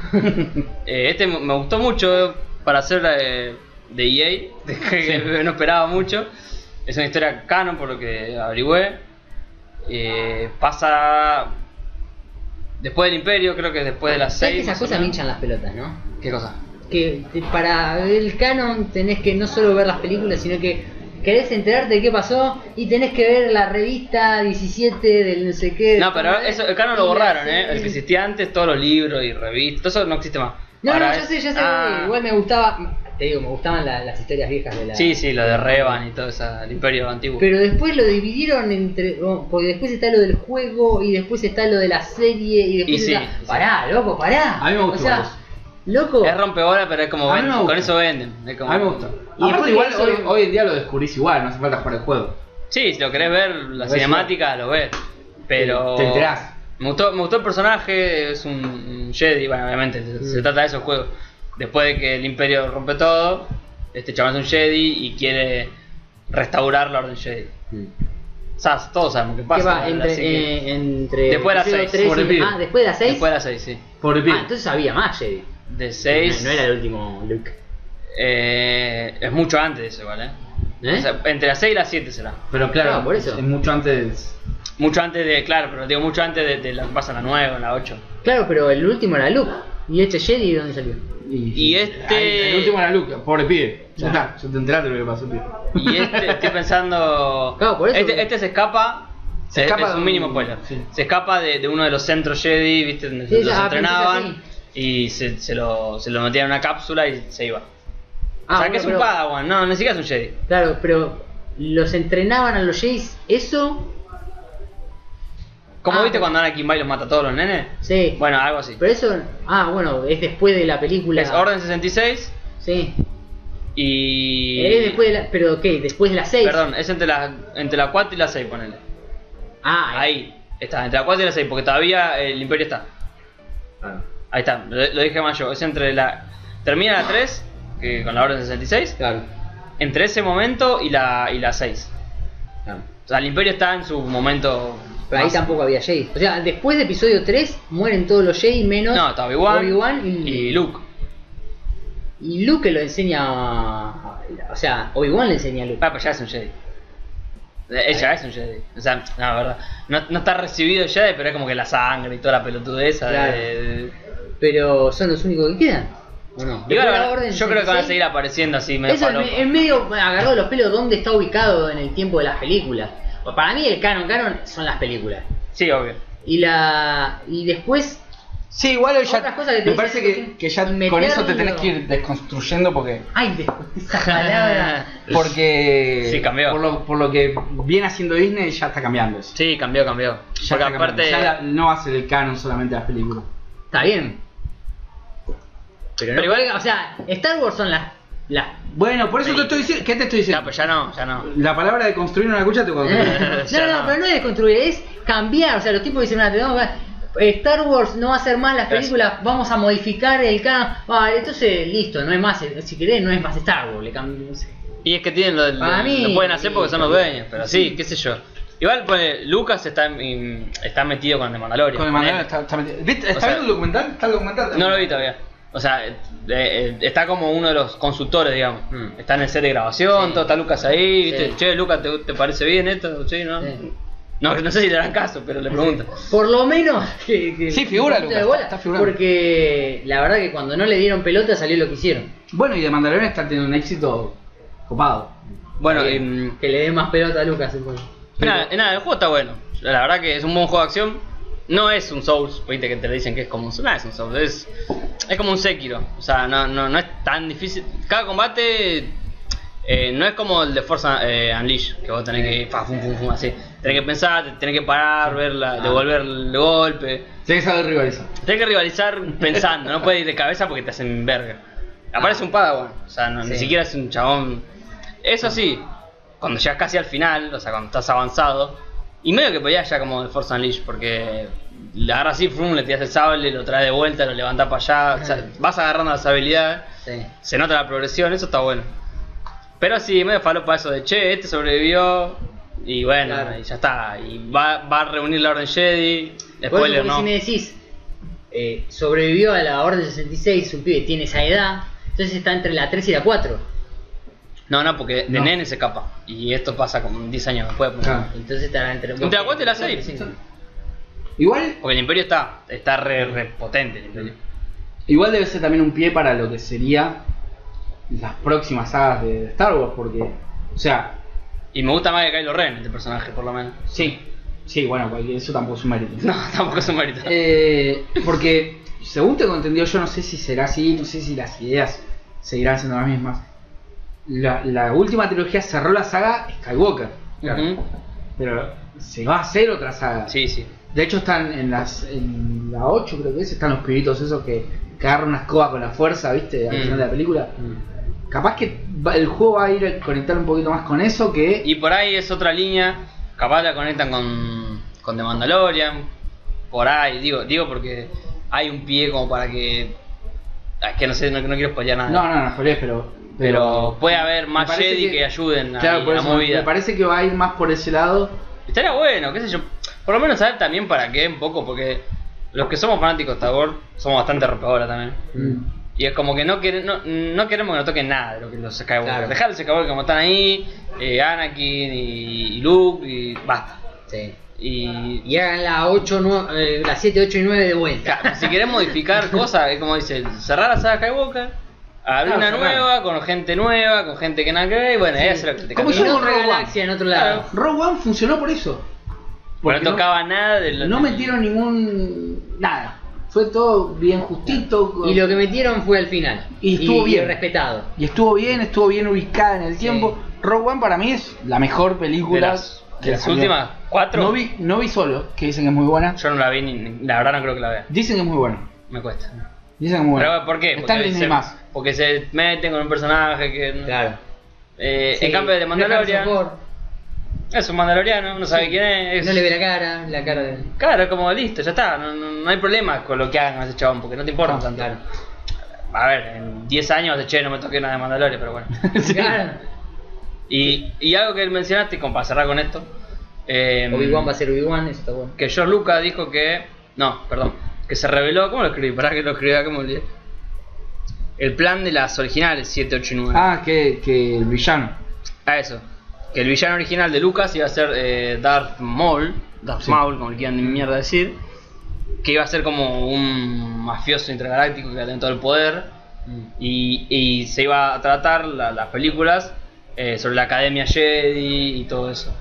Speaker 2: Eh, este me- me gustó mucho eh, para hacer eh, de EA, [laughs] que no esperaba mucho. Es una historia canon por lo que averigüé. Eh, pasa después del Imperio, creo que después de las
Speaker 3: ¿Sabés que
Speaker 2: 6.
Speaker 3: esas cosas me hinchan las pelotas, ¿no?
Speaker 2: ¿Qué cosa?
Speaker 3: que te- para ver el canon tenés que no solo ver las películas, sino que querés enterarte de qué pasó y tenés que ver la revista 17 del no sé qué.
Speaker 2: No, pero eso, el canon lo
Speaker 3: Y la
Speaker 2: borraron, ¿eh?
Speaker 3: serie.
Speaker 2: El que existía antes, todos los libros y revistas, todo eso no existe más.
Speaker 3: No,
Speaker 2: Ahora
Speaker 3: no, yo
Speaker 2: es-
Speaker 3: sé, yo sé.
Speaker 2: Ah,
Speaker 3: Igual me gustaba, te digo, me gustaban la- las historias viejas de la.
Speaker 2: Sí, sí, lo de Revan y todo eso, el Imperio antiguo.
Speaker 3: Pero después lo dividieron entre. oh, Porque después está lo del juego y después está lo de la serie y después.
Speaker 2: Y sí,
Speaker 3: está-
Speaker 2: sí.
Speaker 3: Pará, loco, pará.
Speaker 4: A mí me gustó
Speaker 3: O sea,
Speaker 4: eso.
Speaker 3: loco.
Speaker 2: Es rompebola, pero es como
Speaker 4: A mí me
Speaker 2: ven-
Speaker 4: gusta.
Speaker 2: con eso venden. es como-
Speaker 4: A mí me gusta.
Speaker 3: Y después
Speaker 4: Aparte, igual
Speaker 3: de eso-
Speaker 4: hoy, hoy en día lo descubrís igual, no hace falta jugar el juego.
Speaker 2: Sí, si lo querés ver, la
Speaker 4: ves
Speaker 2: cinemática lo ves. Pero.
Speaker 4: Te enterás.
Speaker 2: Me gustó, me gustó el personaje, es un, un Jedi, bueno, obviamente, se-
Speaker 3: Mm.
Speaker 2: se trata de esos juegos. Después de que el Imperio rompe todo, este chaval es un Jedi y quiere restaurar la Orden Jedi.
Speaker 1: Mm.
Speaker 2: Sas, todos sabemos qué
Speaker 3: ¿Qué
Speaker 2: pasa.
Speaker 3: va? Entre,
Speaker 2: así que-
Speaker 3: eh, entre
Speaker 2: Después de las
Speaker 3: episodio
Speaker 2: seis,
Speaker 3: tres y-
Speaker 4: por el pibe.
Speaker 3: Ah, después de las 6.
Speaker 2: Después de las 6, sí.
Speaker 4: Pobre pibe.
Speaker 3: Ah, entonces había más Jedi.
Speaker 2: De 6.
Speaker 3: No, no era el último Luke.
Speaker 2: eh, es mucho antes de eso, igual, ¿eh?
Speaker 3: ¿Eh?
Speaker 2: O sea, entre las 6 y las 7 será.
Speaker 4: Pero claro,
Speaker 3: Claro, por eso.
Speaker 4: es mucho antes.
Speaker 2: Mucho antes de, claro, pero digo, mucho antes de, de lo que pasa en la 9 o en la 8.
Speaker 3: claro, pero el último era Luke. ¿Y este Jedi dónde salió?
Speaker 2: Y este-
Speaker 4: Ay, El último era Luke, pobre pibe. Ya
Speaker 3: Claro.
Speaker 4: está, yo te enteraste de lo que pasó, pibe.
Speaker 2: Y
Speaker 4: [laughs]
Speaker 2: este, estoy pensando.
Speaker 3: Claro, por eso
Speaker 2: este,
Speaker 3: que-
Speaker 2: este se escapa.
Speaker 4: Se
Speaker 2: eh,
Speaker 4: escapa
Speaker 2: es
Speaker 4: de
Speaker 2: un
Speaker 4: un-
Speaker 2: mínimo spoiler.
Speaker 4: sí.
Speaker 2: Se escapa de, de uno de los centros Jedi, ¿viste? Donde
Speaker 3: Sí,
Speaker 2: los
Speaker 3: ya,
Speaker 2: entrenaban.
Speaker 3: pensé
Speaker 2: Y se, se lo, se lo metían en una cápsula y se iba. o sea,
Speaker 3: Ah, bueno,
Speaker 2: que es un
Speaker 3: pero-
Speaker 2: Padawan, no, ni siquiera es un Jedi.
Speaker 3: Claro, pero los entrenaban a los Jedi, eso
Speaker 2: Como
Speaker 1: Ah.
Speaker 2: viste cuando Anakin va y los mata a todos los nenes.
Speaker 1: Sí.
Speaker 2: Bueno, algo así.
Speaker 1: Pero eso. Ah, bueno, es después de la película.
Speaker 2: Es Orden 66
Speaker 1: Sí.
Speaker 2: y.
Speaker 1: Es después de la. Pero, ¿qué? Después de las 6.
Speaker 2: Perdón, es entre las entre la 4 y la 6, ponele.
Speaker 1: Ah, ahí.
Speaker 2: Ahí, está, entre la 4 y la 6, porque todavía eh, el Imperio está.
Speaker 1: Ah.
Speaker 2: Ahí está, lo, lo dije más yo. Es entre la. Termina la 3, que con la Orden 66,
Speaker 3: Claro.
Speaker 2: entre ese momento y la, y la 6.
Speaker 3: claro.
Speaker 2: O sea, el Imperio está en su momento.
Speaker 3: Pero ahí
Speaker 2: más-
Speaker 3: tampoco había Jedi.
Speaker 1: Ah. O sea, después de episodio 3 mueren todos los Jedi menos.
Speaker 2: No, está Obi-Wan
Speaker 1: Obi-Wan
Speaker 2: y...
Speaker 1: y,
Speaker 2: Luke.
Speaker 1: y Luke que lo enseña. a- O sea, Obi-Wan le enseña a Luke.
Speaker 2: Ah, pues ya es un Jedi. Eh, Ella es un Jedi. O sea, no, verdad. No, no está recibido Jedi, pero es como que la sangre y toda la pelotudeza. de-
Speaker 1: Claro.
Speaker 2: de-
Speaker 1: Pero son los únicos que quedan. ¿O no?
Speaker 2: Igual
Speaker 1: Después de
Speaker 2: van
Speaker 1: la
Speaker 2: a-
Speaker 1: Orden
Speaker 2: yo creo que van a
Speaker 1: 66,
Speaker 2: seguir apareciendo así medio
Speaker 1: Eso en,
Speaker 2: falopa.
Speaker 1: en medio me agarró los pelos dónde está ubicado en el tiempo de las películas. Pues Para mí el canon canon son las películas.
Speaker 2: Sí, obvio.
Speaker 1: Y la y después
Speaker 4: Sí, igual hoy ya.
Speaker 1: Otras cosas que te
Speaker 4: me parece
Speaker 1: dicen
Speaker 4: que,
Speaker 1: que-
Speaker 4: que ya
Speaker 1: Meteor
Speaker 4: con eso te
Speaker 1: y
Speaker 4: tenés
Speaker 1: lo-
Speaker 4: que ir desconstruyendo porque.
Speaker 1: ay, después esa
Speaker 4: [laughs]
Speaker 1: palabra.
Speaker 4: Porque.
Speaker 2: Sí, cambió.
Speaker 4: Por lo, por lo que viene haciendo Disney ya está cambiando eso.
Speaker 2: Sí, cambió, cambió.
Speaker 4: Ya
Speaker 2: Porque
Speaker 4: está cambiando.
Speaker 2: aparte.
Speaker 4: Ya la- no va a ser el canon solamente las películas.
Speaker 1: Está bien. Pero, no-
Speaker 2: Pero igual-
Speaker 1: o sea, Star Wars son las las
Speaker 4: Bueno, por eso
Speaker 2: Sí.
Speaker 4: te estoy diciendo. ¿Qué te estoy
Speaker 2: Ya,
Speaker 4: diciendo?
Speaker 2: pues Eh. ya no, ya no.
Speaker 4: La palabra de construir no la escuchaste cuando.
Speaker 1: [laughs] no, no,
Speaker 2: no.
Speaker 1: pero no es desconstruir, es cambiar. O sea, los tipos dicen, "Ah, tenemos que- Star Wars no va a ser más las
Speaker 2: Gracias.
Speaker 1: películas, vamos a modificar el canon. Vale, entonces listo, no es más, eh, si querés, no es más Star Wars. Le cam- no sé.
Speaker 2: Y es que tienen lo,
Speaker 1: Para
Speaker 2: lo-
Speaker 1: mí-
Speaker 2: lo pueden hacer porque son los dueños, pero sí, qué sé yo. Igual pues, Lucas está, en- está metido con The Mandalorian.
Speaker 4: Con el
Speaker 2: ponele.
Speaker 4: manual está, está metido. ¿Viste?
Speaker 2: O
Speaker 4: ¿Está
Speaker 2: sea-
Speaker 4: viendo el documental? ¿Está el documental?
Speaker 2: No lo vi todavía. O sea, eh, eh, está como uno de los consultores, digamos.
Speaker 3: Mm.
Speaker 2: Está en el set de grabación,
Speaker 1: Sí.
Speaker 2: todo está Lucas ahí, viste,
Speaker 1: Sí.
Speaker 2: che, Lucas, ¿te, te parece bien esto? Sí, ¿no?
Speaker 1: Sí.
Speaker 2: No, no sé si le harán caso, pero le pregunto.
Speaker 1: Por lo menos [laughs] que, que-
Speaker 4: Sí, figura,
Speaker 1: que-
Speaker 4: Lucas,
Speaker 1: de bola,
Speaker 4: está- está figurando.
Speaker 1: Porque la verdad que cuando no le dieron pelota salió lo que hicieron.
Speaker 4: Bueno, y de Mandalorian está teniendo un éxito copado.
Speaker 2: Bueno,
Speaker 1: Está
Speaker 2: y,
Speaker 1: bien.
Speaker 2: mm,
Speaker 1: que le den más pelota a Lucas. entonces.
Speaker 2: nada, nada, el juego está bueno. La verdad que es un buen juego de acción. No es un Souls, viste que te le dicen que es como un Souls. No es un Souls, es, es como un Sekiro. O sea, no, no, no es tan difícil. Cada combate eh, no es como el de Forza eh, Unleashed, que vos tenés que fa, fum, fum, fum, así. Tenés que pensar, tenés que parar, verla, devolver el golpe.
Speaker 4: Tienes que saber rivalizar.
Speaker 2: Tenés que rivalizar pensando, no puedes ir de cabeza porque te hacen verga. Aparece un padawan, o sea, no- ni
Speaker 1: Sí.
Speaker 2: siquiera es un chabón. Eso sí, cuando llegas casi al final, o sea, cuando estás avanzado, y medio que peleas ya como el Force Unleashed, porque le agarras así, frum, le tiras el sable, lo traes de vuelta, lo levantas para allá, o sea, vas agarrando las habilidades,
Speaker 1: Sí.
Speaker 2: se nota la progresión, eso está bueno. Pero sí, medio falopa eso de che, este sobrevivió, y bueno,
Speaker 1: Claro.
Speaker 2: y ya está, y va, va a reunir la Orden Jedi,
Speaker 1: Por eso,
Speaker 2: spoiler
Speaker 1: porque
Speaker 2: no.
Speaker 1: Si me decís, eh, sobrevivió a la Orden 66, un pibe tiene esa edad, entonces está entre la 3 y la 4.
Speaker 2: No, no, porque de
Speaker 4: No.
Speaker 2: nene se escapa. Y esto pasa como 10 años después. porque-
Speaker 4: Claro.
Speaker 1: Entonces estará entre.
Speaker 2: ¿No te das cuenta de la seis?
Speaker 1: Sí.
Speaker 4: Igual,
Speaker 2: Porque el imperio está, está re, re potente. El imperio.
Speaker 4: igual debe ser también un pie para lo que sería las próximas sagas de Star Wars, porque, o sea,
Speaker 2: Y me gusta más que Kylo Ren, este personaje, por lo menos. [laughs]
Speaker 4: sí, sí, bueno, cualquier- eso tampoco es un mérito.
Speaker 2: No, tampoco es un mérito.
Speaker 4: Eh, porque, según tengo entendido, yo no sé si será así, no sé si las ideas seguirán siendo las mismas. La, la última trilogía cerró la saga Skywalker,
Speaker 2: Ujú.
Speaker 4: pero se va a hacer otra saga.
Speaker 2: Sí, sí.
Speaker 4: De hecho están en las en la 8 creo que es, están los pibitos esos que que agarran una escoba con la fuerza, ¿viste? Al
Speaker 2: Mm.
Speaker 4: final de la película. Capaz que va- el juego va a ir a conectar un poquito más con eso que
Speaker 2: Y por ahí es otra línea. Capaz la conectan con, con The Mandalorian. Por ahí, digo, digo porque hay un pie como para que. ah, Es que no sé, no, no quiero spoilear nada.
Speaker 4: No, no, no, spoilees, pero,
Speaker 2: pero puede haber más
Speaker 4: me parece
Speaker 2: Jedi que,
Speaker 4: que-
Speaker 2: ayuden a
Speaker 4: Claro, por
Speaker 2: la
Speaker 4: eso me-
Speaker 2: movida.
Speaker 4: me parece que va a ir más por ese lado.
Speaker 2: Estaría bueno, qué sé yo. Por lo menos saber también para qué, un poco, porque los que somos fanáticos de Star Wars somos bastante rompedora también. Y es como que no, quere- no, no queremos que nos toquen nada de lo que los Skywalker.
Speaker 1: Claro.
Speaker 2: Dejar los Skywalker como están ahí, eh, Anakin y, y Luke, y basta.
Speaker 1: Sí.
Speaker 2: Y
Speaker 1: Y hagan la 8, 9, eh, la 7, 8 y 9 de vuelta.
Speaker 2: claro, [laughs] si querés modificar cosas, es como dice, cerrar la saga Skywalker, abrir
Speaker 4: Claro,
Speaker 2: una
Speaker 4: cerrar.
Speaker 2: nueva, con gente nueva, con gente que nada que ver, y bueno, eso es lo que te
Speaker 4: Como
Speaker 2: cambia.
Speaker 4: yo
Speaker 1: en
Speaker 4: con
Speaker 1: otra
Speaker 4: Rogue One.
Speaker 1: galaxia, en otro lado.
Speaker 4: Rogue One funcionó por eso.
Speaker 2: Porque
Speaker 4: Porque
Speaker 2: no tocaba nada de
Speaker 4: No,
Speaker 2: lo-
Speaker 4: no metieron ningún. nada. Fue todo bien justito. con-
Speaker 1: Y lo que metieron fue al final.
Speaker 4: Y estuvo bien.
Speaker 1: respetado.
Speaker 4: Y estuvo bien, estuvo bien ubicada en el tiempo. Rogue One para mí es la mejor película
Speaker 2: De las-
Speaker 4: que la
Speaker 2: Las
Speaker 4: salió.
Speaker 2: últimas cuatro.
Speaker 4: No vi, no vi solo, que dicen que es muy buena.
Speaker 2: Yo no la vi, ni, ni- la verdad no creo que la vea.
Speaker 4: Dicen que es muy buena.
Speaker 2: Me cuesta.
Speaker 4: Dicen que es muy buena.
Speaker 2: Pero, ¿Por qué?
Speaker 4: Está en
Speaker 2: Porque
Speaker 4: Disney
Speaker 2: se,
Speaker 4: más.
Speaker 2: porque se meten con un personaje que. no-
Speaker 3: Claro.
Speaker 2: Eh,
Speaker 1: Sí,
Speaker 2: en cambio de
Speaker 1: no
Speaker 2: Mandalorian.
Speaker 1: Harrison Ford,
Speaker 2: Es un mandaloriano, no sabe quién es.
Speaker 1: No le ve la cara, la cara de.
Speaker 2: Claro, es como listo, ya está. No, no- no hay problema con lo que hagan con ese chabón, porque no te importa
Speaker 4: Ah,
Speaker 2: tanto. A ver, en 10 años de che, no me toqué nada de Mandalorian, pero bueno.
Speaker 4: Sí.
Speaker 1: Claro.
Speaker 2: y, y algo que mencionaste, como para cerrar con esto. eh,
Speaker 1: Obi-Wan va a ser Obi-Wan, eso está bueno.
Speaker 2: Que George Lucas dijo que. No, perdón. Que se reveló. ¿Cómo lo escribí? Pará que lo escribí acá, me olvidé. El plan de las originales 7, 8 y 9.
Speaker 4: Ah, que, que el villano.
Speaker 2: A eso. Que el villano original de Lucas iba a ser eh, Darth Maul. Darth
Speaker 4: Sí.
Speaker 2: Maul, como le quieran de mierda decir. Que iba a ser como un mafioso intergaláctico que iba a tener todo el poder.
Speaker 4: Mm.
Speaker 2: Y, y se iba a tratar la- las películas eh, sobre la Academia Jedi y todo eso.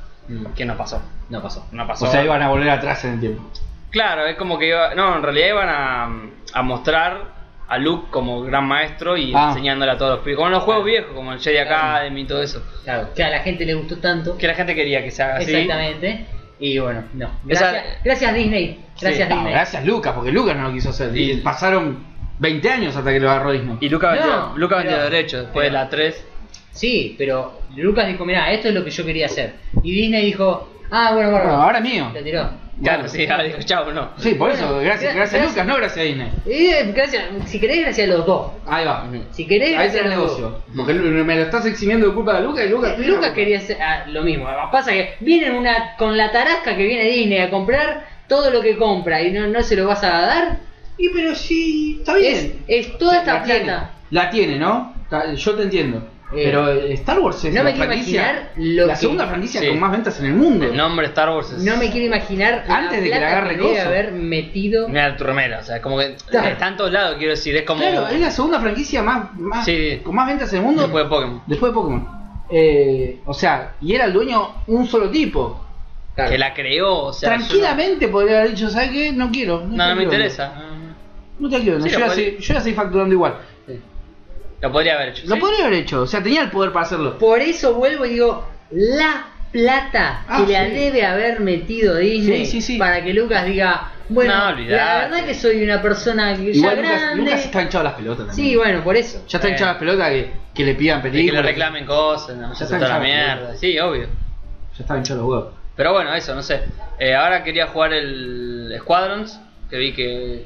Speaker 2: Que no pasó.
Speaker 3: No pasó.
Speaker 2: No pasó.
Speaker 4: Mm. O sea, iban a volver atrás en el tiempo.
Speaker 2: Claro, es como que iba, no, en realidad iban a, a mostrar a Luke como gran maestro y
Speaker 4: Ah.
Speaker 2: enseñándole a todos los pibes, como en los juegos viejos, como el Jedi Academy y todo eso.
Speaker 1: Claro, que a la gente le gustó tanto.
Speaker 2: Que la gente quería que se haga así.
Speaker 1: Exactamente. Y bueno, no.
Speaker 2: Esa-
Speaker 1: Gracias, gracias Disney. Gracias
Speaker 2: Sí.
Speaker 4: No,
Speaker 1: Disney.
Speaker 4: gracias Lucas, porque Lucas no lo quiso hacer. Y
Speaker 2: Sí.
Speaker 4: pasaron 20 años hasta que lo agarró Disney.
Speaker 2: Y Luca vendió,
Speaker 1: No,
Speaker 2: Luca vendió
Speaker 1: pero-
Speaker 2: derechos después de
Speaker 1: pero-
Speaker 2: la 3.
Speaker 1: Sí, pero Lucas dijo, mirá, esto es lo que yo quería hacer. Y Disney dijo, ah, bueno, bueno.
Speaker 4: Bueno, ahora mío.
Speaker 1: Lo tiró.
Speaker 2: Claro,
Speaker 4: Bueno.
Speaker 2: sí, ahora dijo, chavo, no.
Speaker 4: Sí, por
Speaker 1: Bueno,
Speaker 4: eso, gracias,
Speaker 1: gra-
Speaker 4: gracias
Speaker 1: gracias.
Speaker 4: Lucas, no gracias a Disney.
Speaker 1: Eh, gracias, si querés, gracias a los dos.
Speaker 4: Ahí va.
Speaker 1: Si querés,
Speaker 4: Ahí está
Speaker 1: gracias
Speaker 4: el
Speaker 1: a los dos.
Speaker 4: negocio. Porque Lu- me lo estás eximiendo de culpa de Lucas y Lucas.
Speaker 1: Eh, Lucas quería hacer ah, lo mismo. Pasa que vienen una, con la tarasca que viene Disney a comprar todo lo que compra y no, no se lo vas a dar.
Speaker 4: Y pero sí, está
Speaker 1: Es,
Speaker 4: bien.
Speaker 1: es toda esta plata.
Speaker 4: Tiene, la tiene, ¿no? Ta- Yo te entiendo. pero eh, Star Wars es
Speaker 1: no me
Speaker 4: la
Speaker 1: quiero
Speaker 4: franquicia-
Speaker 1: imaginar lo
Speaker 4: la
Speaker 1: que-
Speaker 4: segunda franquicia
Speaker 2: Sí.
Speaker 4: con más ventas en el mundo.
Speaker 2: El nombre Star Wars es.
Speaker 1: No me quiero imaginar
Speaker 4: Antes de que
Speaker 1: plata
Speaker 4: le agarre
Speaker 1: debe
Speaker 4: coso.
Speaker 1: haber metido.
Speaker 2: Mira tu remera, o sea, como que
Speaker 4: Claro.
Speaker 2: está en todos lados, quiero decir, es como.
Speaker 4: Claro, es la segunda franquicia más, más
Speaker 2: Sí.
Speaker 4: con más ventas en el mundo
Speaker 2: Después de Pokémon.
Speaker 4: después de Pokémon. Eh, o sea, y era el dueño un solo tipo.
Speaker 2: Que la creó, o sea. yo no-
Speaker 4: Tranquilamente podría haber dicho, ¿sabes qué? No quiero.
Speaker 2: No, no
Speaker 4: te
Speaker 2: me
Speaker 4: quiero".
Speaker 2: interesa.
Speaker 4: No te quiero,
Speaker 2: Sí,
Speaker 4: yo,
Speaker 2: lo
Speaker 4: ya
Speaker 2: podría-
Speaker 4: soy- yo ya estoy facturando igual.
Speaker 2: Lo podría haber hecho.
Speaker 4: Lo
Speaker 2: sí.
Speaker 4: podría haber hecho, o sea, tenía el poder para hacerlo.
Speaker 1: Por eso vuelvo y digo, la plata
Speaker 4: Ah,
Speaker 1: que la
Speaker 4: sí.
Speaker 1: debe haber metido Disney
Speaker 4: Sí, sí, sí.
Speaker 1: para que Lucas diga, bueno,
Speaker 2: No,
Speaker 1: la
Speaker 2: olvidate.
Speaker 1: verdad que soy una persona que ya
Speaker 4: Igual Lucas,
Speaker 1: grande.
Speaker 4: Lucas está hinchado las pelotas también.
Speaker 1: Sí, bueno, por eso.
Speaker 4: Ya está
Speaker 2: Eh.
Speaker 4: hinchado las pelotas que, que le pidan
Speaker 2: Y que le
Speaker 4: películas.
Speaker 2: reclamen cosas, no, ya
Speaker 4: Ya
Speaker 2: está
Speaker 4: está
Speaker 2: toda la
Speaker 4: hinchado,
Speaker 2: mierda. Sí, obvio.
Speaker 4: Ya está hinchado los huevos.
Speaker 2: Pero bueno, eso, no sé. Eh, ahora quería jugar el Squadrons, que vi que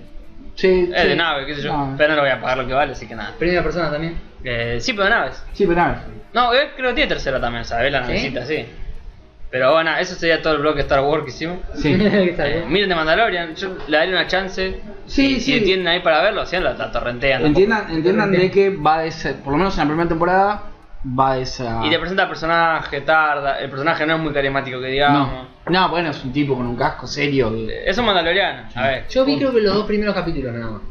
Speaker 4: Sí,
Speaker 2: es
Speaker 4: sí.
Speaker 2: de nave, qué sé yo.
Speaker 4: No.
Speaker 2: Pero no lo voy a pagar lo que vale, así que nada.
Speaker 1: Primera persona también.
Speaker 2: Eh, sí, pero de naves.
Speaker 4: Sí, pero nave.
Speaker 2: No, eh, creo que tiene tercera también, ¿sabes? La
Speaker 1: ¿Sí?
Speaker 2: navecita, sí. Pero bueno, eso sería todo el bloque Star Wars que hicimos.
Speaker 1: [laughs]
Speaker 4: Sí.
Speaker 2: [laughs]
Speaker 1: Está
Speaker 2: Eh,
Speaker 1: bien.
Speaker 2: miren de Mandalorian, yo le daré una chance.
Speaker 4: Sí,
Speaker 2: si,
Speaker 4: sí.
Speaker 2: Si tienen ahí para verlo, si no, la, la torrentean. tampoco.
Speaker 4: entiendan entiendan de que va de ese, por lo menos en la primera temporada, va de esa.
Speaker 2: Y te presenta personaje, tarda. El personaje no es muy carismático, que digamos.
Speaker 4: no. no, bueno, es un tipo con un casco serio. que-
Speaker 2: Eh, Es un mandaloriano, a ver.
Speaker 1: Yo vi creo que los dos primeros capítulos nada más.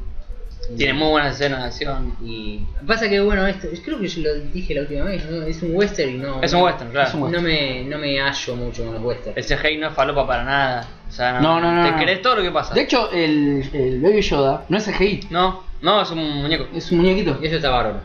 Speaker 2: Tiene muy buenas escenas de acción.
Speaker 1: Y pasa que bueno, esto, creo que yo lo dije la última vez, ¿no? es un western y no,
Speaker 2: Es un western, claro.
Speaker 4: Es un western.
Speaker 1: no me no me hallo mucho con los westerns.
Speaker 2: El CGI no es falopa para nada. O sea,
Speaker 4: No,
Speaker 2: no,
Speaker 4: no, no,
Speaker 2: Te
Speaker 4: no.
Speaker 2: crees todo lo que pasa.
Speaker 4: De hecho, el, el Baby Yoda no es CGI,
Speaker 2: No, no, es un muñeco.
Speaker 4: es un muñequito.
Speaker 1: Y eso está bárbaro.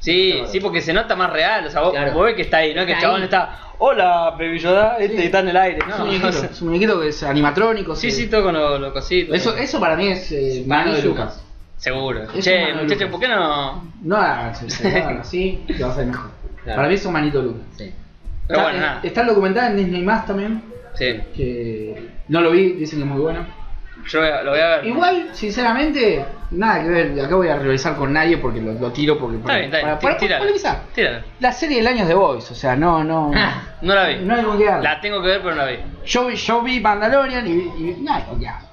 Speaker 2: Sí, sí, porque se nota más real. O sea, vos,
Speaker 1: Claro.
Speaker 2: vos ves que está ahí, ¿no? Que el
Speaker 1: Está
Speaker 2: chabón
Speaker 1: ahí.
Speaker 2: está. Hola, Baby Yoda, este está en el aire.
Speaker 4: Es
Speaker 2: No,
Speaker 4: un muñequito,
Speaker 2: o sea,
Speaker 4: es un muñequito que es animatrónico.
Speaker 2: sí,
Speaker 4: que-
Speaker 2: sí, todo con los lo cositos.
Speaker 4: Eso, eso para mí es eh, mano de Lucas.
Speaker 2: Seguro.
Speaker 4: Eso es
Speaker 2: che,
Speaker 4: mano de
Speaker 2: muchachos,
Speaker 4: Lucas.
Speaker 2: ¿por qué no.?
Speaker 4: No hagas eso, no hagan así, te vas a ir mejor.
Speaker 1: Claro.
Speaker 4: Para mí es un manito de Lucas.
Speaker 1: Sí.
Speaker 2: Pero
Speaker 4: está, eh,
Speaker 2: bueno, nada.
Speaker 4: está el documental en Disney Más también,
Speaker 2: Sí,
Speaker 4: que no lo vi, dicen que es muy bueno.
Speaker 2: yo voy a- lo voy a ver.
Speaker 4: Igual, sinceramente, nada que ver, acá voy a revisar con nadie porque lo, lo tiro porque
Speaker 2: Está bien, está bien.
Speaker 4: para, para-
Speaker 2: tíralo.
Speaker 4: para revisar.
Speaker 2: Tíralo.
Speaker 4: La serie del año es The Voice, o sea,
Speaker 2: [laughs]
Speaker 4: no, no.
Speaker 1: Ah,
Speaker 2: No la vi.
Speaker 4: No hay con qué darle.
Speaker 2: La tengo que ver, pero no la vi.
Speaker 4: Yo, vi- yo vi Mandalorian y, y no hay con qué darle.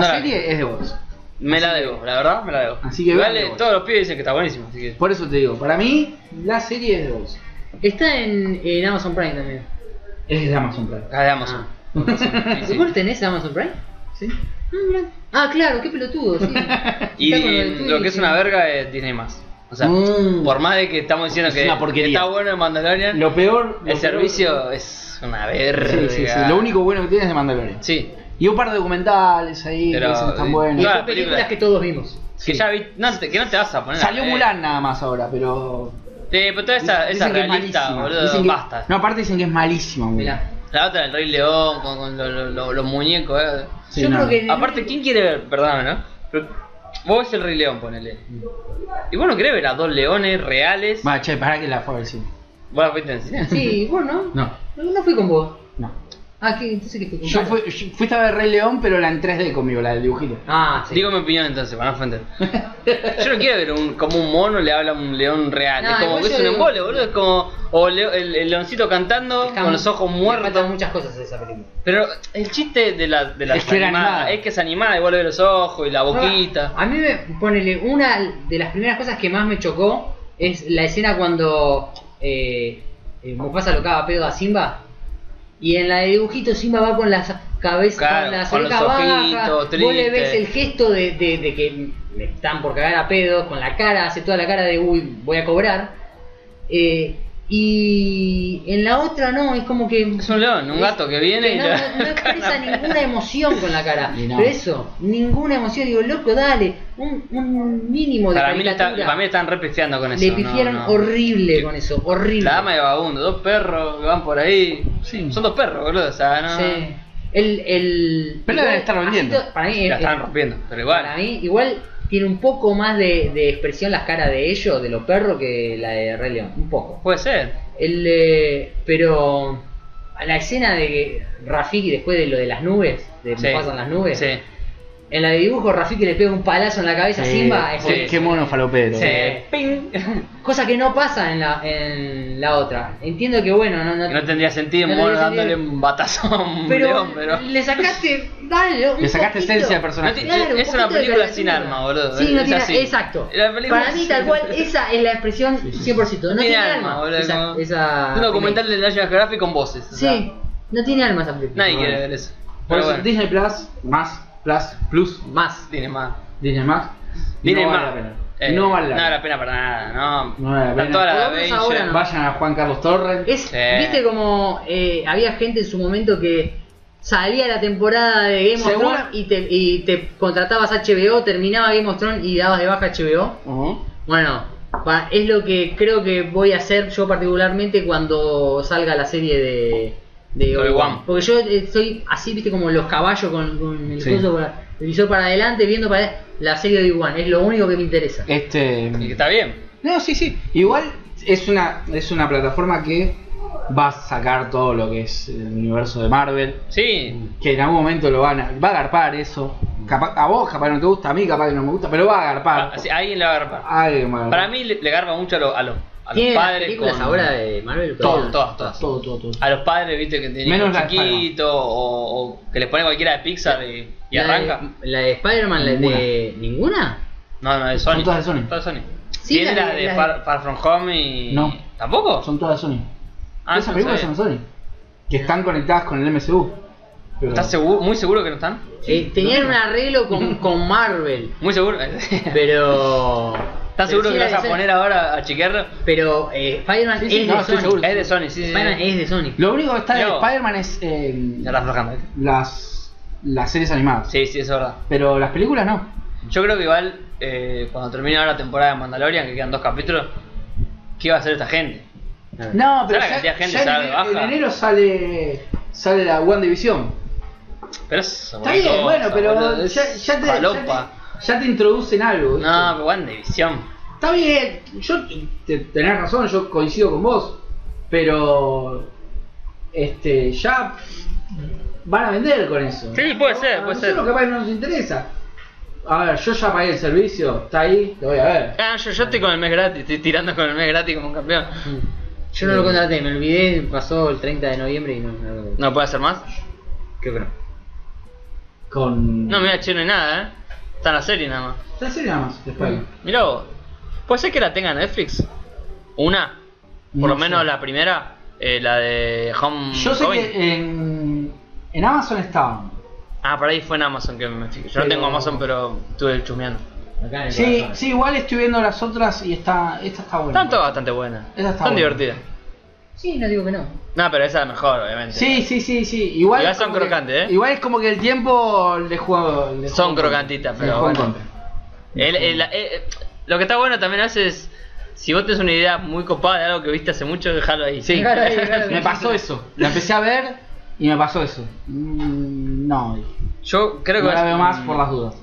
Speaker 2: No la
Speaker 4: serie es The Voice.
Speaker 2: Me la debo, la verdad, me la debo.
Speaker 4: Así que
Speaker 2: Igual,
Speaker 4: vean
Speaker 2: eh,
Speaker 4: The
Speaker 2: todos los pibes dicen que está buenísimo. Así que...
Speaker 4: Por eso te digo, para mí, la serie es The Voice.
Speaker 1: Está en, en Amazon Prime también.
Speaker 4: Es de
Speaker 2: [laughs]
Speaker 4: Amazon Prime.
Speaker 2: Ah, de Amazon.
Speaker 4: Ah.
Speaker 2: Sí,
Speaker 4: [laughs]
Speaker 2: sí.
Speaker 1: ¿Vos tenés Amazon Prime?
Speaker 4: ¿Sí?
Speaker 1: Ah, mirá. Ah, claro, qué pelotudo,
Speaker 4: [laughs]
Speaker 1: sí. Está con
Speaker 2: Y
Speaker 1: de
Speaker 2: lo que es
Speaker 1: Twitch.
Speaker 2: una verga es Disney más. O sea,
Speaker 4: Mm.
Speaker 2: por más de que estamos diciendo
Speaker 4: Es
Speaker 2: que
Speaker 4: una porquería.
Speaker 2: está bueno el Mandalorian,
Speaker 4: Lo peor. lo
Speaker 2: el
Speaker 4: peor-
Speaker 2: servicio es una verga.
Speaker 4: Sí, sí, sí. Lo único bueno que tiene es de Mandalorian.
Speaker 2: Sí,
Speaker 4: Y un par de documentales ahí
Speaker 2: Pero-
Speaker 4: que dicen que están
Speaker 2: y-
Speaker 4: buenos.
Speaker 1: Y
Speaker 2: Claro,
Speaker 1: son películas
Speaker 2: película.
Speaker 1: que todos vimos.
Speaker 4: Sí.
Speaker 2: que ya vi, no te, que no te vas a poner.
Speaker 4: Salió
Speaker 2: eh,
Speaker 4: Mulan nada más ahora, pero.
Speaker 2: Sí, pero toda esa, esa
Speaker 4: dicen que es
Speaker 2: realista,
Speaker 4: malísima.
Speaker 2: boludo,
Speaker 4: Dicen que-
Speaker 2: basta.
Speaker 4: No, aparte dicen que es malísima, Mulan.
Speaker 1: Mirá.
Speaker 2: No, La otra del Rey León, con, con lo- lo- lo- los muñecos. eh.
Speaker 4: Sí,
Speaker 2: Yo
Speaker 4: no.
Speaker 2: creo que. Aparte, ¿quién quiere ver? Perdóname, ¿no? Pero vos ves el Rey León, ponele. Y vos no querés ver a dos leones reales.
Speaker 4: Mm. Va, che, pará que la fue a ver, sí.
Speaker 2: Bueno, fuiste en cine.
Speaker 1: Sí, vos no.
Speaker 4: No,
Speaker 1: No, no fui con vos.
Speaker 4: no.
Speaker 1: Ah, ¿qué? entonces que fui con
Speaker 4: Yo
Speaker 1: Pablo.
Speaker 4: fui, yo- fuiste a ver Rey León, pero la en 3D conmigo, la del dibujito.
Speaker 1: Ah, sí.
Speaker 2: Digo mi opinión entonces, para no ofender. Yo no quiero ver un, como un mono le habla a un león real.
Speaker 1: No,
Speaker 2: es como
Speaker 1: igual
Speaker 2: que
Speaker 1: yo
Speaker 2: es un
Speaker 1: digo-
Speaker 2: embole, boludo. Es como. O leo- el, el leoncito cantando
Speaker 1: Está
Speaker 2: con
Speaker 1: mu-
Speaker 2: los ojos
Speaker 1: le
Speaker 2: muertos.
Speaker 1: faltan muchas cosas de esa película.
Speaker 2: Pero el chiste de la, de la
Speaker 4: Es que era animada.
Speaker 2: es que es animada, igual lo de los ojos y la boquita.
Speaker 1: A mí me ponele una de las primeras cosas que más me chocó es la escena cuando eh, eh, Mufasa lo caga a pedo a Simba y en la de dibujito Simba va con las cabezas,
Speaker 2: Claro,
Speaker 1: con las
Speaker 2: con los
Speaker 1: orejas bajas,
Speaker 2: ojitos,
Speaker 1: vos le
Speaker 2: triste.
Speaker 1: ves el gesto de, de- de que me están por cagar a pedo, con la cara, hace toda la cara de uy, voy a cobrar. Eh, y en la otra no, es como que
Speaker 2: Es un león, un
Speaker 1: es-
Speaker 2: gato que viene y
Speaker 1: no,
Speaker 2: le-
Speaker 1: no-
Speaker 2: [laughs]
Speaker 1: no expresa ninguna emoción con la cara.
Speaker 4: Y no.
Speaker 1: Pero eso, ninguna emoción. Digo, loco, dale, un, un mínimo de
Speaker 2: para, mí le está-
Speaker 1: caricatura.
Speaker 2: para mí le están repisteando con eso.
Speaker 1: Le
Speaker 2: no,
Speaker 1: pifiaron
Speaker 2: no.
Speaker 1: horrible con eso, horrible.
Speaker 2: La dama de vagabundo, dos perros que van por ahí.
Speaker 4: Sí.
Speaker 2: Son dos perros, boludo. O sea, no.
Speaker 1: Sí. El, el,
Speaker 4: Pero la deben estar
Speaker 1: así
Speaker 4: vendiendo.
Speaker 1: to- Para mí,
Speaker 2: La
Speaker 1: eh,
Speaker 2: están rompiendo, pero igual.
Speaker 1: para mí, igual tiene un poco más de, de expresión las caras de ellos, de los perros, que la de Rey León. Un poco.
Speaker 2: Puede ser.
Speaker 1: El, eh, pero la escena de Rafiki después de lo de las nubes, de
Speaker 2: Sí.
Speaker 1: pasan las nubes.
Speaker 2: Sí.
Speaker 1: En la de dibujo, Rafiki le pega un palazo en la cabeza a Simba. es
Speaker 4: Sí, qué, qué mono falopero.
Speaker 1: Sí.
Speaker 2: Ping.
Speaker 1: Cosa que no pasa en la, en la otra. Entiendo que, bueno, no, no-
Speaker 2: No tendría sentido
Speaker 1: No
Speaker 2: un mono
Speaker 1: tendría
Speaker 2: dándole
Speaker 1: sentido.
Speaker 2: un batazo a un
Speaker 1: pero,
Speaker 2: león, pero.
Speaker 1: le sacaste. Dale, un
Speaker 4: Le sacaste
Speaker 1: poquito.
Speaker 4: esencia al
Speaker 2: No
Speaker 4: personaje.
Speaker 2: ti-
Speaker 1: Ah, Claro, un
Speaker 2: es una
Speaker 1: poquito de
Speaker 2: película sin
Speaker 1: caricatura.
Speaker 2: arma, boludo.
Speaker 1: Sí, no
Speaker 2: es
Speaker 1: tiene-
Speaker 2: así.
Speaker 1: exacto.
Speaker 2: La película
Speaker 1: Para mí, tal
Speaker 2: sin-
Speaker 1: cual, esa es la expresión 100%. No,
Speaker 2: No
Speaker 1: tiene,
Speaker 2: tiene
Speaker 1: alma.
Speaker 2: alma, boludo,
Speaker 1: esa,
Speaker 2: como-
Speaker 1: esa-
Speaker 2: Un documental de National Geographic con voces. o sea,
Speaker 1: Sí, no tiene alma esa película.
Speaker 2: nadie quiere ver eso.
Speaker 4: Por
Speaker 2: Pero
Speaker 4: eso
Speaker 2: bueno,
Speaker 4: Disney Plus, más, Plus, Plus,
Speaker 1: Más.
Speaker 2: tiene más.
Speaker 4: Disney más.
Speaker 2: Tiene
Speaker 4: no
Speaker 2: más.
Speaker 4: Vale la pena.
Speaker 2: Eh,
Speaker 4: no vale la
Speaker 2: No
Speaker 4: pena.
Speaker 2: vale la pena para nada, no.
Speaker 4: No vale la
Speaker 2: Están
Speaker 4: pena.
Speaker 2: todas las
Speaker 1: Por lo menos
Speaker 2: Avengers.
Speaker 1: ahora no.
Speaker 4: Vayan a Juan Carlos Torres.
Speaker 1: Es,
Speaker 2: Sí.
Speaker 1: viste como eh, había gente en su momento que salía la temporada de Game of
Speaker 4: Seguro-
Speaker 1: Thrones y te, y te contratabas HBO, terminaba Game of Thrones y dabas de baja HBO.
Speaker 4: Ujú.
Speaker 1: Bueno, pa- es lo que creo que voy a hacer yo particularmente cuando salga la serie de, de
Speaker 2: Obi-Wan.
Speaker 1: Porque yo estoy así, viste, como los caballos con, con el
Speaker 4: Sí.
Speaker 1: coso para- el visor para adelante, viendo para la serie de Obi-Wan. Es lo único que me interesa.
Speaker 4: Este.
Speaker 2: Y que está bien.
Speaker 4: No, sí, sí. Igual es una, es una plataforma que va a sacar todo lo que es el universo de Marvel.
Speaker 2: Sí.
Speaker 4: Que en algún momento lo van a. Va a agarpar eso. Capaz- a vos capaz no te gusta, a mí capaz que no me gusta, pero va a agarpar.
Speaker 2: Ah, sí, Alguien le va a agarpar.
Speaker 4: Alguien va a agarpar.
Speaker 2: Para mí le, le garba mucho a, lo- a los- a los
Speaker 1: ¿Tiene las
Speaker 2: padres.
Speaker 1: películas
Speaker 2: con-
Speaker 1: ahora de Marvel?
Speaker 2: Todo, todas, todas.
Speaker 4: Todo, todo, todo.
Speaker 2: A los padres, viste, que tienen
Speaker 4: Menos
Speaker 2: hijos
Speaker 4: la de
Speaker 2: chiquitos o, o que les pone cualquiera de Pixar y, y
Speaker 1: La de-
Speaker 2: arranca.
Speaker 1: ¿La de Spider-Man? ¿La de ninguna?
Speaker 2: No, no, de Sony.
Speaker 4: Son todas de Sony.
Speaker 2: Todas de Sony.
Speaker 1: Sí,
Speaker 2: Tiene
Speaker 1: la
Speaker 2: la
Speaker 1: de-
Speaker 2: de
Speaker 1: la de-
Speaker 2: Far, Far From Home y.
Speaker 4: No.
Speaker 2: ¿Tampoco?
Speaker 4: Son todas Sony.
Speaker 2: Ah,
Speaker 4: Esas
Speaker 2: no
Speaker 4: películas
Speaker 2: sabía.
Speaker 4: son Sony. Que están conectadas con el MCU. Pero-
Speaker 2: ¿Estás seguro, muy seguro que no están?
Speaker 1: Eh, tenían un arreglo con, con Marvel,
Speaker 2: Muy
Speaker 4: [laughs]
Speaker 2: seguro. [laughs] ¿Estás
Speaker 1: pero. pero
Speaker 2: seguro
Speaker 1: sí
Speaker 2: que
Speaker 1: era
Speaker 2: vas a
Speaker 1: de Sony.
Speaker 2: poner ahora a chequearlo?
Speaker 1: Pero eh, Spider-Man
Speaker 4: Sí, sí,
Speaker 1: es
Speaker 4: no,
Speaker 1: de
Speaker 4: estoy
Speaker 1: Sony.
Speaker 4: seguro.
Speaker 2: Es de Sony, sí, sí.
Speaker 1: Spider-Man
Speaker 2: sí.
Speaker 1: es de Sony.
Speaker 4: Lo único que está de
Speaker 2: Yo-
Speaker 4: Spider-Man es eh,
Speaker 2: Ya está aflojando. ¿viste?
Speaker 4: las, las series animadas.
Speaker 2: Sí, sí, es verdad.
Speaker 4: Pero las películas no.
Speaker 2: Yo creo que igual, eh, cuando termine ahora la temporada de Mandalorian, que quedan dos capítulos, ¿qué va a hacer esta gente? ¿Sabes
Speaker 4: No, pero
Speaker 2: la
Speaker 4: ya,
Speaker 2: cantidad de gente
Speaker 4: ya en,
Speaker 2: sabe,
Speaker 4: en
Speaker 2: baja?
Speaker 4: enero sale sale la One División.
Speaker 2: Pero eso es
Speaker 4: Está bien,
Speaker 2: otra
Speaker 4: bueno,
Speaker 2: cosa, boludo,
Speaker 4: pero
Speaker 2: es
Speaker 4: ya, ya te, ya,
Speaker 2: falopa.
Speaker 4: te, ya te introducen algo. ¿viste?
Speaker 2: No, pero bueno, división.
Speaker 4: Está bien, yo te- tenés razón, yo coincido con vos, pero este ya van a vender con eso.
Speaker 2: Sí, puede ser,
Speaker 4: A
Speaker 2: puede
Speaker 4: nosotros
Speaker 2: ser.
Speaker 4: capaz que no nos interesa. A ver, yo ya pagué el servicio, está ahí, lo voy a ver.
Speaker 2: Ah, yo, yo estoy con el mes gratis, estoy tirando con el mes gratis como un campeón.
Speaker 1: Yo no lo contraté, me olvidé, pasó el 30 de noviembre y no. no lo-
Speaker 2: ¿No puede hacer más?
Speaker 1: Creo que no.
Speaker 4: Con
Speaker 2: No, mira, che, no hay nada, ¿eh? Está en la serie nada más.
Speaker 4: la serie nada más después.
Speaker 2: Mirá vos. ¿Puede ser que la tenga Netflix? ¿Una? Por
Speaker 4: No
Speaker 2: lo menos
Speaker 4: sé.
Speaker 2: la primera, eh, la de Home.
Speaker 4: Yo sé
Speaker 2: Going.
Speaker 4: que en, en Amazon estaban.
Speaker 2: Ah, por ahí fue en Amazon que me fijé. Yo
Speaker 4: Pero-
Speaker 2: no tengo Amazon, pero estuve chusmeando.
Speaker 1: Acá en el
Speaker 4: Sí,
Speaker 1: corazón.
Speaker 4: sí, igual estoy viendo las otras y esta, esta está buena.
Speaker 2: Están todas bastante buenas.
Speaker 4: Esa está
Speaker 2: Están
Speaker 4: buena.
Speaker 2: divertidas.
Speaker 1: Sí, no digo que no. [laughs]
Speaker 2: No, pero esa es la mejor, obviamente.
Speaker 4: Sí, sí, sí, sí. Igual,
Speaker 2: Igual
Speaker 4: es
Speaker 2: son
Speaker 4: como que-
Speaker 2: crocantes, ¿eh?
Speaker 4: Igual es como que el tiempo le juega. le
Speaker 2: Son
Speaker 4: juega en
Speaker 2: crocantitas,
Speaker 4: contra.
Speaker 2: pero
Speaker 4: Le juega en
Speaker 2: bueno.
Speaker 4: contra.
Speaker 2: El- el- la- eh, eh, lo que está bueno también hace es. Si vos tenés una idea muy copada de algo que viste hace mucho, dejalo ahí.
Speaker 4: Sí.
Speaker 1: Dejalo ahí, dejalo ahí.
Speaker 4: Me pasó eso. La empecé a ver Y me pasó eso. Mm, no, dije.
Speaker 2: Yo creo que
Speaker 4: no la
Speaker 2: es-
Speaker 4: veo más por las dudas.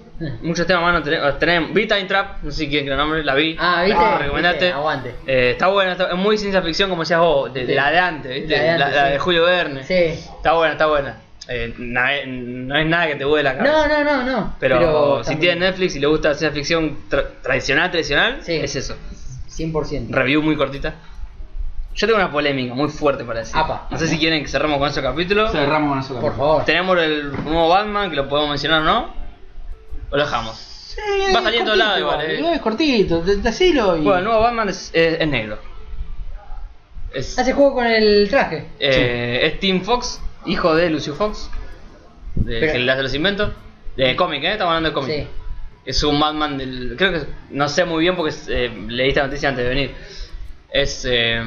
Speaker 2: Muchos temas más no tenemos. tenemos- Vi Time Trap, no sé quién que el nombre, la vi.
Speaker 3: Ah, ¿viste?
Speaker 2: La recomendaste.
Speaker 3: Viste, Aguante.
Speaker 2: Eh, está buena, está- es muy ciencia ficción como decías vos, de, de
Speaker 3: Sí.
Speaker 2: la de antes, ¿viste?
Speaker 3: La de
Speaker 2: La,
Speaker 3: antes,
Speaker 2: la
Speaker 3: sí.
Speaker 2: de Julio Verne.
Speaker 3: Sí.
Speaker 2: Está buena, está buena. Eh, na- no es nada que te vuele la cabeza.
Speaker 3: No, no, no, no.
Speaker 2: Pero,
Speaker 3: está
Speaker 2: si
Speaker 3: muy
Speaker 2: tiene Netflix y le gusta la ciencia ficción tra- tradicional, tradicional,
Speaker 3: Sí.
Speaker 2: es eso.
Speaker 3: 100%.
Speaker 2: Review muy cortita. Yo tengo una polémica muy fuerte para decir.
Speaker 3: Apa.
Speaker 2: No sé si quieren que cerremos con ese capítulo.
Speaker 4: Cerramos con eso.
Speaker 3: Por favor.
Speaker 2: Tenemos el nuevo Batman, que lo podemos mencionar o no. O lo dejamos. Va a salir en todos lados igual, eh.
Speaker 4: Es cortito, de- decilo y.
Speaker 2: Bueno, el nuevo Batman es, es- es negro. Es,
Speaker 3: Hace juego con el traje.
Speaker 2: eh, es Tim Fox, hijo de Lucio Fox, de,
Speaker 3: Pero-
Speaker 2: que le hace los inventos. De cómic, ¿eh? Estamos hablando de cómic.
Speaker 3: Sí.
Speaker 2: Es un Batman del. Creo que. No sé muy bien porque eh, leí esta noticia antes de venir. Es eh,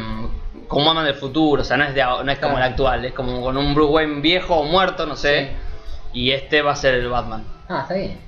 Speaker 2: como un Batman del futuro, o sea, no es, de, ahora- no es como
Speaker 3: Claro.
Speaker 2: el actual, es como con un Bruce Wayne viejo o muerto, no sé. Y este va a ser el Batman.
Speaker 3: Ah, está bien.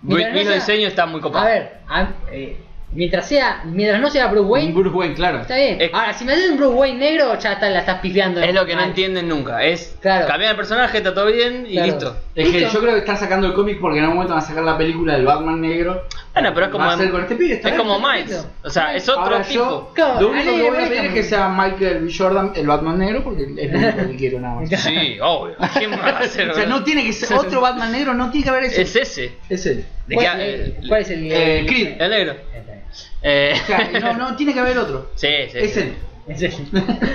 Speaker 2: Mi
Speaker 3: Mientras no sea-
Speaker 2: diseño está muy
Speaker 3: A
Speaker 2: copado.
Speaker 3: ver, a- eh, mientras sea, mientras no sea Bruce Wayne,
Speaker 4: Bruce Wayne, claro.
Speaker 3: está bien.
Speaker 2: Es-
Speaker 3: Ahora, si me haces un Bruce Wayne negro, ya está, la estás pifiando.
Speaker 2: Eh. Es lo que no
Speaker 3: Mal.
Speaker 2: entienden nunca. Es
Speaker 3: Claro.
Speaker 2: cambiar el personaje, está todo bien y
Speaker 3: Claro.
Speaker 2: listo.
Speaker 4: Es que
Speaker 3: Listo.
Speaker 4: yo creo que están sacando el cómic porque en algún momento van a sacar la película del Batman negro.
Speaker 2: Bueno, pero es como.
Speaker 4: Va a ser con este pibe, está
Speaker 2: es
Speaker 4: bien,
Speaker 2: como
Speaker 4: está
Speaker 2: Miles.
Speaker 3: perfecto.
Speaker 2: O sea, es otro
Speaker 4: Ahora
Speaker 2: tipo.
Speaker 4: yo,
Speaker 3: Claro,
Speaker 4: lo único
Speaker 3: ahí
Speaker 4: que voy a
Speaker 3: aparezca
Speaker 4: pedir es
Speaker 3: un-
Speaker 4: que sea Michael B. Jordan el Batman negro porque es lo único que quiero nada
Speaker 2: [laughs]
Speaker 4: más.
Speaker 2: Sí, obvio. ¿Quién más
Speaker 4: [laughs]
Speaker 2: va a ser,
Speaker 4: O sea,
Speaker 2: boludo?
Speaker 4: no tiene que ser otro Batman negro, no tiene que haber ese.
Speaker 2: Es ese.
Speaker 4: Es él.
Speaker 2: De
Speaker 3: ¿Cuál,
Speaker 2: que-
Speaker 3: eh,
Speaker 2: el-
Speaker 3: cuál es el,
Speaker 4: Eh,
Speaker 3: el-
Speaker 4: Creed.
Speaker 2: El negro.
Speaker 3: Está bien.
Speaker 2: Eh,
Speaker 4: O sea, no, no, tiene que haber otro.
Speaker 2: [laughs] sí, [laughs] sí.
Speaker 4: Es
Speaker 2: sí.
Speaker 4: él.
Speaker 3: Es el-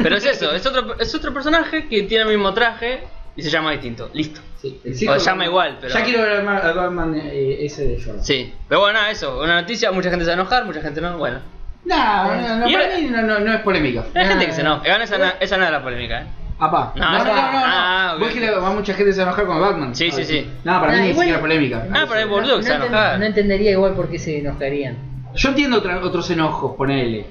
Speaker 2: Pero es eso, es otro, es otro personaje que tiene el mismo traje y se llama distinto. Listo.
Speaker 4: El
Speaker 2: O se llama igual, pero.
Speaker 4: Ya quiero ver al Ma- al Batman eh, ese de Jordan.
Speaker 2: Sí. Pero bueno, nada, eso. Una noticia, mucha gente se va a enojar, mucha gente no. Bueno.
Speaker 4: Nah, no, no,
Speaker 2: Eh, Y
Speaker 4: para
Speaker 2: era-
Speaker 4: mí no, no, no es polémica.
Speaker 2: Hay gente que
Speaker 3: Ah.
Speaker 2: se enoja. Igual Esa, na- esa no es la polémica, eh.
Speaker 4: Apá.
Speaker 2: No,
Speaker 4: No, no, no,
Speaker 2: apá.
Speaker 4: no. no.
Speaker 2: Ah,
Speaker 4: Vos
Speaker 2: ok.
Speaker 4: que le va mucha gente se va a enojar con el Batman.
Speaker 2: Sí, sí,
Speaker 4: Ah,
Speaker 2: sí.
Speaker 4: Nada, para
Speaker 3: Ah,
Speaker 4: mí ni
Speaker 3: igual-
Speaker 4: siquiera es polémica.
Speaker 2: Ah, pero hay boludo que se va a
Speaker 3: no, enten- no
Speaker 2: enojar.
Speaker 3: entendería igual por qué se enojarían.
Speaker 4: Yo entiendo otra- otros enojos, ponele.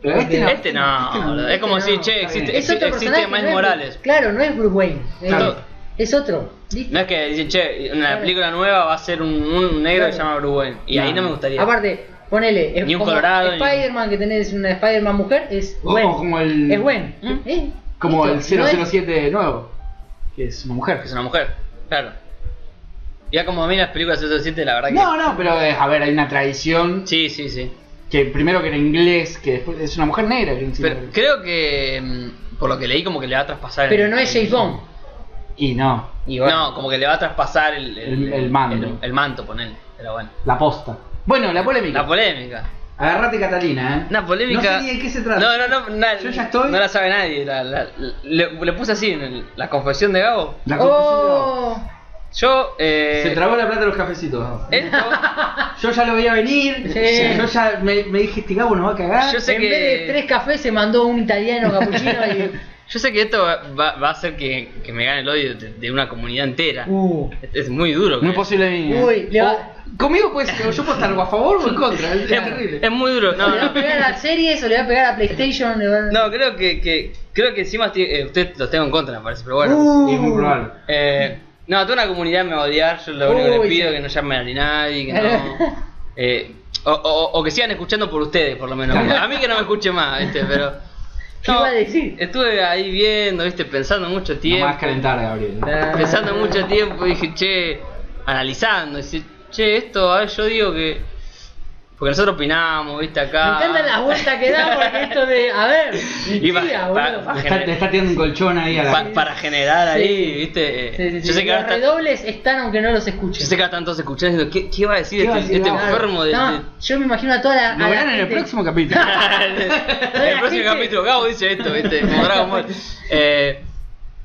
Speaker 4: Pero este no.
Speaker 2: Este no, boludo. es como
Speaker 3: este
Speaker 2: decir,
Speaker 3: no,
Speaker 2: che,
Speaker 4: está
Speaker 2: existe,
Speaker 4: bien.
Speaker 3: Es otro
Speaker 2: existe
Speaker 3: personaje.
Speaker 2: Miles
Speaker 3: no es Bru-
Speaker 2: Morales.
Speaker 3: Claro, no es Bruce Wayne. Es,
Speaker 4: Claro.
Speaker 3: es otro. Listo.
Speaker 2: No es que dicen, che, en la
Speaker 3: Claro.
Speaker 2: película nueva va a ser un, un negro que se
Speaker 3: Claro.
Speaker 2: llama Bruce Wayne. Y ahí
Speaker 4: No.
Speaker 2: no me gustaría.
Speaker 3: Aparte, ponele. Es
Speaker 2: Ni un
Speaker 3: como
Speaker 2: colorado, ni-
Speaker 3: Spider-Man que tenés una Spider-Man mujer es
Speaker 4: O
Speaker 3: Gwen.
Speaker 4: Oh, como el-
Speaker 3: Es Gwen.
Speaker 2: ¿Mm?
Speaker 3: Eh,
Speaker 4: Como el
Speaker 3: listo, no es-
Speaker 4: 007 nuevo. Que es una mujer.
Speaker 2: que es una mujer, claro. Ya como a mí las películas de 007, la verdad que.
Speaker 4: No, no, pero eh, a ver, hay una tradición
Speaker 2: Sí, sí, sí.
Speaker 4: que primero que era inglés, que después es una mujer negra. que encima-
Speaker 2: Pero creo que. mm, Por lo que leí, como que le va a traspasar. el-
Speaker 3: Pero no es James Bond.
Speaker 4: Y no,
Speaker 3: Y bueno,
Speaker 2: No, como que le va a traspasar el.
Speaker 4: El- el manto.
Speaker 2: El, el manto, ponele. Pero bueno.
Speaker 4: la posta. Bueno, la polémica.
Speaker 2: La polémica.
Speaker 4: Agarrate Catalina, ¿eh?
Speaker 2: Una polémica.
Speaker 4: No sé ni de qué se trata.
Speaker 2: No, no, no. na-
Speaker 4: Yo ya estoy.
Speaker 2: No la sabe nadie. la- la- le, le puse así en el- la confesión de Gabo.
Speaker 4: La confesión.
Speaker 3: ¡Oh!
Speaker 2: Yo. Eh,
Speaker 4: Se trabó la plata de los cafecitos.
Speaker 2: Esto.
Speaker 4: Yo ya lo veía venir.
Speaker 3: Sí.
Speaker 4: Yo ya me, me dije, este Gabo nos va a cagar.
Speaker 2: Yo sé
Speaker 3: en
Speaker 2: que-
Speaker 3: vez de tres cafés se mandó un italiano capuchino y.
Speaker 2: Yo sé que esto va, va- va a hacer que, que me gane el odio de, de una comunidad entera.
Speaker 3: Uh,
Speaker 2: Es, es muy duro.
Speaker 4: No
Speaker 2: creo.
Speaker 4: es posible venir. ¿eh?
Speaker 3: Uy, le va-
Speaker 4: O- Conmigo pues, yo puedo estar o a favor o en contra. Es terrible.
Speaker 2: Es, es muy duro. No,
Speaker 3: ¿Le va
Speaker 4: [laughs]
Speaker 3: a
Speaker 2: no.
Speaker 3: pegar a series o le va a pegar a PlayStation? Le va a- [laughs]
Speaker 2: No, creo que, que- creo que encima estoy- eh, ustedes los tengo en contra, me parece, pero bueno.
Speaker 3: Uh.
Speaker 4: Y es muy probable.
Speaker 2: Eh, no, toda una comunidad me va a odiar, yo lo único que
Speaker 3: Uy,
Speaker 2: les pido
Speaker 3: sí.
Speaker 2: es que no llamen a ni nadie, que
Speaker 4: [laughs]
Speaker 2: no... eh, o, o- o que sigan escuchando por ustedes, por lo
Speaker 3: [laughs]
Speaker 2: menos. A mí que no me escuchen más, este, pero...
Speaker 3: ¿Qué iba a decir?
Speaker 2: Estuve ahí viendo, viste, pensando mucho
Speaker 4: No
Speaker 2: tiempo.
Speaker 4: más calentar, Gabriel.
Speaker 2: pensando mucho tiempo dije, che, analizando, dice, che, esto, a ver, yo digo que. Porque nosotros opinamos, viste
Speaker 3: Me
Speaker 2: acá.
Speaker 3: encantan las vueltas que da porque esto de.
Speaker 2: [laughs]
Speaker 3: A ver,
Speaker 2: Y va-
Speaker 3: mentira,
Speaker 2: va-
Speaker 3: boludo.
Speaker 2: va-
Speaker 4: Está, te está tirando un colchón ahí a la.
Speaker 2: Pa- para generar
Speaker 3: Sí.
Speaker 2: ahí, viste. eh,
Speaker 3: Sí, sí, sí.
Speaker 2: Yo, sé que
Speaker 3: Los
Speaker 2: ahora está-
Speaker 3: redobles están aunque no los
Speaker 2: yo
Speaker 3: escuchen.
Speaker 2: sé que ahora están todos escuchando diciendo, ¿qué, qué va a decir
Speaker 4: ¿Qué va
Speaker 2: este,
Speaker 4: a decir?
Speaker 2: este
Speaker 4: Claro.
Speaker 2: enfermo de.? de-
Speaker 3: Ah, No, yo me imagino a toda la.
Speaker 4: Lo
Speaker 3: a la
Speaker 4: verán en el
Speaker 3: gente-
Speaker 2: [laughs]
Speaker 4: próximo [laughs] capítulo.
Speaker 2: en el próximo
Speaker 3: gente-
Speaker 2: capítulo, Gabo dice esto, viste, como Dragon Ball. Eh,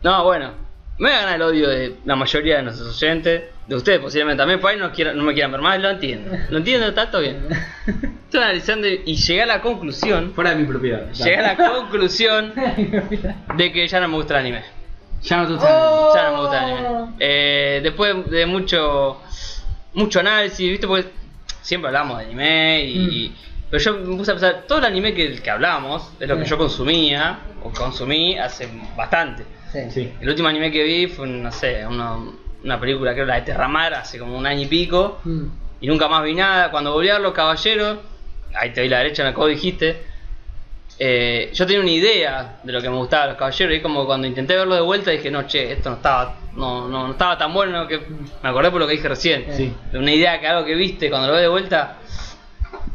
Speaker 2: no, bueno. Me gana el odio de la mayoría de nuestros oyentes, de ustedes posiblemente también, por ahí no, quieran- no me quieran ver más, lo entiendo. Lo entiendo, está todo bien. Estoy analizando y llegué a la conclusión.
Speaker 4: Fuera de mi propiedad.
Speaker 2: Llegué a la conclusión de que ya no me gusta el anime.
Speaker 4: Ya no te
Speaker 3: Oh.
Speaker 2: Ya no me gusta el anime. Eh, después de mucho mucho análisis, ¿viste? Porque siempre hablamos de anime y. y- Pero yo me puse a pensar, todo el anime que, que hablamos es lo que yo consumía, o consumí hace bastante.
Speaker 3: Sí.
Speaker 4: Sí.
Speaker 2: El último anime que vi fue, no sé, uno- una película, creo, la de Terramar, hace como un año y pico.
Speaker 3: Mm.
Speaker 2: Y nunca más vi nada. Cuando volví a ver Los Caballeros, ahí te vi la derecha en la que vos dijiste. eh, yo tenía una idea de lo que me gustaba de los caballeros y como cuando intenté verlo de vuelta dije, no, che, esto no estaba, no, no, no estaba tan bueno que me acordé por lo que dije recién.
Speaker 4: Sí.
Speaker 3: eh.
Speaker 2: De Una idea que algo que viste cuando lo ves de vuelta.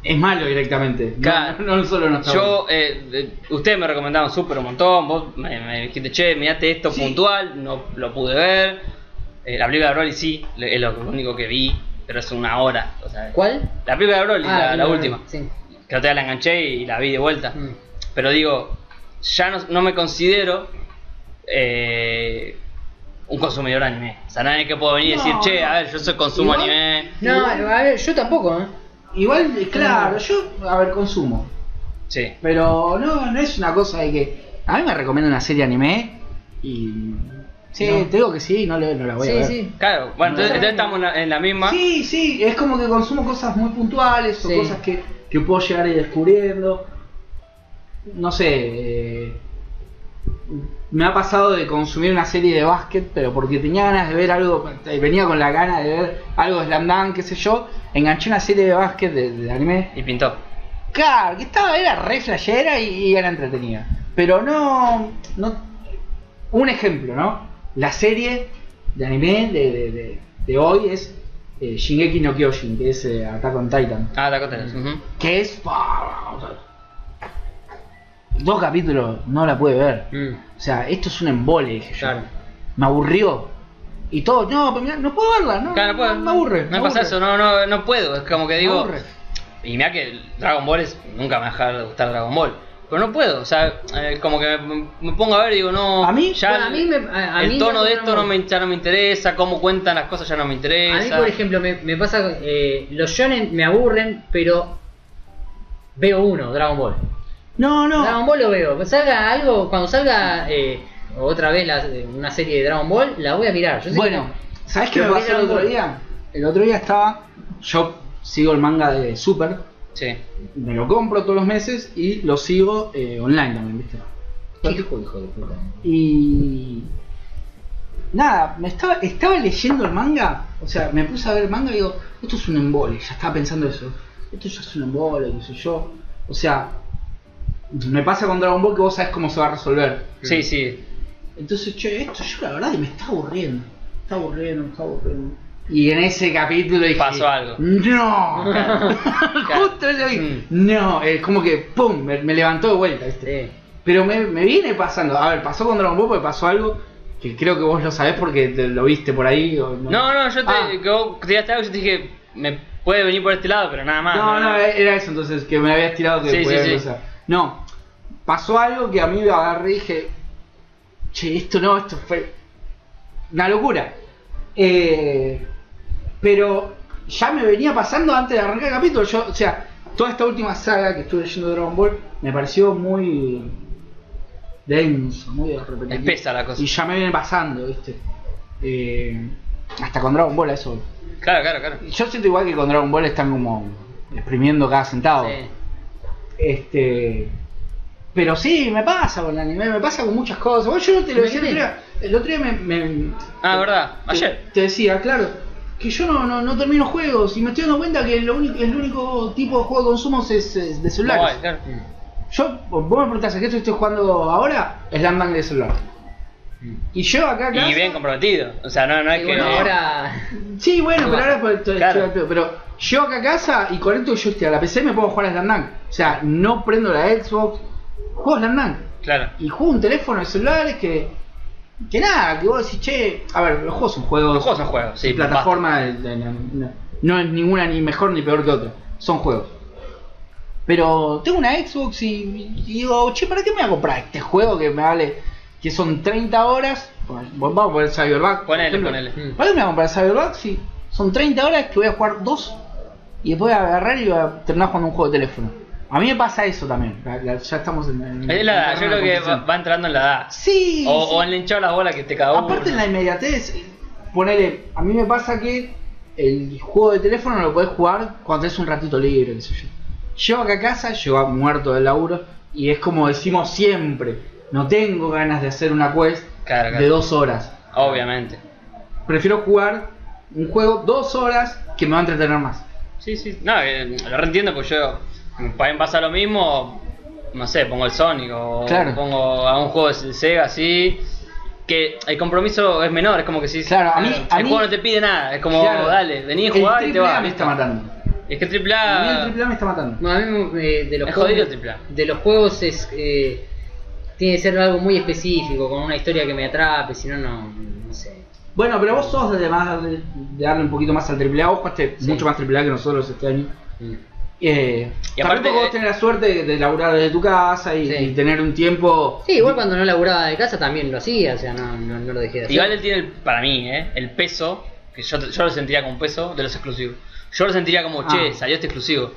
Speaker 4: Es malo directamente. No,
Speaker 2: Claro.
Speaker 4: no, no solo no está bueno.
Speaker 2: Yo, eh, eh, ustedes me recomendaron súper un montón, vos me, me dijiste, che, mirate esto
Speaker 4: Sí.
Speaker 2: puntual, no lo pude ver. Eh, la película de Broly sí, le- es lo único que vi, pero es una hora. o sea,
Speaker 3: ¿Cuál?
Speaker 2: La película de Broly,
Speaker 3: Ah,
Speaker 2: la, la
Speaker 3: primera,
Speaker 2: última.
Speaker 3: Sí.
Speaker 2: Que otra vez la enganché y la vi de vuelta.
Speaker 3: Mm.
Speaker 2: Pero digo, ya no, no me considero eh, un consumidor anime. O sea, nadie que pueda venir y decir,
Speaker 4: No,
Speaker 2: che,
Speaker 4: no.
Speaker 2: a ver, yo soy consumo
Speaker 4: Igual-
Speaker 2: anime.
Speaker 3: No, a ver, yo tampoco, ¿eh?
Speaker 4: Igual, eh, claro, yo, a ver, consumo.
Speaker 2: Sí.
Speaker 4: Pero no, no es una cosa de que. A mí me recomienda una serie anime y. Sí,
Speaker 3: No.
Speaker 4: te digo que sí, no, le- no la voy a
Speaker 3: Sí,
Speaker 4: ver.
Speaker 3: sí.
Speaker 2: Claro, bueno, entonces,
Speaker 4: No.
Speaker 2: entonces estamos en la, en la misma.
Speaker 4: Sí, sí, es como que consumo cosas muy puntuales o
Speaker 3: Sí.
Speaker 4: cosas que, que puedo llegar a ir descubriendo. No sé. eh, me ha pasado de consumir una serie de básquet, pero porque tenía ganas de ver algo, venía con la gana de ver algo de Slam Dunk, qué sé yo, enganché una serie de básquet de, de anime.
Speaker 2: Y pintó.
Speaker 4: Claro, que estaba, era re flashera y, y era entretenida. Pero no, no. Un ejemplo, ¿no? La serie de anime de, de- de- de hoy es eh, Shingeki no Kyojin, que es eh, Attack on Titan.
Speaker 2: Ah, la conté. ujú.
Speaker 4: Que es. pa, o sea, Dos capítulos, no la pude ver.
Speaker 3: Mm,
Speaker 4: O sea, esto es un embole, dije yo.
Speaker 3: claro.
Speaker 4: Me aburrió. Y todo, no, pero mirá, no puedo verla, no.
Speaker 2: Claro,
Speaker 4: no,
Speaker 2: pues,
Speaker 4: me aburre.
Speaker 2: Me pasa
Speaker 4: aburre,
Speaker 2: eso, no, no, no puedo. Es como que
Speaker 4: me
Speaker 2: digo.
Speaker 4: aburre.
Speaker 2: Y mira que Dragon Ball es. Nunca me va a dejar de gustar Dragon Ball. Pero no puedo, o sea, eh, como que me, me pongo a ver y digo, no.
Speaker 4: A mí-
Speaker 2: ya
Speaker 3: Bueno, a mí me- a- a
Speaker 2: el
Speaker 3: mí
Speaker 2: tono de esto no
Speaker 3: me-
Speaker 2: me, ya no me interesa, cómo cuentan las cosas ya no me interesa.
Speaker 3: A mí, por ejemplo, me, me pasa. con- Eh, los shonen me aburren, pero. Veo uno, Dragon Ball.
Speaker 4: No, no.
Speaker 3: Dragon Ball lo veo. Salga algo, cuando salga eh, otra vez la- eh, una serie de Dragon Ball, la voy a mirar. Yo sé
Speaker 4: Bueno, ¿sabes qué me
Speaker 3: Pero
Speaker 4: pasó el
Speaker 3: Dragon
Speaker 4: otro
Speaker 3: Ball.
Speaker 4: día? El otro día estaba. Yo sigo el manga de Super,
Speaker 2: Sí.
Speaker 4: me lo compro todos los meses y lo sigo eh, online también, ¿viste?
Speaker 3: que- ¿Qué hijo, hijo de puta?
Speaker 4: Y. Nada, me estaba, estaba leyendo el manga, o sea, me puse a ver el manga y digo, esto es un embole, ya estaba pensando eso, esto ya es un embole, qué sé yo. O sea, me pasa con Dragon Ball que vos sabés cómo se va a resolver.
Speaker 3: Mm.
Speaker 2: Sí, sí.
Speaker 4: Entonces, che, esto yo la verdad que me está aburriendo. Me está aburriendo, me está aburriendo. Y en ese capítulo dije,
Speaker 2: Pasó algo. [laughs]
Speaker 4: No. [laughs]
Speaker 2: Claro.
Speaker 4: Justo eso dije,
Speaker 2: Mm.
Speaker 4: No, es como que, ¡pum! Me, me levantó de vuelta. ¿viste?
Speaker 3: Sí.
Speaker 4: Pero me, me viene pasando. A ver, pasó con Dragon Ball porque pasó algo que creo que vos lo sabés porque te lo viste por ahí. o
Speaker 2: No, no, yo te,
Speaker 4: Ah.
Speaker 2: que vos tiraste algo y yo te dije, me puede venir por este lado, pero nada más.
Speaker 4: No,
Speaker 3: eh,
Speaker 4: no, era eso entonces, que me habías tirado que
Speaker 2: Sí,
Speaker 4: podía
Speaker 2: sí, sí.
Speaker 4: cruzar. No, pasó algo que a mí me agarré y dije, che, esto no, esto fue una locura. Eh, pero ya me venía pasando antes de arrancar el capítulo. Yo, o sea, toda esta última saga que estuve leyendo de Dragon Ball me pareció muy denso, muy repetitivo.
Speaker 2: Espesa la cosa.
Speaker 4: Y ya me viene pasando, ¿viste? Eh, hasta con Dragon Ball a eso. voy.
Speaker 2: Claro, claro, claro.
Speaker 4: Yo siento igual que con Dragon Ball están como exprimiendo cada centavo.
Speaker 2: Sí.
Speaker 4: Este. Pero sí, me pasa con el anime, me pasa con muchas cosas. Bueno, yo no te lo decía el otro día. El otro día me. me-
Speaker 2: Ah, verdad.
Speaker 4: te-
Speaker 2: Ayer.
Speaker 4: Te decía, claro, que yo no, no, no termino juegos y me estoy dando cuenta que lo único, el único tipo de juego que consumo es, es de celulares.
Speaker 2: Mobile, claro.
Speaker 4: Yo, vos me preguntás, ¿a qué estoy jugando ahora? Es Land Bank de celular. Y yo acá, acá.
Speaker 2: Mm. Y bien comprometido. O sea, no, no es
Speaker 3: Y
Speaker 2: que.
Speaker 3: bueno, ahora.
Speaker 4: Sí, bueno, pero ahora pues, estoy-
Speaker 2: Claro.
Speaker 4: estoy al pedo. pero yo acá a casa y conecto yo a la PC y me puedo jugar a Slandank. O sea, no prendo la Xbox, juego a Slandank.
Speaker 2: Claro.
Speaker 4: Y juego un teléfono de celulares que. que nada, que vos decís, che. A ver, los juegos son juegos.
Speaker 2: Los juegos son juegos, sí.
Speaker 4: de plataforma de- de- de- no, no es ninguna ni mejor ni peor que otra. Son juegos. Pero tengo una Xbox y, y digo, che, ¿para qué me voy a comprar este juego que me vale? Que son 30 horas. Bueno, Vamos a poner Cyberpunk. por
Speaker 2: Ponele,
Speaker 4: ejemplo.
Speaker 2: ponele.
Speaker 3: Mm.
Speaker 4: ¿Para qué me voy a comprar Cyberpunk si son 30 horas que voy a jugar dos y después voy a agarrar y voy a terminar jugando un juego de teléfono? A mí me pasa eso también. La- la- ya estamos en. en-
Speaker 2: Es la edad,
Speaker 4: en
Speaker 2: yo creo que va,
Speaker 4: competición.
Speaker 2: va entrando en la edad.
Speaker 4: Sí.
Speaker 2: o,
Speaker 4: sí.
Speaker 2: o han hinchado las bolas que te cada uno.
Speaker 4: Aparte en la inmediatez, ponele, a mí me pasa que el juego de teléfono lo podés jugar cuando tenés un ratito libre, qué sé yo. Llego acá a casa, llego muerto del laburo, y es como decimos siempre, no tengo ganas de hacer una quest
Speaker 2: Claro, claro.
Speaker 4: de dos horas.
Speaker 2: Obviamente.
Speaker 4: Prefiero jugar un juego dos horas que me va a entretener más.
Speaker 2: pues Sí, sí. No, eh, lo reentiendo porque yo. También pasa lo mismo. no sé, pongo el Sonic o
Speaker 4: Claro.
Speaker 2: pongo a un juego de Sega así, que el compromiso es menor, es como que si "Ah,
Speaker 4: Claro, a mí-
Speaker 2: el
Speaker 4: a mí-
Speaker 2: juego no te pide nada, es como
Speaker 4: Claro.
Speaker 2: dale, vení a
Speaker 4: El
Speaker 2: jugar y te Ah.
Speaker 4: triple A
Speaker 2: vas.
Speaker 4: me está matando.
Speaker 2: Es que triple
Speaker 4: A mí el
Speaker 2: A
Speaker 4: triple A me está matando.
Speaker 1: No, a mí me- eh, de los
Speaker 2: Es
Speaker 1: juegos,
Speaker 2: jodido triple A.
Speaker 1: de los juegos es eh, tiene que ser algo muy específico, con una historia que me atrape, si no no no sé.
Speaker 4: Bueno, pero vos sos de, más, de darle un poquito más al triple A. Vos jugaste
Speaker 1: Sí.
Speaker 4: mucho más triple A que nosotros este año.
Speaker 1: Mm.
Speaker 4: Eh,
Speaker 2: Y
Speaker 4: también
Speaker 2: aparte-
Speaker 4: porque vos tenés la suerte de, de laburar desde tu casa y,
Speaker 1: Sí.
Speaker 4: y tener un tiempo.
Speaker 1: Sí, igual cuando no laburaba de casa también lo hacía, o sea, no, no, no lo dejé de hacer.
Speaker 2: Igual él tiene, el- para mí, ¿eh? el peso, que yo, yo lo sentiría como peso de los exclusivos. Yo lo sentiría como,
Speaker 4: Ah.
Speaker 2: che, salió este exclusivo.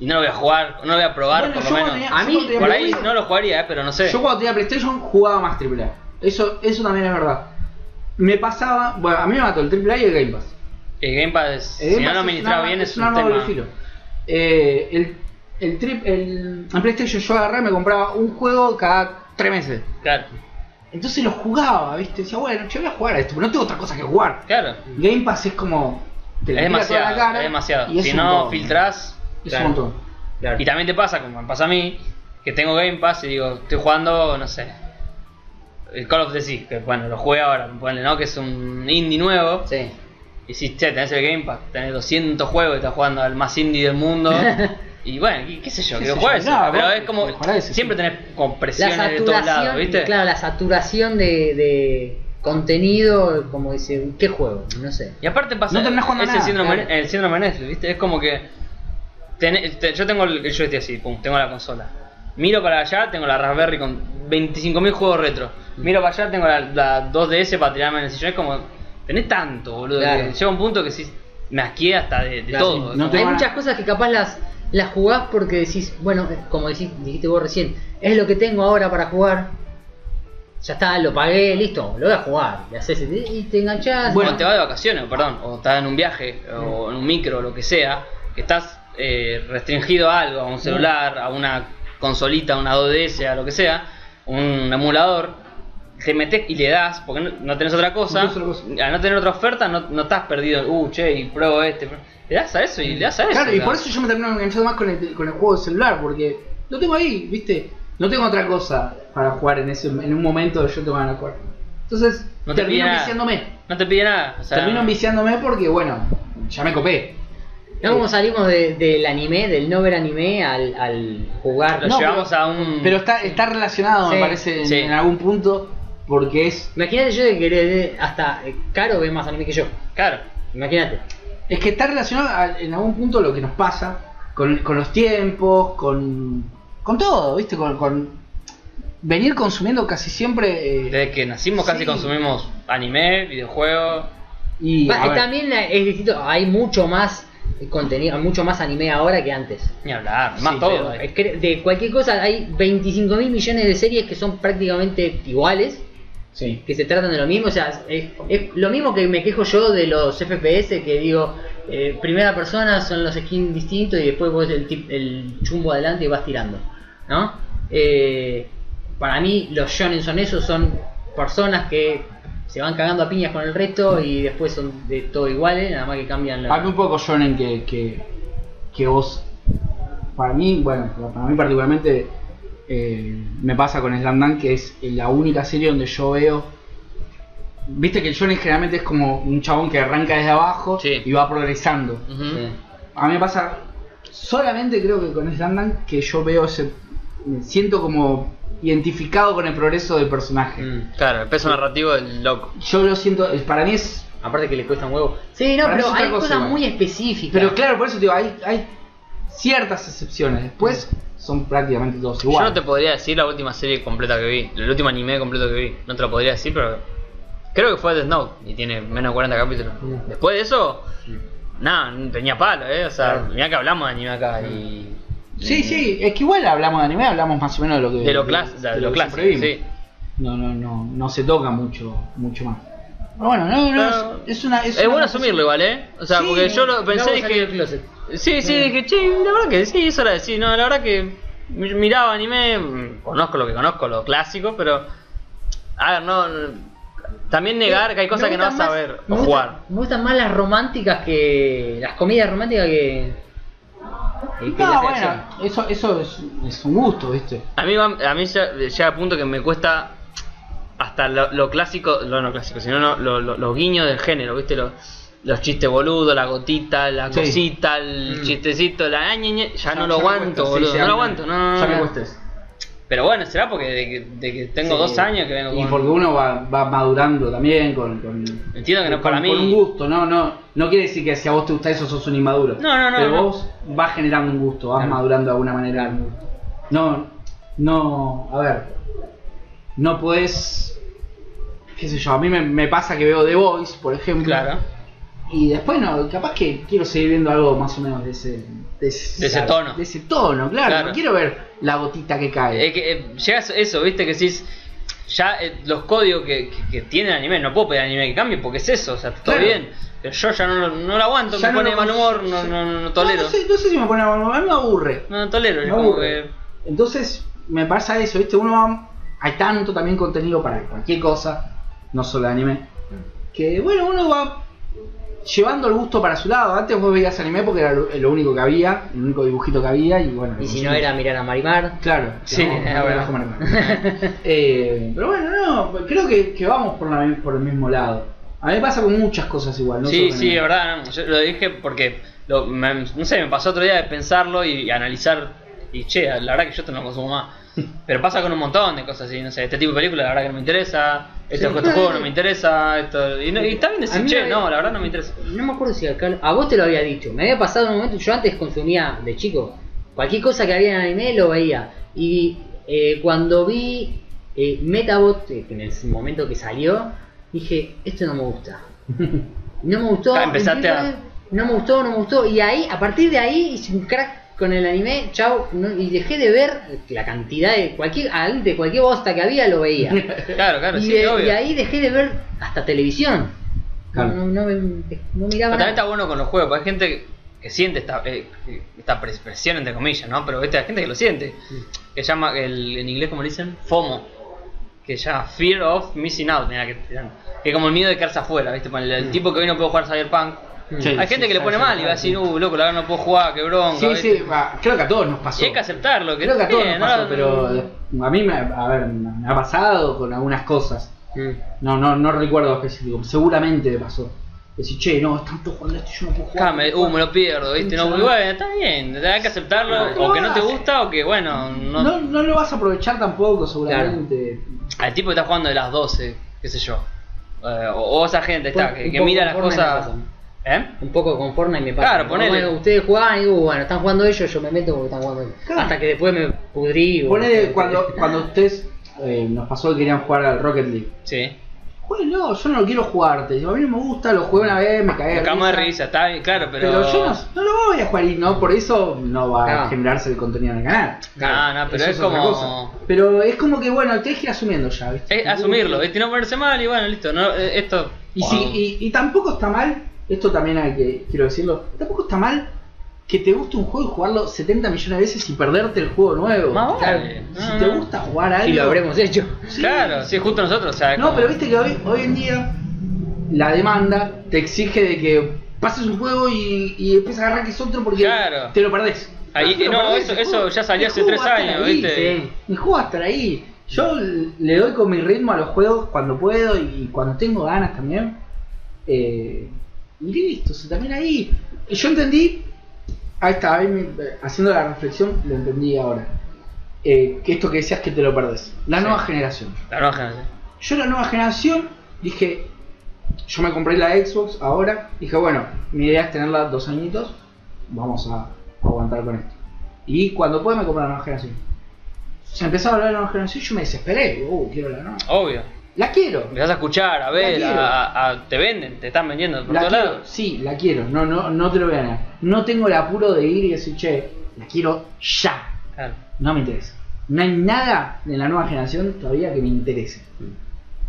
Speaker 2: Y no lo voy a jugar, no lo voy a probar,
Speaker 4: Bueno,
Speaker 2: por
Speaker 4: yo
Speaker 2: lo menos.
Speaker 4: cuando tenía-
Speaker 1: A
Speaker 4: yo
Speaker 1: mí,
Speaker 4: cuando tenía
Speaker 2: por ahí
Speaker 4: Play-
Speaker 2: no lo jugaría, ¿eh? pero no sé.
Speaker 4: Yo cuando tenía PlayStation jugaba más AAA. Eso, eso también es verdad. Me pasaba. Bueno, a mí me mató el AAA y el Game Pass.
Speaker 2: El Game Pass,
Speaker 4: El Game
Speaker 2: si no
Speaker 4: Pass
Speaker 2: lo administraba
Speaker 4: una-
Speaker 2: bien, es un
Speaker 4: una arma de
Speaker 2: tema.
Speaker 4: doble filo. Eh, el, el, trip, el, el PlayStation yo agarré, me compraba un juego cada tres meses.
Speaker 2: Claro,
Speaker 4: Entonces lo jugaba, ¿viste? Decía, bueno, yo voy a jugar a esto, pero no tengo otra cosa que jugar.
Speaker 2: claro.
Speaker 4: Game Pass es como. Te
Speaker 2: Es
Speaker 4: la tira toda la
Speaker 2: demasiado,
Speaker 4: cara
Speaker 2: es demasiado.
Speaker 4: y es
Speaker 2: Si
Speaker 4: un
Speaker 2: no
Speaker 4: montón.
Speaker 2: filtras,
Speaker 4: Es
Speaker 2: claro.
Speaker 4: un montón.
Speaker 1: Claro.
Speaker 2: Y también te pasa, como me pasa a mí, que tengo Game Pass y digo, estoy jugando, no sé, el Call of the Sea, que bueno, lo jugué ahora, ponle, ¿no? Que es un indie nuevo.
Speaker 1: Sí.
Speaker 2: Y si, che, tenés el Game Pass, tenés 200 juegos y estás jugando al más indie del
Speaker 4: [laughs]
Speaker 2: mundo. y bueno, y qué sé yo,
Speaker 4: Qué
Speaker 2: que
Speaker 4: sé
Speaker 2: lo juegues.
Speaker 4: yo, nada,
Speaker 2: pero
Speaker 4: vos
Speaker 2: es como,
Speaker 4: mejorá ese,
Speaker 2: siempre
Speaker 4: sí.
Speaker 2: tenés como
Speaker 1: La
Speaker 2: presiones de todos lados,
Speaker 1: saturación,
Speaker 2: ¿viste?
Speaker 1: claro, la saturación de, de contenido, como dice, ¿qué juego? No sé.
Speaker 2: Y aparte pasa
Speaker 4: No terminás jugando
Speaker 2: ese
Speaker 4: nada,
Speaker 2: síndrome,
Speaker 1: claro.
Speaker 2: el síndrome Netflix, ¿viste? Es como que tenés- te- yo tengo el, el joystick así, pum, tengo la consola. Miro para allá, tengo la Raspberry con 25.000 juegos retro. Miro para allá, tengo la, la 2DS para tirarme en el sillón. Es como, tenés tanto, boludo.
Speaker 1: Claro.
Speaker 2: que Llega un punto que sí, me asqué hasta de, de
Speaker 1: Claro,
Speaker 2: todo.
Speaker 4: no
Speaker 2: Es
Speaker 4: te-
Speaker 1: Hay
Speaker 4: van a-
Speaker 1: muchas cosas que capaz las, las jugás porque decís, bueno, eh, como decís, dijiste vos recién, es lo que tengo ahora para jugar. Ya está, lo pagué, listo, lo voy a jugar. Le haces, y te
Speaker 4: Ah,
Speaker 1: enganchás.
Speaker 2: O te vas de vacaciones, perdón, o estás en un viaje, o en un micro, o lo que sea, que estás eh, restringido a algo, a un celular, a una consolita, a una 2DS, a lo que sea, un emulador, te metes y le das, porque no, no tenés otra cosa,
Speaker 4: No tenés otra cosa.
Speaker 2: al no tener otra oferta no, no estás perdido, uh, che, y pruebo este, pruebo-". le das a eso y le das a eso.
Speaker 4: Claro, y
Speaker 2: claro.
Speaker 4: por eso yo me termino enganchado más con el, con el juego de celular, porque lo tengo ahí, ¿viste? No tengo otra cosa para jugar en ese en un momento yo tengo ganas de jugar. Entonces,
Speaker 2: No te pide
Speaker 4: termino
Speaker 2: nada.
Speaker 4: viciándome.
Speaker 2: No te pide nada. o sea,
Speaker 4: termino viciándome porque, bueno, ya me copé.
Speaker 1: ¿No como salimos de- del anime, del no ver anime, al, al jugar?
Speaker 2: lo
Speaker 4: No,
Speaker 2: llevamos a un...
Speaker 4: Pero está, está relacionado,
Speaker 1: Sí,
Speaker 4: me parece, en-
Speaker 2: Mm. sí.
Speaker 4: en algún punto, porque es
Speaker 1: Imagínate yo de que le- hasta eh, Caro ve más anime que yo.
Speaker 2: Claro,
Speaker 1: Imagínate.
Speaker 4: Es que está relacionado a- en algún punto lo que nos pasa con, con los tiempos, con, con todo, ¿viste? Con, con venir consumiendo casi siempre. eh,
Speaker 2: desde que nacimos casi
Speaker 4: Sí.
Speaker 2: consumimos anime, videojuegos,
Speaker 4: y,
Speaker 1: Va,
Speaker 4: a ver,
Speaker 1: también es distinto, hay mucho más contenido, mucho más anime ahora que antes.
Speaker 2: ni hablar, más
Speaker 1: Sí,
Speaker 2: todo.
Speaker 1: pero es que de cualquier cosa hay 25 mil millones de series que son prácticamente iguales,
Speaker 4: sí.
Speaker 1: que se tratan de lo mismo. O sea, es, es lo mismo que me quejo yo de los FPS que digo, eh, primera persona son los skins distintos y después vos el, tip- el chumbo adelante y vas tirando. ¿No? Eh, para mí los shonen son esos, son personas que se van cagando a piñas con el resto y después son de todo iguales, nada más que cambian la...
Speaker 4: Habla un poco, Shonen, que, que, que vos. Para mí, bueno, para mí particularmente eh, me pasa con Slam Dunk, que es la única serie donde yo veo. Viste que el Shonen generalmente es como un chabón que arranca desde abajo
Speaker 2: Sí.
Speaker 4: y va progresando.
Speaker 2: Ujú.
Speaker 1: Sí.
Speaker 4: A mí me pasa solamente creo que con Slandan que yo veo ese. Me siento como identificado con el progreso del personaje.
Speaker 1: Mm.
Speaker 2: Claro, el peso narrativo del loco.
Speaker 4: Yo lo siento, eh, para mí es.
Speaker 1: Aparte que le cuesta un huevo. Sí, no,
Speaker 4: Para mí
Speaker 1: pero
Speaker 4: es otra
Speaker 1: hay
Speaker 4: cosa
Speaker 1: cosas
Speaker 4: igual.
Speaker 1: muy específicas.
Speaker 4: Pero claro, por eso te digo, hay, hay ciertas excepciones. Después son prácticamente todos
Speaker 2: Yo
Speaker 4: iguales.
Speaker 2: no te podría decir la última serie completa que vi, el último anime completo que vi. No te lo podría decir, pero creo que fue Death Note y tiene menos de 40 capítulos.
Speaker 1: Mm.
Speaker 2: Después de eso, nada, no tenía palo, ¿eh? O sea,
Speaker 1: Claro.
Speaker 2: mirá que hablamos de anime acá y.
Speaker 4: Sí, sí, es que igual hablamos de anime, hablamos más o menos de lo que.
Speaker 2: De lo,
Speaker 4: de-
Speaker 2: clas-
Speaker 4: de
Speaker 2: de
Speaker 4: lo
Speaker 2: lo
Speaker 4: que
Speaker 2: clásico,
Speaker 4: siempre vimos.
Speaker 2: sí.
Speaker 4: No, no, no, no se toca mucho, mucho más. Pero bueno, no, no,
Speaker 2: Pero-
Speaker 4: es, es una.
Speaker 2: Es,
Speaker 4: una-
Speaker 2: bueno asumirlo igual, ¿eh? O sea,
Speaker 4: Sí,
Speaker 2: porque yo lo pensé
Speaker 1: Luego
Speaker 2: y
Speaker 1: salió del
Speaker 2: dije.
Speaker 1: closet.
Speaker 2: Sí, sí,
Speaker 4: Eh.
Speaker 2: dije, che, la verdad que sí, eso era decir, no, la verdad que mi- miraba anime, mm, conozco lo que conozco, lo clásico, pero. A ver, no. También negar que hay cosas
Speaker 1: Me
Speaker 2: que no vas
Speaker 1: gustan
Speaker 2: a
Speaker 1: más-
Speaker 2: ver
Speaker 1: me
Speaker 2: o
Speaker 1: gustan-
Speaker 2: jugar.
Speaker 1: Me gustan más las románticas que. las comedias románticas que.
Speaker 6: eh, que la
Speaker 4: No, bueno,
Speaker 6: reacción.
Speaker 4: eso, eso es, es un gusto, ¿viste?
Speaker 2: A mí, va- a mí ya- llega a punto que me cuesta hasta lo, lo clásico, lo no clásico, sino no, lo- lo- los guiños del género, ¿viste? Los, los chistes boludos, la gotita, la
Speaker 4: Sí.
Speaker 2: cosita, el
Speaker 4: Mm.
Speaker 2: chistecito, la ñe, ñe, ya,
Speaker 4: Ah, Ya-
Speaker 2: Ah, no lo
Speaker 4: ya me
Speaker 2: aguanto,
Speaker 4: cuesta, sí,
Speaker 2: boludo,
Speaker 4: ya
Speaker 2: no lo
Speaker 4: me-
Speaker 2: aguanto, no, no,
Speaker 4: ya me
Speaker 2: no.
Speaker 4: cuesta eso.
Speaker 2: Pero bueno, será porque de que, de que tengo
Speaker 4: Sí.
Speaker 2: dos años que vengo
Speaker 4: Y
Speaker 2: con-
Speaker 4: porque uno va, va madurando también con. con
Speaker 2: Entiendo que no es
Speaker 4: con-
Speaker 2: para mí.
Speaker 4: Con un gusto, no, no. No quiere decir que si a vos te gusta eso sos un inmaduro.
Speaker 2: No, no, no,
Speaker 4: Pero
Speaker 2: no.
Speaker 4: vos vas generando un gusto, vas madurando de alguna manera. el gusto. No, no. A ver. No podés. ¿Qué sé yo? A mí me, me pasa que veo The Voice, por ejemplo.
Speaker 2: Claro.
Speaker 4: Y después no, capaz que quiero seguir viendo algo más o menos de ese, de ese,
Speaker 2: De ese tono.
Speaker 4: De ese tono, claro.
Speaker 2: Claro.
Speaker 4: No quiero ver la gotita que cae.
Speaker 2: Es que eh, llegas a eso, viste, que decís. Ya eh, los códigos que, que, que tiene el anime, no puedo pedir al anime que cambie porque es eso, o sea, todo
Speaker 4: Claro.
Speaker 2: bien. Pero yo ya no, lo- no lo aguanto,
Speaker 4: Ya
Speaker 2: me
Speaker 4: no
Speaker 2: pone
Speaker 4: lo-
Speaker 2: de mal humor, no, no, no, no tolero.
Speaker 4: No, no sé, no sé si me pone a a mí me aburre.
Speaker 2: No, no tolero,
Speaker 4: Me
Speaker 2: es como
Speaker 4: aburre.
Speaker 2: que.
Speaker 4: Entonces, me pasa eso, ¿viste? Uno va- Hay tanto también contenido para cualquier cosa, no solo anime, que bueno, uno va llevando el gusto para su lado. Antes vos veías anime porque era lo, lo único que había, el único dibujito que había, y bueno.
Speaker 1: Y si
Speaker 4: lo
Speaker 1: no era mirar a Marimar.
Speaker 4: Claro,
Speaker 1: Sí,
Speaker 4: no,
Speaker 1: es
Speaker 4: no,
Speaker 1: verdad.
Speaker 4: no, como hermano. [laughs] Eh, pero bueno, no, creo que, que vamos por, la- por el mismo lado. A mí me pasa con muchas cosas igual, ¿no?
Speaker 2: sí,
Speaker 4: solo con
Speaker 2: sí,
Speaker 4: el-
Speaker 2: es verdad, no, yo lo dije porque. lo- me- no sé, me pasó otro día de pensarlo y, y analizar. Y che, la verdad que yo esto no lo
Speaker 1: [laughs]
Speaker 2: consumo más. Pero pasa con un montón de cosas así, no sé, este tipo de película la verdad que no me interesa, este
Speaker 1: Sí.
Speaker 2: este juego no me interesa, esto. Y, no- y también
Speaker 1: A
Speaker 2: decir,
Speaker 1: mí
Speaker 2: che,
Speaker 1: me-
Speaker 2: no, la verdad no
Speaker 1: [laughs]
Speaker 2: me interesa.
Speaker 1: No me acuerdo si acá. A vos te lo había dicho. Me había pasado un momento. Yo antes consumía de chico. Cualquier cosa que había en anime lo veía. Y eh, cuando vi eh, Metabot, eh, en el momento que salió, dije: Esto no me
Speaker 2: [laughs]
Speaker 1: gusta. No me gustó.
Speaker 2: Ah, empezaste a-
Speaker 1: empecé No me gustó, no me gustó. Y ahí, a partir de ahí, hice un crack con el anime. Chau. no- y dejé de ver la cantidad de cualquier. al- De cualquier bosta que había lo veía.
Speaker 2: [laughs] Claro, claro,
Speaker 1: y,
Speaker 2: sí,
Speaker 1: de-
Speaker 2: obvio.
Speaker 1: y ahí dejé de ver hasta televisión.
Speaker 4: Claro.
Speaker 1: No, no, me- no miraba
Speaker 2: Pero también
Speaker 1: nada.
Speaker 2: está bueno con los juegos, porque hay gente que- que siente esta, eh, que- esta pres- presión, entre comillas, ¿no? Pero viste, hay gente que lo siente. Que llama, el, en inglés, como le dicen, FOMO. Que llama Fear of Missing Out. Mira, que, que como el miedo de quedarse afuera, ¿viste? Ponele, El, tipo que hoy no puede jugar Cyberpunk.
Speaker 4: Mm. Sí,
Speaker 2: hay gente
Speaker 4: sí,
Speaker 2: que le pone
Speaker 4: sí,
Speaker 2: mal
Speaker 4: sí,
Speaker 2: y va a
Speaker 4: sí.
Speaker 2: decir, uh, loco, la verdad no puedo jugar, qué bronca.
Speaker 4: Sí,
Speaker 2: ¿viste?
Speaker 4: sí, va, creo que a todos nos pasó.
Speaker 2: este- Y hay que aceptarlo, que
Speaker 4: Creo que a todos
Speaker 2: bien,
Speaker 4: nos
Speaker 2: no-
Speaker 4: pasó, pero a mí me, a ver, me ha pasado con algunas cosas.
Speaker 1: Mm.
Speaker 4: No, no, no recuerdo específico, seguramente me pasó. Decir, che, no, están todos jugando esto, yo no puedo
Speaker 2: Ah,
Speaker 4: jugar.
Speaker 2: me, uh, me lo pierdo, ¿viste? No, y bueno, está bien, hay que aceptarlo, o que no te gusta, o que bueno,
Speaker 4: no, no, lo vas a aprovechar tampoco, seguramente.
Speaker 2: al tipo que está jugando de las 12, qué sé yo. Eh, o, o esa gente
Speaker 1: Pon-
Speaker 2: está, que,
Speaker 1: un
Speaker 2: que
Speaker 1: poco
Speaker 2: mira las
Speaker 1: conforme
Speaker 2: cosas.
Speaker 1: a la
Speaker 2: ¿Eh?
Speaker 1: Un poco conforme y me pasa.
Speaker 2: Claro, ponele.
Speaker 1: Bueno, ustedes juegan y digo, bueno, están jugando ellos, yo me meto porque están jugando ellos.
Speaker 4: Claro.
Speaker 1: Hasta que después me pudrí. o-
Speaker 4: Ponele, cuando, cuando ustedes eh, nos pasó que querían jugar al Rocket League.
Speaker 2: Sí.
Speaker 4: Eh, Bueno, yo no lo quiero jugarte. A mí no me gusta, lo jugué una vez, me cagué.
Speaker 2: Me
Speaker 4: de
Speaker 2: cago de
Speaker 4: risa.
Speaker 2: risa, está bien, claro, pero.
Speaker 4: Pero, yo no, no lo voy a jugar y no, por eso no va a
Speaker 1: Claro.
Speaker 4: generarse el contenido en el canal.
Speaker 2: No, no, pero
Speaker 4: Eso
Speaker 2: es
Speaker 4: otra
Speaker 2: como-
Speaker 4: Pero es como que, bueno, tenés que ir asumiendo ya, ¿viste?
Speaker 2: Es asumirlo, ¿viste? No ponerse mal y bueno, listo. No, eh, esto.
Speaker 4: Y, si- y, y tampoco está mal, esto también hay que, quiero decirlo, tampoco está mal que te guste un juego y jugarlo 70 millones de veces y perderte el juego nuevo.
Speaker 2: Más
Speaker 4: Claro,
Speaker 2: vale.
Speaker 4: Si
Speaker 2: No,
Speaker 4: te
Speaker 2: no.
Speaker 4: gusta jugar algo...
Speaker 1: Y lo habremos hecho.
Speaker 2: Claro, sí, justo nosotros, o sea.
Speaker 4: No,
Speaker 2: como-
Speaker 4: pero viste que hoy, hoy en día la demanda te exige de que pases un juego y, y empieces a agarrar que es otro porque
Speaker 2: Claro.
Speaker 4: te lo perdés.
Speaker 2: Ahí-
Speaker 4: Te lo
Speaker 2: no,
Speaker 4: perdés,
Speaker 2: eso-
Speaker 4: el juego-
Speaker 2: eso ya salió
Speaker 4: el
Speaker 2: hace
Speaker 4: juego
Speaker 2: tres
Speaker 4: va a estar
Speaker 2: años,
Speaker 4: ahí,
Speaker 2: ¿viste?
Speaker 4: sí. El juego va a estar ahí. Yo le doy con mi ritmo a los juegos cuando puedo y cuando tengo ganas también. Eh, y listo, o sea, también ahí. Yo entendí, ahí está, ahí me- haciendo la reflexión, lo entendí ahora. Eh, que esto que decías que te lo perdés. La nueva generación.
Speaker 2: La roja, no sé.
Speaker 4: Yo la nueva generación dije, yo me compré la Xbox ahora, dije, bueno, mi idea es tenerla dos añitos, vamos a aguantar con esto. Y cuando pueda me compré la nueva generación. Se empezaba a hablar de la nueva generación y yo me desesperé, digo, uh, quiero la nueva.
Speaker 2: Obvio.
Speaker 4: La quiero.
Speaker 2: Empezás a escuchar, a ver,
Speaker 4: La quiero.
Speaker 2: a, a- a- te venden, te están vendiendo por
Speaker 4: La
Speaker 2: todos
Speaker 4: quiero,
Speaker 2: lados.
Speaker 4: sí, la quiero, no, no, no te lo voy a ganar. No tengo el apuro de ir y decir, che, la quiero ya.
Speaker 2: Claro.
Speaker 4: No me interesa. No hay nada de la nueva generación todavía que me interese.
Speaker 1: Mm.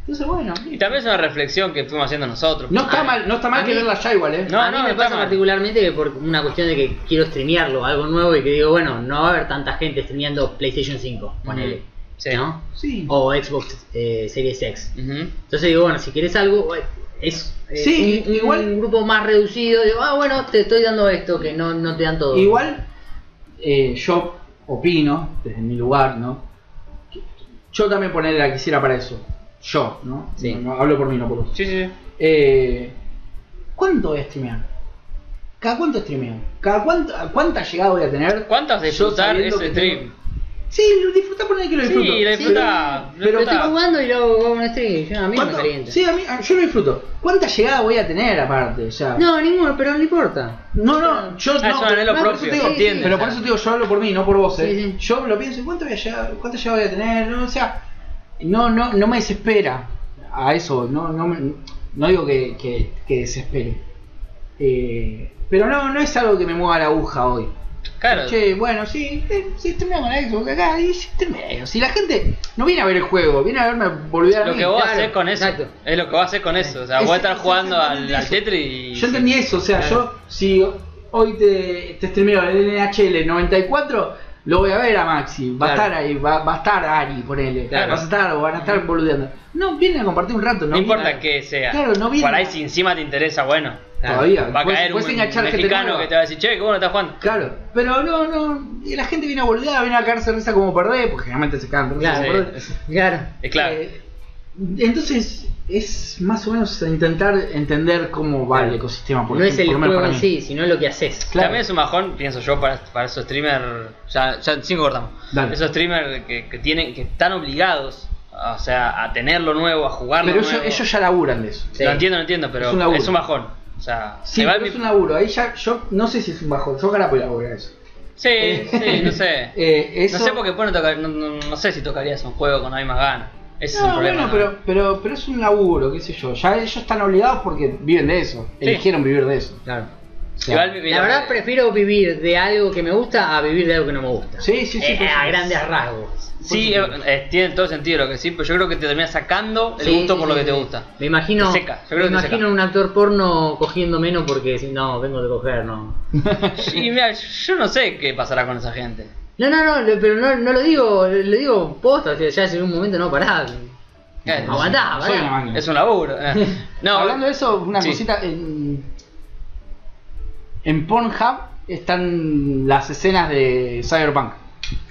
Speaker 4: Entonces, bueno.
Speaker 2: Y también es una reflexión que fuimos haciendo nosotros.
Speaker 4: No está mal, no está mal
Speaker 1: a mí-
Speaker 4: quererla ya igual, eh.
Speaker 2: No,
Speaker 1: a mí
Speaker 2: no,
Speaker 1: me
Speaker 2: está
Speaker 1: pasa
Speaker 2: mal.
Speaker 1: particularmente que por una cuestión de que quiero streamearlo, algo nuevo, y que digo, bueno, no va a haber tanta gente streameando PlayStation 5, ponele.
Speaker 2: Mm, Sí.
Speaker 1: ¿No?
Speaker 4: Sí.
Speaker 1: O Xbox eh, Series X.
Speaker 2: Ujú.
Speaker 1: Entonces digo, bueno, si quieres algo, eh, es eh,
Speaker 4: Sí,
Speaker 1: un,
Speaker 4: igual-
Speaker 1: un grupo más reducido. Digo, ah, bueno, te estoy dando esto, que no, no te dan todo.
Speaker 4: Igual, eh, yo opino, desde mi lugar, ¿no? Que- Yo también ponerle la quisiera para eso. Yo, ¿no?
Speaker 3: Sí.
Speaker 4: No, no, hablo por mí, no por usted.
Speaker 2: Sí, sí, sí.
Speaker 4: Eh, ¿Cuánto voy a streamear? ¿Cada cuánto streameo? ¿Cada cuánto, a ¿Cuánta llegada voy a tener?
Speaker 2: ¿Cuántas de
Speaker 4: Yo
Speaker 2: disfrutar
Speaker 4: sabiendo
Speaker 2: ese
Speaker 4: que tengo-
Speaker 2: stream?
Speaker 4: Sí, lo disfrutá por ahí que lo
Speaker 2: Sí,
Speaker 4: disfruto.
Speaker 2: la disfrutá,
Speaker 4: pero-
Speaker 2: la disfrutá.
Speaker 4: pero tengo-
Speaker 3: Estoy jugando y luego hago un stream. Yo, a mí no me
Speaker 4: ¿Cuánto-
Speaker 3: calienta.
Speaker 4: Sí, a mí, a- yo lo disfruto. ¿Cuánta llegada voy a tener aparte? O sea,
Speaker 3: No, ninguno, pero no importa.
Speaker 4: no, no, yo
Speaker 2: Ah,
Speaker 4: no,
Speaker 2: es un anhelo
Speaker 4: no, por eso
Speaker 2: propio,
Speaker 4: te digo,
Speaker 2: se entiende,
Speaker 4: Pero
Speaker 2: o
Speaker 4: por
Speaker 2: sea.
Speaker 4: eso te digo, yo hablo por mí, no por vos, eh.
Speaker 3: Sí, sí.
Speaker 4: Yo lo pienso, ¿cuánto voy a llegar, cuánta llegada voy a tener? No, o sea, no, no, no me desespera a eso, no, no, me- no digo que, que, que desespere. Eh, pero no, no es algo que me mueva la aguja hoy.
Speaker 2: Claro.
Speaker 4: Che, bueno, sí, eh, sí, terminamos la Xbox acá y sí, terminamos. Si la gente no viene a ver el juego, viene a verme volver a
Speaker 2: Lo
Speaker 4: mí.
Speaker 2: que vos
Speaker 3: claro,
Speaker 2: haces con eso.
Speaker 3: exacto.
Speaker 2: Es lo que vos haces con eso. O sea,
Speaker 4: Es-
Speaker 2: vos estás
Speaker 4: es
Speaker 2: jugando al,
Speaker 4: exactamente
Speaker 2: al
Speaker 4: eso.
Speaker 2: Tetris y.
Speaker 4: Yo entendí eso, o sea, yo si hoy te, te streameo el NHL 94, lo voy a ver a Maxi, va
Speaker 2: Claro.
Speaker 4: a estar ahí, va, va a estar Ari, ponele,
Speaker 2: Claro.
Speaker 4: vas a estar o van a estar boludeando. No, vienen a compartir un rato,
Speaker 2: No,
Speaker 4: no,
Speaker 2: importa
Speaker 4: vienen-
Speaker 2: qué sea.
Speaker 4: Claro, no viene.
Speaker 2: Por ahí si encima te interesa, bueno.
Speaker 4: Todavía,
Speaker 2: Va a
Speaker 4: puedes-
Speaker 2: caer un
Speaker 4: puedes enganchar este gente
Speaker 2: mexicano
Speaker 4: nueva.
Speaker 2: que te va a decir, che, qué bueno estás jugando.
Speaker 4: Claro, pero no, no, y la gente viene a boludear, viene a caerse risa como perder, porque generalmente se cagan de risa
Speaker 2: Claro,
Speaker 4: como
Speaker 2: sí.
Speaker 4: perder.
Speaker 3: Claro.
Speaker 2: Es claro.
Speaker 4: Eh, entonces es más o menos intentar entender cómo va el ecosistema. por
Speaker 3: no es
Speaker 4: ejemplo,
Speaker 3: el
Speaker 4: por lo menos
Speaker 3: juego
Speaker 4: para
Speaker 3: en
Speaker 4: mí.
Speaker 3: sí, sino lo que haces.
Speaker 4: claro.
Speaker 2: También es un bajón, pienso yo, para, para esos streamers. Ya, ya cinco cortamos.
Speaker 4: Dale.
Speaker 2: Esos streamers que, que tienen, que están obligados, o sea, a tener lo nuevo, a jugarlo.
Speaker 4: Pero ellos,
Speaker 2: nuevo.
Speaker 4: ellos ya laburan de eso.
Speaker 3: Sí.
Speaker 2: Lo entiendo, lo entiendo, pero
Speaker 4: Es
Speaker 2: es
Speaker 4: un
Speaker 2: un,
Speaker 4: laburo.
Speaker 2: bajón. O sea,
Speaker 4: Sí,
Speaker 2: me va el
Speaker 4: pero es
Speaker 2: mi-
Speaker 4: un laburo. Ahí ya, yo no sé si es un bajón. Yo ahora voy a laburar eso.
Speaker 2: sí, sí, no
Speaker 3: [laughs]
Speaker 2: sé.
Speaker 4: Eh, eso...
Speaker 2: No sé por qué pues, no, toca- no, no- no sé si tocarías un juego con la misma gana. Ese es
Speaker 4: No,
Speaker 2: el problema.
Speaker 4: bueno, pero, pero, pero es un laburo, qué sé yo. Ya ellos están obligados porque viven de eso.
Speaker 2: Sí. Eh,
Speaker 4: Eligieron vivir de eso.
Speaker 3: Claro.
Speaker 4: O sea,
Speaker 2: Igual eh, mi-
Speaker 3: La verdad prefiero vivir de algo que me gusta a vivir de algo que no me gusta.
Speaker 4: Sí, sí, sí.
Speaker 3: Eh,
Speaker 4: por
Speaker 3: a
Speaker 4: supuesto.
Speaker 3: grandes rasgos.
Speaker 2: Sí, eh, eh, tiene todo sentido lo que sí, pero yo creo que te terminas sacando el
Speaker 3: Sí,
Speaker 2: gusto
Speaker 3: sí,
Speaker 2: por
Speaker 3: sí,
Speaker 2: lo que
Speaker 3: sí.
Speaker 2: te gusta.
Speaker 3: Me imagino,
Speaker 2: Te seca, yo creo
Speaker 3: me
Speaker 2: que te
Speaker 3: imagino
Speaker 2: seca.
Speaker 3: un actor porno cogiendo menos porque si no, vengo de coger, no.
Speaker 2: Y mira, yo no sé qué pasará con esa gente.
Speaker 3: No, no, no, lo- pero no, no lo digo, lo digo posta, o sea, ya llegó un momento no parar.
Speaker 2: Eh,
Speaker 4: No,
Speaker 3: Aguantá,
Speaker 4: no soy una
Speaker 3: pará.
Speaker 4: máquina.
Speaker 2: Es un
Speaker 3: [laughs]
Speaker 2: laburo. eh. No,
Speaker 4: Hablando de eso, una
Speaker 2: Sí.
Speaker 4: cosita. En, en Pornhub están las escenas de Cyberpunk.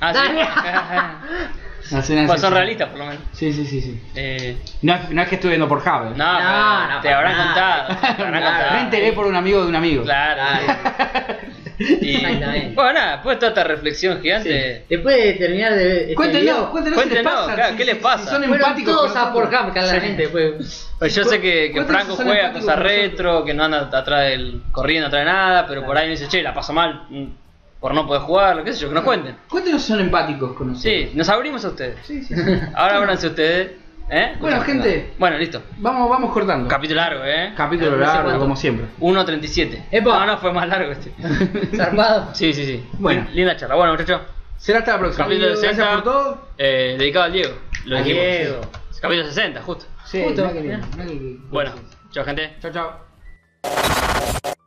Speaker 2: Ah, [laughs] sí.
Speaker 3: Dale.
Speaker 4: Las escenas
Speaker 2: Pues son
Speaker 4: esas.
Speaker 2: realistas, por lo menos.
Speaker 4: Sí, sí, sí. sí.
Speaker 2: Eh,
Speaker 4: No, es- no es que estuve viendo Pornhub. eh.
Speaker 2: no,
Speaker 3: No,
Speaker 2: pero
Speaker 3: no,
Speaker 2: te habrán
Speaker 3: para
Speaker 2: contado. Te habrán
Speaker 3: Claro.
Speaker 4: Me
Speaker 2: contado.
Speaker 4: enteré por un amigo de un amigo.
Speaker 2: Claro. Y-
Speaker 3: Exactamente.
Speaker 2: Bueno, nada, después toda esta reflexión gigante.
Speaker 3: Después de terminar de ver este
Speaker 4: Cuéntenos,
Speaker 3: video,
Speaker 4: cuéntenos, qué les
Speaker 2: Cuéntenos,
Speaker 4: pasa.
Speaker 2: claro, ¿qué les pasa?
Speaker 4: Si son
Speaker 3: fueron
Speaker 4: empáticos.
Speaker 3: todos
Speaker 4: con
Speaker 3: a por
Speaker 4: nosotros.
Speaker 3: Hub, claramente,
Speaker 4: [laughs]
Speaker 3: pues.
Speaker 2: Pues yo sé que, que
Speaker 4: ¿Cuántos
Speaker 2: Franco
Speaker 4: son
Speaker 2: juega
Speaker 4: empáticos
Speaker 2: cosas
Speaker 4: con nosotros?
Speaker 2: retro, que no anda atrás del corriendo atrás de nada, pero por ahí me dice, che, la paso mal mm, por no poder jugar, qué sé yo, que nos cuenten.
Speaker 4: ¿Cuántos son empáticos con nosotros?
Speaker 2: Sí, nos abrimos a ustedes.
Speaker 4: Sí, sí, sí.
Speaker 2: Ahora ábranse ustedes. ¿eh?
Speaker 4: Bueno, gente.
Speaker 2: Bueno, listo.
Speaker 4: [laughs] Vamos, vamos cortando.
Speaker 2: Capítulo largo, ¿eh?
Speaker 4: Capítulo
Speaker 3: No sé
Speaker 4: largo,
Speaker 3: cuánto.
Speaker 2: [laughs]
Speaker 4: como siempre.
Speaker 2: 1.37.
Speaker 3: Epa.
Speaker 2: No, no, fue más largo
Speaker 4: [laughs]
Speaker 2: este.
Speaker 3: Zarpado.
Speaker 2: Sí, sí, sí.
Speaker 4: Bueno.
Speaker 2: Linda charla. Bueno, muchachos.
Speaker 4: Será hasta la próxima.
Speaker 2: Capítulo
Speaker 4: Gracias
Speaker 2: 60.
Speaker 4: por todo.
Speaker 2: Eh, dedicado al Diego. Lo
Speaker 3: A
Speaker 2: dijimos.
Speaker 3: Diego.
Speaker 2: Capítulo 60, justo.
Speaker 4: Sí,
Speaker 3: Justo.
Speaker 4: mirá que bien, mirá que-
Speaker 2: Bueno, chao, gente.
Speaker 4: Chao, chao.